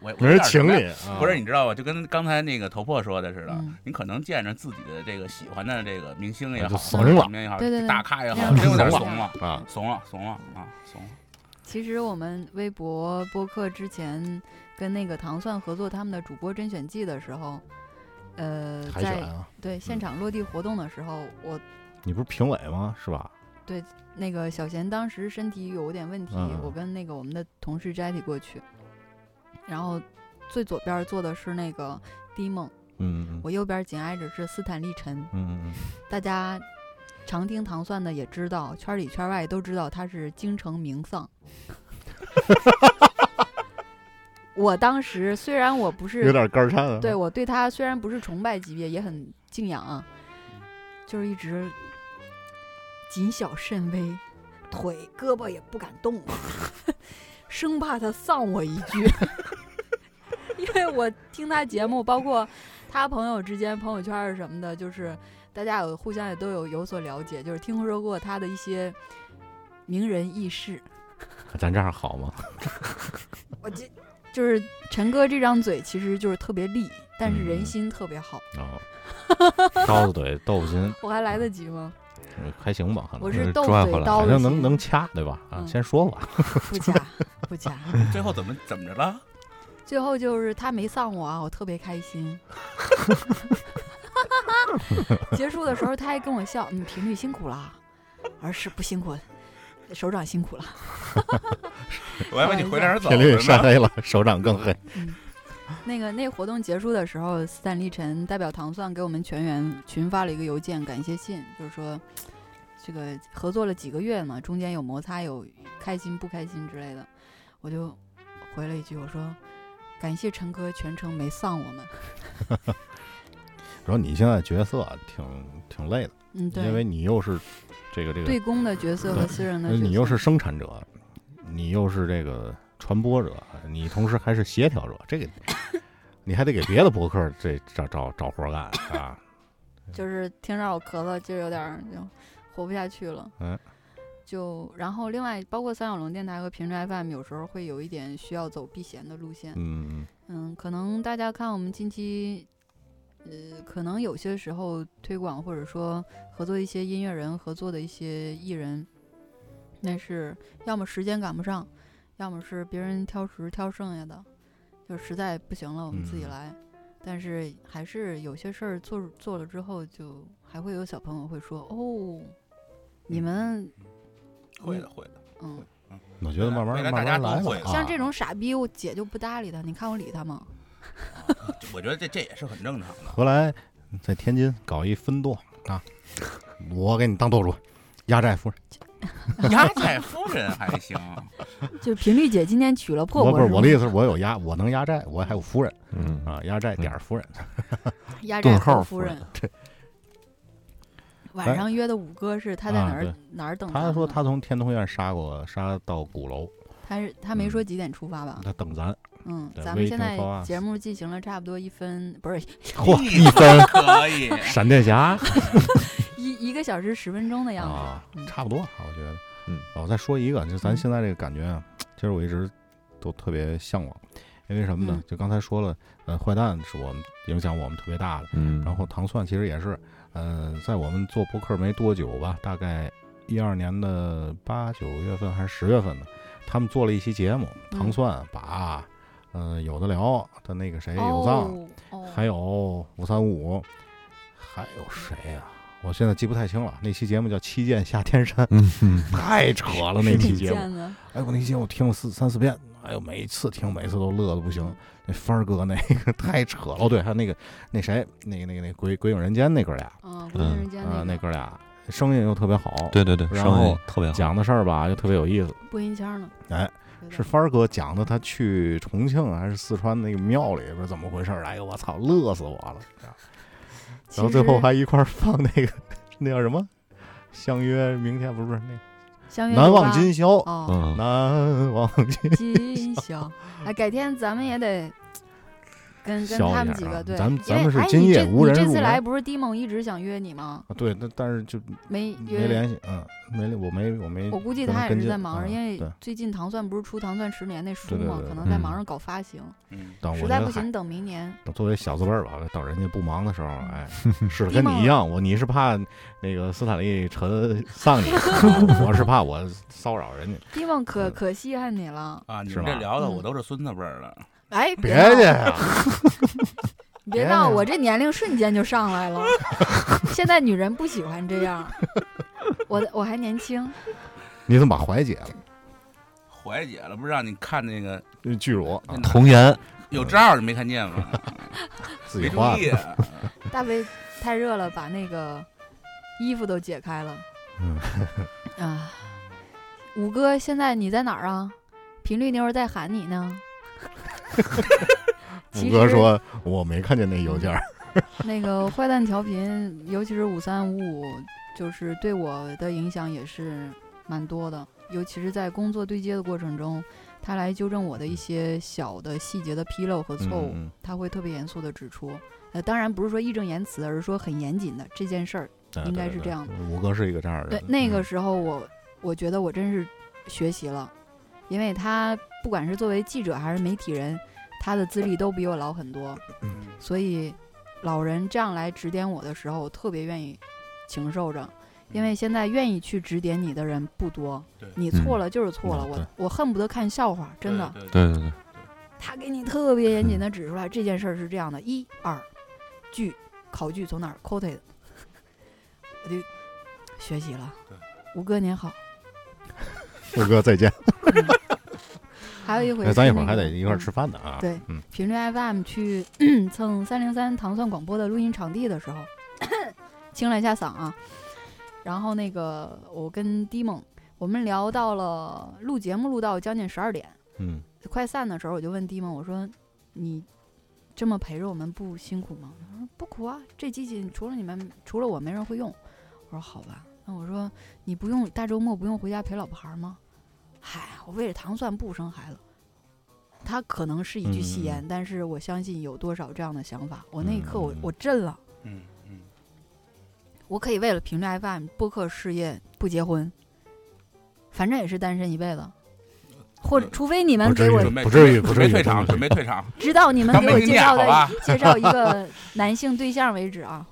S4: 我我
S2: 没人
S4: 有点
S2: 请
S4: 什么呀
S2: 你，啊
S4: 不是，你知道吧？就跟刚才那个头破说的似的，
S1: 嗯
S4: 你可能见着自己的这个喜欢的这个明星也
S2: 我
S4: 好，
S2: 啊就怂
S4: 或者
S2: 了
S4: 什么也好，
S1: 对对对
S4: 大咖也好，
S1: 嗯
S4: 真有点
S2: 怂
S4: 怂 了，
S2: 啊，
S4: 怂了，怂了啊，怂了。
S1: 其实我们微博播客之前跟那个糖蒜合作他们的主播甄选季的时候，呃，
S2: 海选
S1: 在
S2: 啊，
S1: 对
S4: 嗯
S1: 现场落地活动的时候，我
S2: 你不是评委吗？是吧？
S1: 那个小贤当时身体有点问题，
S2: 嗯
S1: 我跟那个我们的同事 Jetty 过去，然后最左边坐的是那个 D 梦，
S2: 嗯嗯
S1: 我右边紧挨着是斯坦利陈。
S2: 嗯嗯
S1: 大家常听糖蒜的也知道，圈里圈外都知道他是京城名 丧。我当时虽然我不
S2: 嗯，有
S1: 是
S2: 点肝颤啊，
S1: 对我对他虽然不是崇拜级别，也很敬仰啊，就是一直谨小慎微，腿胳膊也不敢动啊， 生怕他丧我一句。 因为我听他节目，包括他朋友之间朋友圈儿什么的，就是大家有互相也都有有所了解，就是听说过他的一些名人轶事。
S2: 咱这样好吗？
S1: 我这就是陈哥这张嘴，其实就是特别利，但是
S2: 嗯
S1: 人心特别好。
S2: 啊，刀子嘴豆腐心，
S1: 我还来得及吗？
S2: 还行吧，可能
S1: 我是豆
S10: 拽
S1: 嘴
S10: 回来
S1: 刀
S2: 反
S1: 子
S2: 正
S1: 心，
S2: 能能掐对吧？啊，
S1: 嗯
S2: 先说 吧，
S1: 不假不假。
S4: 最后怎么怎么着 了？
S1: 最后就是他没丧我啊，我特别开心。 结束的时候他还跟我笑，嗯，频率辛苦了，而是不辛苦，首长辛苦了。
S4: 我还以为你回那 儿走
S2: 铁律晒
S4: 了呢。
S2: 黑了，手掌更黑，
S1: 那个那活动结束的时候，斯坦利陈代表糖蒜给我们全员群发了一个邮件感谢信，就是说这个合作了几个月嘛，中间有摩擦，有开心不开心之类的，我就回了一句，我说感谢陈哥全程没丧我们。
S2: 然后你现在角色挺挺累的，
S1: 嗯，对，
S2: 因为你又是这个这个
S1: 对公的角色和私人的
S2: 那
S1: 角色，
S2: 你又是生产者，你又是这个传播者，你同时还是协调者， 这个你还得给别的博客这找找找活干啊。
S1: 就是听着我咳嗽，就有点儿就活不下去了。
S2: 嗯，
S1: 就然后另外包括三角龙电台和平时 FM 有时候会有一点需要走避嫌的路线。
S2: 嗯，
S1: 嗯，可能大家看我们近期，呃，可能有些时候推广或者说合作一些音乐人、合作的一些艺人，那是要么时间赶不上，要么是别人挑食挑剩下的，就实在不行了，我们自己
S2: 嗯
S1: 来。但是还是有些事儿做做了之后，就还会有小朋友会说：“哦，
S2: 嗯
S1: 你们
S4: 会的，会的。
S1: 嗯，
S2: 我觉得慢慢
S4: 未来
S2: 慢
S4: 大家
S2: 慢来
S4: 都会
S2: 吧。
S4: 的
S2: 啊
S1: 像这种傻逼，我姐就不搭理他。你看我理他吗？
S4: 就我觉得这这也是很正常的。
S2: 何来在天津搞一分舵啊，我给你当舵主，压寨夫人。
S4: 压寨夫人还行，
S1: 就频率姐今天娶了破
S2: 我不
S1: 我
S2: 是我的意思，是我有压，我能压寨，我还有夫人
S10: 嗯
S2: 啊，压寨点儿夫人。
S1: 压
S10: 顿
S1: 寨
S10: 号
S1: 和
S10: 夫
S1: 夫
S10: 人
S1: 人。 晚上约的五哥是他在
S2: 哎啊
S1: 哪儿、
S2: 对
S1: 哪儿等
S2: 他
S1: 们
S2: 说
S1: 呢
S2: 他从天通苑杀过，杀到鼓楼，
S1: 他是他没说几点出发吧？
S2: 他 等咱。
S1: 嗯，
S2: 嗯对
S1: 咱
S2: 微
S1: 们现
S2: 听
S1: 在
S2: 说啊
S1: 节目进行了差不多一分不是
S2: 嚯，
S4: 一
S2: 一分
S4: 可以。
S2: 闪电侠
S1: 一一个小时十分钟的样子。
S2: 啊
S1: 嗯，
S2: 差不多，我觉得。
S10: 嗯，
S2: 我再说一个，就咱
S1: 嗯
S2: 现在这个感觉啊，其实我一直都特别向往，因为什么呢
S1: 嗯？
S2: 就刚才说了，呃，坏蛋是我们影响我们特别大的，
S10: 嗯
S2: 然后糖蒜其实也是，呃，在我们做播客没多久吧，大概一二年的八九月份还是十月份呢，他们做了一期节目，
S1: 嗯
S2: 糖蒜把，呃，有的聊的那个谁有藏，
S1: 哦哦，
S2: 还有五三五，还有谁呀、啊我现在记不太清了。那期节目叫《七剑下天山》，
S3: 嗯嗯
S2: 太扯了那期节目。
S1: 见啊的，
S2: 哎，我那期节目我听了四三四遍，哎呦，每一次听，每一次都乐的不行。那帆儿哥那个太扯了，哦对，还有那个那谁，那个那个那个鬼鬼影人间那哥俩
S1: 嗯，无人间
S2: 啊、那
S1: 那个
S2: 哥俩声音又特别好，
S3: 对对对，
S2: 然
S3: 声音
S2: 后
S3: 特别好，
S2: 讲的事儿吧又特别有意思。
S1: 播音腔呢，
S2: 哎，
S1: 有点
S2: 是帆儿哥讲的，他去重庆还是四川那个庙里边怎么回事儿？哎呦，我操，乐死我了！
S1: 其
S2: 然后最后
S1: 实
S2: 还一块儿放那个 那叫什么？相约明天不是那
S1: 相
S2: 个
S1: 约
S2: 难
S1: 六
S2: 忘
S1: 八
S2: 今嗯宵，
S1: 哦，
S3: 嗯，
S2: 难忘今
S1: 今 宵，哎，改天咱们也得跟跟
S2: 宵
S1: 他们
S2: 一
S1: 几
S2: 下
S1: 个
S2: 啊
S1: 对，
S2: 咱们
S1: 因
S2: 咱
S1: 为
S2: 们是
S1: 哎
S2: 今
S1: 你
S2: 夜
S1: 这
S2: 无人
S1: 你这
S2: 入
S1: 次来
S2: 门
S1: 不是迪梦一直想约你吗？
S2: 啊，对，但但是就
S1: 没约
S2: 没联系，嗯，没我没我没
S1: 我估计
S2: 跟他
S1: 他也
S2: 跟
S1: 是
S2: 进
S1: 在忙着，
S2: 嗯
S1: 因为
S2: 对
S1: 最近糖蒜不是出《糖蒜十年》那书
S2: 对对
S1: 嘛，
S2: 对
S1: 可
S2: 对
S1: 能在
S3: 嗯
S1: 忙着搞发行，
S4: 嗯，
S2: 等我
S1: 实
S2: 觉
S1: 在不
S2: 得
S1: 行
S2: 还
S1: 等明年。
S2: 等作为小字辈儿吧，等人家不忙的时候， 哎，是
S1: 迪
S2: 跟
S1: 梦
S2: 你一样，我你是怕那个斯坦利陈 丧你，啊我是怕我骚扰人家，
S1: 迪梦可
S2: 嗯
S1: 可稀罕你了，
S4: 啊，你
S2: 是
S4: 们这
S2: 吗
S4: 聊的
S1: 嗯
S4: 我都是孙子辈儿了。
S1: 哎，
S2: 别
S1: 闹
S2: 介呀，
S1: 你别
S2: 别
S1: 闹，
S2: 呀
S1: 我这年龄瞬间就上来 了。现在女人不喜欢这样，我我还年轻，
S2: 你怎么把怀解 了？
S4: 怀姐了，不是让你看那个
S2: 这
S1: 嗯
S2: 巨乳啊，
S3: 童颜，
S4: 有照，你没看见吗？
S2: 自己
S4: 没注
S2: 画
S4: 意
S2: 的，
S4: 啊，
S1: 大卫太热了，把那个衣服都解开了。
S2: 嗯
S1: 啊，五哥，现在你在哪儿啊？频率妞儿在喊你 呢。其
S2: 五哥
S1: 实
S2: 说我没看见那邮件儿，
S1: 那个坏蛋调频，尤其是五三五五，就是对我的影响也是蛮多的。尤其是在工作对接的过程中，他来纠正我的一些小的细节的纰漏和错误，
S2: 嗯
S1: 他会特别严肃的指出。呃，当然不是说义正言辞，而是说很严谨的这件事儿。
S2: 嗯
S1: 应
S2: 对
S1: 该
S2: 对
S1: 是
S2: 对
S1: 这样
S2: 五哥是一个这样的
S1: 对
S2: 人，，
S1: 那个
S2: 嗯
S1: 时候我我觉得我真是学习了，因为他不管是作为记者还是媒体人，他的资历都比我老很多。
S2: 嗯
S1: 所以老人这样来指点我的时候，我特别愿意承受着，因
S2: 嗯
S1: 为现在愿意去指点你的人不多
S4: 对，
S1: 你错了就是错了，
S2: 嗯对
S1: 我我恨不得看笑话，真的。
S4: 对，对对
S3: 对对对，
S1: 他给你特别严
S2: 嗯
S1: 谨的指出来这件事儿是这样的，一二，句考据从哪儿 quoted，我就学习了
S4: 对。
S1: 吴哥您好，
S2: 五哥再见，
S1: 还有一回是那
S2: 哎
S1: 个、
S2: 咱一会儿还得一块儿
S1: 嗯
S2: 吃饭呢啊，
S1: 对
S2: 嗯，
S1: 频率 FM 去 蹭三零三糖蒜广播的录音场地的时候， 清了一下嗓啊。然后那个我跟 d 梦，我们聊到了录节目录到将近十二点，
S2: 嗯
S1: 快散的时候，我就问 d 梦，我说你这么陪着我们不辛苦吗？他说不苦啊，这机器除了你们除了我没人会用。我说好吧，那我说你不用大周末不用回家陪老婆孩儿吗？嗨，我为了糖蒜不生孩子。他可能是一句戏言，但是我相信有多少这样的想法。我那一刻我，我、
S2: 嗯嗯嗯
S1: 震了，
S4: 嗯嗯，
S1: 我可以为了频率 FM 播客事业不结婚，反正也是单身一辈子，或者
S4: 嗯
S1: 除非你们
S2: 不
S1: 给
S2: 至
S1: 我
S4: 准备
S2: 不至于不
S4: 准
S2: 至于不至
S4: 备退场，
S2: 于
S4: 准备退场。
S1: 直到你们
S4: 当
S1: 给
S4: 没
S1: 我
S4: 听
S1: 介
S4: 见
S1: 绍的
S4: 好吧
S1: 介绍一个男性对象为止 啊。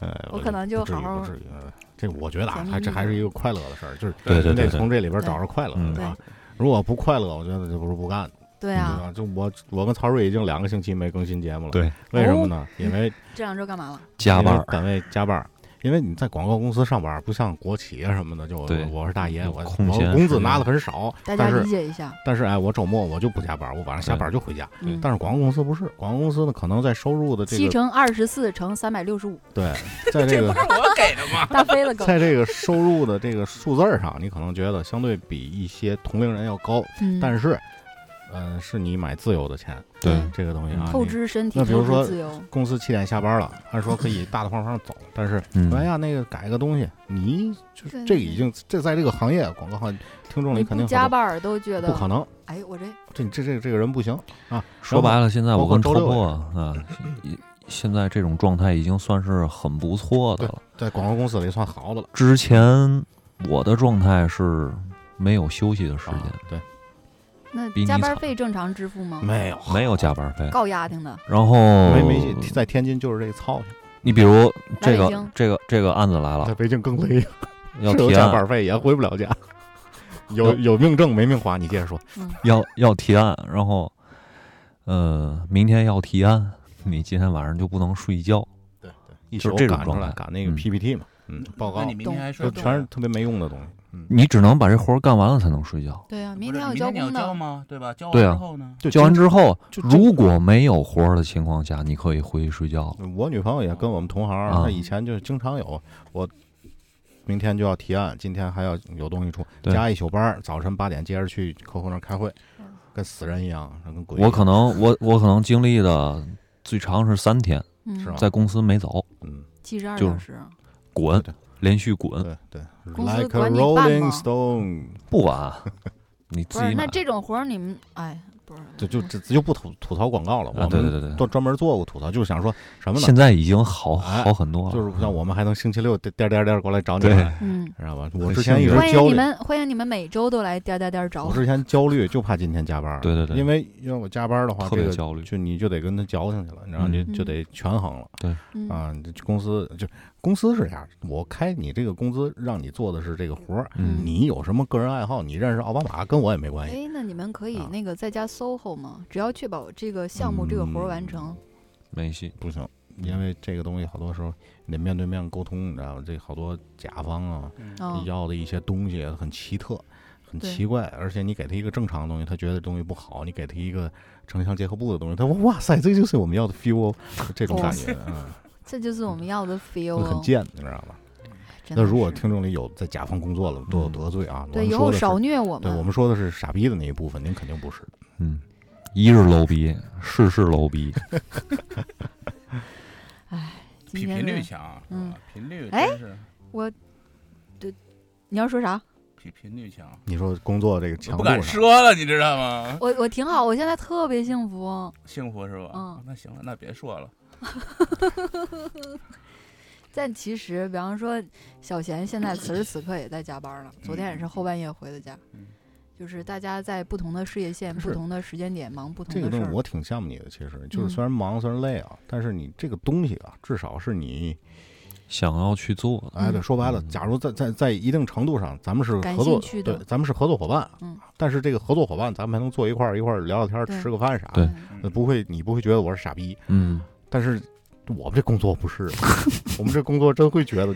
S2: 呃，
S1: 我可能就
S2: 不至于
S1: 好好
S2: 不至于。呃这我觉得啊
S1: 甜，蜜
S2: 还
S1: 蜜
S2: 这还
S1: 的
S2: 是一个快乐的事儿，就是
S3: 对对
S2: 你得
S3: 对对
S2: 从这里边找着快乐
S3: 嗯
S2: 啊。如果不快乐，我觉得就不是不干。
S1: 对
S2: 对
S1: 啊，
S2: 吧？就我我跟曹睿已经两个星期没更新节目了。
S3: 对，
S2: 为什么
S1: 哦
S2: 呢？因为
S1: 这两周干嘛了？
S3: 加班
S2: 因为
S3: 儿，
S2: 单位加班儿。因为你在广告公司上班，不像国企啊什么的，就
S3: 对
S2: 我是大爷，我
S3: 空
S2: 我
S3: 闲
S2: 工资
S3: 时间
S2: 拿的很少，
S1: 大
S2: 但
S1: 家
S2: 是
S1: 理解一下。
S2: 但是哎，我周末我就不加班，我晚上下班就回家。
S1: 嗯，
S2: 但是广告公司不是，广告公司呢，可能在收入的这
S1: 七
S2: 个
S1: 乘二十四乘三百六 十五，
S2: 对，在这个
S4: 不是我给的吗？
S1: 大飞的梗。
S2: 在这个收入的这个数字儿上，你可能觉得相对比一些同龄人要高，
S1: 嗯，
S2: 但是，嗯、是你买自由的钱，
S3: 对
S1: 嗯
S2: 这个东西啊，
S1: 透
S2: 你
S1: 支身体，
S2: 那比如
S1: 透支
S2: 说
S1: 自由，
S2: 公司七点下班了，按说可以大大方方走，但是，
S3: 嗯
S2: 哎呀，那个改个东西，你就
S1: 对
S2: 这个已经这在这个行业广告行业听众里
S1: 你
S2: 肯
S1: 不
S2: 定
S1: 加
S2: 很多
S1: 班儿都觉
S2: 不可
S1: 得，
S2: 能，
S1: 哎，我这
S2: 这你这这这个人不行啊。
S3: 说白
S2: 了，
S3: 了，现在我
S2: 包括
S3: 跟
S2: 周
S3: 头
S2: 六
S3: 破啊，也现在这种状态已经算是很不错的
S2: 对
S3: 了。
S2: 在广告公司里算好的了。
S3: 之前我的状态是没有休息的时
S2: 啊
S3: 间，
S2: 对，
S1: 那
S3: 比你
S1: 加班
S3: 惨
S1: 费正常支付吗？
S2: 没有，
S3: 嗯没有加班费。
S1: 告丫挺的，
S3: 然后
S2: 没没在天津就是这个操性，
S3: 你比如这
S1: 来北京
S3: 个这个这个案子来了
S2: 在，北京更累。
S3: 要啊
S2: 是有
S3: 提
S2: 加
S3: 案，
S2: 班费也回不了家。有有命挣没命花，你接着说。
S3: 要要提案，然后呃，明天要提案，你今天晚上就不能睡觉。
S2: 对对，一
S3: 就是
S2: 宿
S3: 这种
S2: 赶出
S3: 状
S2: 来
S3: 态
S2: 赶那个
S3: 嗯
S2: PPT 嘛，嗯，报告
S4: 那你明天还
S2: 就
S4: 睡？
S2: 全
S1: 啊
S2: 是特别没用的东西。
S3: 你只能把这活儿干完了才能睡觉。
S1: 对啊，明
S4: 不是
S1: 天有
S4: 明
S1: 交
S4: 天你要
S1: 工
S4: 交
S1: 的，
S4: 吗？对吧？交完
S3: 对
S4: 之
S3: 啊
S4: 后呢？
S2: 就
S3: 交完
S2: 真
S3: 之后，
S2: 就真
S3: 如果没有活儿的情况下，你可以回去睡觉了。
S2: 我女朋友也跟我们同行，
S3: 啊
S2: 她以前就经常有我。明天就要提案，今天还要有东西出，
S3: 对
S2: 加一宿班儿，早晨八点接着去客户那儿开会，
S1: 嗯
S2: 跟死人一样，跟鬼一样。
S3: 我可能我我可能经历的最长是三天，
S2: 是
S1: 嗯
S2: 啊吧，
S3: 在公司没走，
S2: 嗯，
S1: 七十二
S3: 就
S1: 小时，
S3: 滚
S2: 对的，
S3: 连续滚，
S2: 对对
S1: 公司
S2: ，like a
S1: 管你办
S2: rolling
S1: 吗
S2: stone，
S3: 不晚，啊 你自
S1: 不
S3: 己
S1: 是
S3: 买
S1: 那。这种活儿你们哎不是
S2: 就就这就不吐吐槽广告了，
S3: 啊
S2: 我
S3: 对对对
S2: 们
S3: 对
S2: 都专门做过吐槽，就是想说什么呢
S3: 现？在已经好
S2: 哎
S3: 好很多了，
S2: 就是像我们还能星期六颠颠颠颠过来找你
S3: 对
S2: 来，
S1: 嗯，
S2: 知道吧？
S3: 很
S2: 我之前一
S3: 幸
S2: 直
S3: 运
S1: 欢
S2: 焦
S1: 迎你
S2: 虑，
S1: 们欢迎你们每周都来颠颠颠找
S2: 我
S1: 我，
S2: 之前焦虑就怕今天加班，
S3: 对对对
S2: 因为要我加班的话，
S3: 特
S2: 这
S3: 别
S2: 个
S3: 焦虑。
S2: 就你就得跟他矫情去了，然后
S3: 嗯
S2: 你就就得权衡了
S1: 嗯
S2: 啊。你这公司就公司是这样，我开你这个工资，让你做的是这个活儿，
S3: 嗯，
S2: 你有什么个人爱好，你认识奥巴马跟我也没关系。
S1: 哎，那你们可以
S2: 啊
S1: 那个在家 SOHO 吗？只要确保这个项目这个活儿
S2: 嗯
S1: 完成，
S3: 没戏。
S2: 不行，因为这个东西好多时候你得面对面沟通，你知道吗？这好多甲方啊
S1: 嗯，
S2: 要的一些东西很奇特。很
S1: 对
S2: 奇怪，而且你给他一个正常的东西，他觉得东西不好；你给他一个城乡结合部的东西，他说：“哇塞，这就是我们要的 feel，哦就这种感觉， 嗯，
S1: 这就是我们要的 feel，
S2: 会很
S1: 哦
S2: 贱，你知道吧？”
S1: 真
S2: 那
S1: 的
S2: 如果
S1: 是嗯
S2: 听众里有在甲方工作了，多有得罪啊！我
S1: 对
S2: 们
S1: 以
S2: 说
S1: 后
S2: 的是
S1: 少虐我
S2: 对
S1: 们，
S2: 我们说的是傻逼的那一部分，您肯定不是。
S3: 嗯，一是 low 逼，事事 low 逼。
S1: 今
S4: 频
S1: 天
S4: 频率
S1: 是
S4: 强，是
S1: 嗯
S4: 吧频率
S1: 哎
S4: 真是
S1: 你要说啥？
S4: 比频率强，
S2: 你说工作这个
S4: 我
S2: 强
S4: 不
S2: 度
S4: 敢
S2: 上，
S4: 说了，你知道吗？
S1: 我我挺好，我现在特别幸福。
S4: 幸福是吧？
S1: 哦
S4: 哦
S1: 嗯
S4: 那行了，那别说了。
S1: 但其实，比方说，小贤现在此时此刻也在加班了。昨天也是后半夜回的家
S4: 嗯，
S1: 就是大家在不同的事业线、
S2: 是
S1: 不同的时间点忙不同
S2: 这个
S1: 的
S2: 东
S1: 事
S2: 西
S1: 儿。
S2: 我挺羡慕你的。其实就
S1: 嗯
S2: 是虽然忙，虽然累啊，但是你这个东西啊，至少是你
S3: 想要去做的，
S2: 哎，对，说白了，
S3: 嗯
S2: 假如在在在一定程度上，咱们是
S1: 感
S2: 合作，
S1: 兴趣的
S2: 对，咱们是合作伙伴。
S1: 嗯，
S2: 但是这个合作伙伴，咱们还能坐一块儿，一块儿聊聊天儿，
S1: 对
S2: 吃个饭啥的，
S3: 对
S1: 嗯
S4: 嗯
S2: 那呃不会，你不会觉得我是傻逼。
S3: 嗯，
S2: 但是我们这工作不是， 我们这工作真会觉得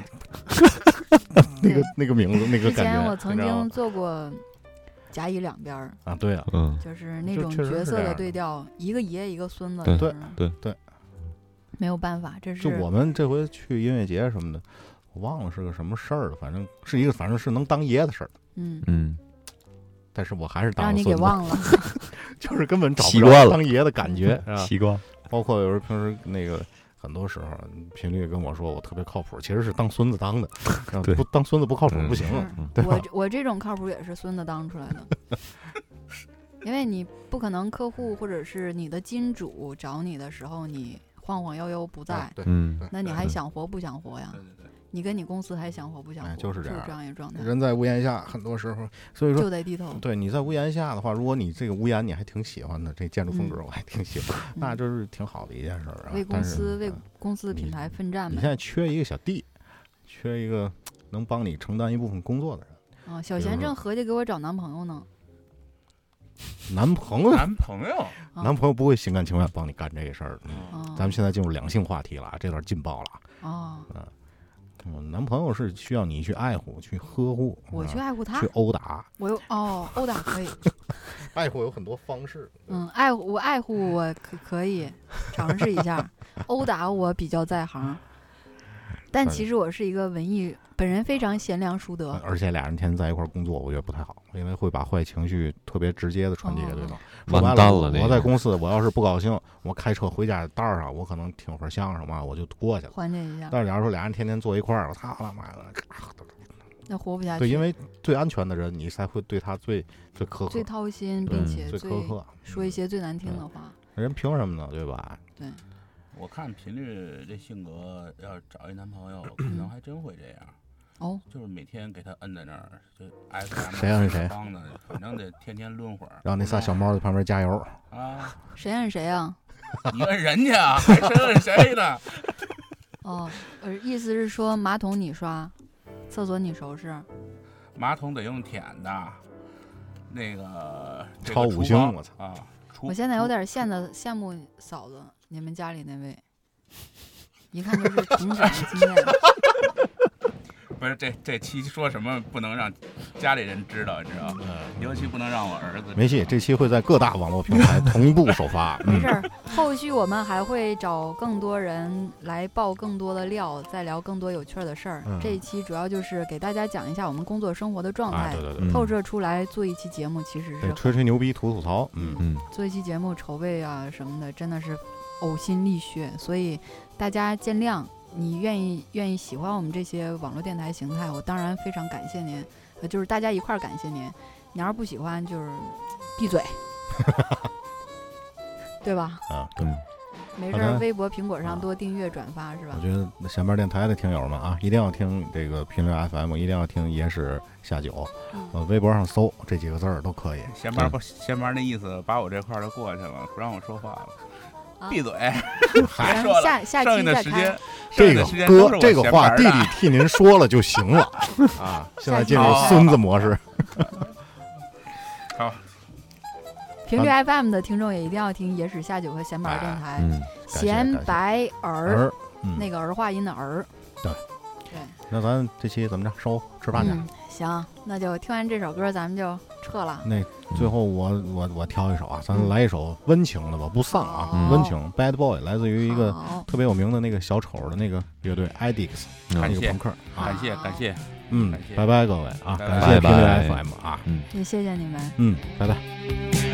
S2: 那个那个名字那个
S1: 之
S2: 感
S1: 前
S2: 觉，
S1: 我曾
S2: 你知道
S1: 经
S2: 吗
S1: 做过甲乙两边儿，
S2: 啊，对啊，
S3: 嗯，
S1: 就是那
S2: 就
S1: 种
S2: 确实
S1: 角
S2: 是
S1: 色
S2: 这样
S1: 的
S2: 的
S1: 对调，一个爷一个孙子。
S3: 对
S1: 就是
S2: 对对，
S1: 没有办法，这
S2: 就是我们这回去音乐节什么的，我忘了是个什么事儿了，反正是一个反正是能当爷的事儿，
S1: 嗯，
S3: 嗯，
S2: 但是我还是当
S1: 让你给
S2: 孙子，
S1: 忘了。
S2: 就是根本找
S3: 习
S2: 不着
S3: 惯了
S2: 当爷的感觉，
S3: 啊
S2: 是吧
S10: 习惯。
S2: 包括有时候平时那个。很多时候，频率跟我说我特别靠谱，其实是当孙子当的，啊
S10: 对
S2: 不当孙子不靠谱
S3: 嗯
S2: 不行。
S1: 是
S3: 嗯
S2: 对
S1: 我
S2: 吧
S1: 这我这种靠谱也是孙子当出来的，因为你不可能客户或者是你的金主找你的时候你晃晃悠悠不在，
S2: 啊对，
S3: 嗯，
S1: 那你还
S3: 对
S1: 想活不想活呀？
S4: 对对对，
S1: 你跟你公司还想活不想活？
S2: 哎就是
S1: 这
S2: 这样
S1: 一个状态，
S2: 人在屋檐下，很多时候，所以说
S1: 就得低头。
S2: 对，你在屋檐下的话，如果你这个屋檐你还挺喜欢的，这建筑风格我还挺喜欢，那
S1: 嗯
S2: 就是挺好的一件事儿啊。
S1: 为
S2: 但
S1: 公
S2: 是
S1: 司为
S2: 嗯
S1: 公司的品
S2: 你
S1: 牌奋战
S2: 你现
S1: 呗。
S2: 在缺一个小弟，缺一个能帮你承担一部分工作的人，
S1: 啊，小
S2: 比如
S1: 贤
S2: 说
S1: 正合计给我找男朋友呢。
S2: 男朋友，
S4: 男朋友，
S1: 啊
S2: 男朋友不会心甘情愿帮你干这个事儿的。
S1: 啊，
S2: 咱们现在进入两性话题了啊，这段劲爆了啊。
S1: 啊，
S2: 嗯，男朋友是需要你去爱护、去呵护，
S1: 我去
S2: 去
S1: 爱护他
S2: 啊去，殴打，
S1: 我又哦殴打可 以，
S2: 爱护有很多方式。
S1: 嗯，爱护我爱护我可可以尝试一下，殴打我比较在行，但其实我是一个文艺，本人非常贤良淑德。
S2: 呃而且俩人天天在一块儿工作，我觉得不太好，因为会把坏情绪特别直接的传递给对
S1: 哦
S2: 方。说白
S3: 完蛋了
S2: 我
S3: 这
S2: 我在
S3: 个
S2: 公司，我要是不高兴，我开车回家道儿上，我可能听会儿相声嘛，我就过去了。
S1: 缓解一下，
S2: 但是假如说俩人天天坐一块儿，我操他妈的！咔
S1: 那活不下
S2: 对，因
S1: 去，
S2: 为最安全的人，你才会对他最最苛刻
S1: 最，掏心，
S2: 对
S1: 并且
S2: 嗯最
S1: 最
S2: 苛刻。嗯
S1: 说一些最难听的话。
S2: 人凭什么呢？对吧？
S4: 我看频率这性格，要是找一男朋友，可能还真会这样。
S1: 哦，
S4: 就是每天给他摁在那儿，就 S
S2: 谁摁谁啊
S4: 帮的，反正得天天论会儿。
S1: 哎
S2: 让那仨小猫在旁边加油。
S4: 啊，
S1: 谁按谁啊？
S4: 你摁人家啊，还谁摁谁呢？
S1: 哦，呃，意思是说马桶你刷，厕所你收拾。
S4: 马桶得用舔的，那个这个
S2: 超五星
S4: 厨房
S2: 我操
S4: 啊！厨
S1: 我现在有点羡的羡慕嫂子，你们家里那位， 一看就是成长经验。
S4: 不是这这期说什么不能让家里人知道，你知道吗？尤其不能让我儿子。
S2: 嗯没戏，这期会在各大网络平台同步首发。
S1: 没
S2: 嗯
S1: 事，儿，后续我们还会找更多人来爆更多的料，再聊更多有趣儿的事儿。
S2: 嗯
S1: 这一期主要就是给大家讲一下我们工作生活的状态，
S2: 啊对对
S3: 嗯
S2: 对
S1: 透射出来做一期节目，其实
S2: 对，
S1: 是
S2: 吹吹牛逼，吐吐槽，嗯
S3: 嗯，
S1: 做一期节目筹备啊什么的，真的是呕心沥血，所以大家见谅。你愿意愿意喜欢我们这些网络电台形态，我当然非常感谢您，呃，就是大家一块儿感谢您。你要是不喜欢，就是闭 嘴，对吧？
S2: 啊，
S3: 嗯，
S1: 没
S2: 好
S1: 事
S2: 的啊
S1: 儿，微博、苹果上多订阅、转发是吧
S2: 我？觉得闲班电台的听友们啊，一定要听这个评论 FM，一定要听野史下酒，呃，微博上搜这嗯几个字儿都可以。
S4: 闲班不闲班那意思，把我这块儿都过去了，不让我说话了，
S1: 啊
S4: 闭嘴。
S1: 咱
S4: 还说了，
S1: 下下
S4: 剩
S1: 期
S4: 下的
S1: 再
S4: 时间
S1: 开。，
S2: 这个
S4: 剩下的时间都
S2: 哥
S4: 是，我
S2: 这个
S4: 闲
S2: 话
S4: 班
S2: 弟
S4: 的
S2: 弟替您说了就行了啊！现在进入孙子模式，
S1: 频率 FM 的听众也一定要听野史下酒和闲白电台，
S3: 嗯，
S2: 谢
S1: 闲
S2: 哎感谢
S1: 白儿
S2: 儿，嗯，
S1: 那个儿化音的儿。
S2: 那咱这期怎么着收吃饭去？
S1: 嗯，行，那就听完这首歌，咱们就撤了。
S2: 那最后我我我挑一首啊，咱来一首温情的吧，不丧啊，
S1: 嗯
S2: 温情。Bad Boy 来自于一个
S1: 好
S2: 特别有名的那个小丑的那个乐队 Addicts，
S3: 嗯
S4: 感
S2: 那
S4: 谢
S2: 个朋克啊。
S4: 感谢感谢。
S2: 嗯
S4: 感，谢
S2: 拜拜各位啊，
S4: 拜
S2: 感
S4: 拜
S2: 谢
S3: 拜
S2: 频
S3: 拜
S2: 率 FM 啊，
S1: 也谢谢你们。
S2: 嗯，拜
S1: 拜拜。
S2: 拜。
S9: Oh, Oh, Oh, Oh, Oh, Oh,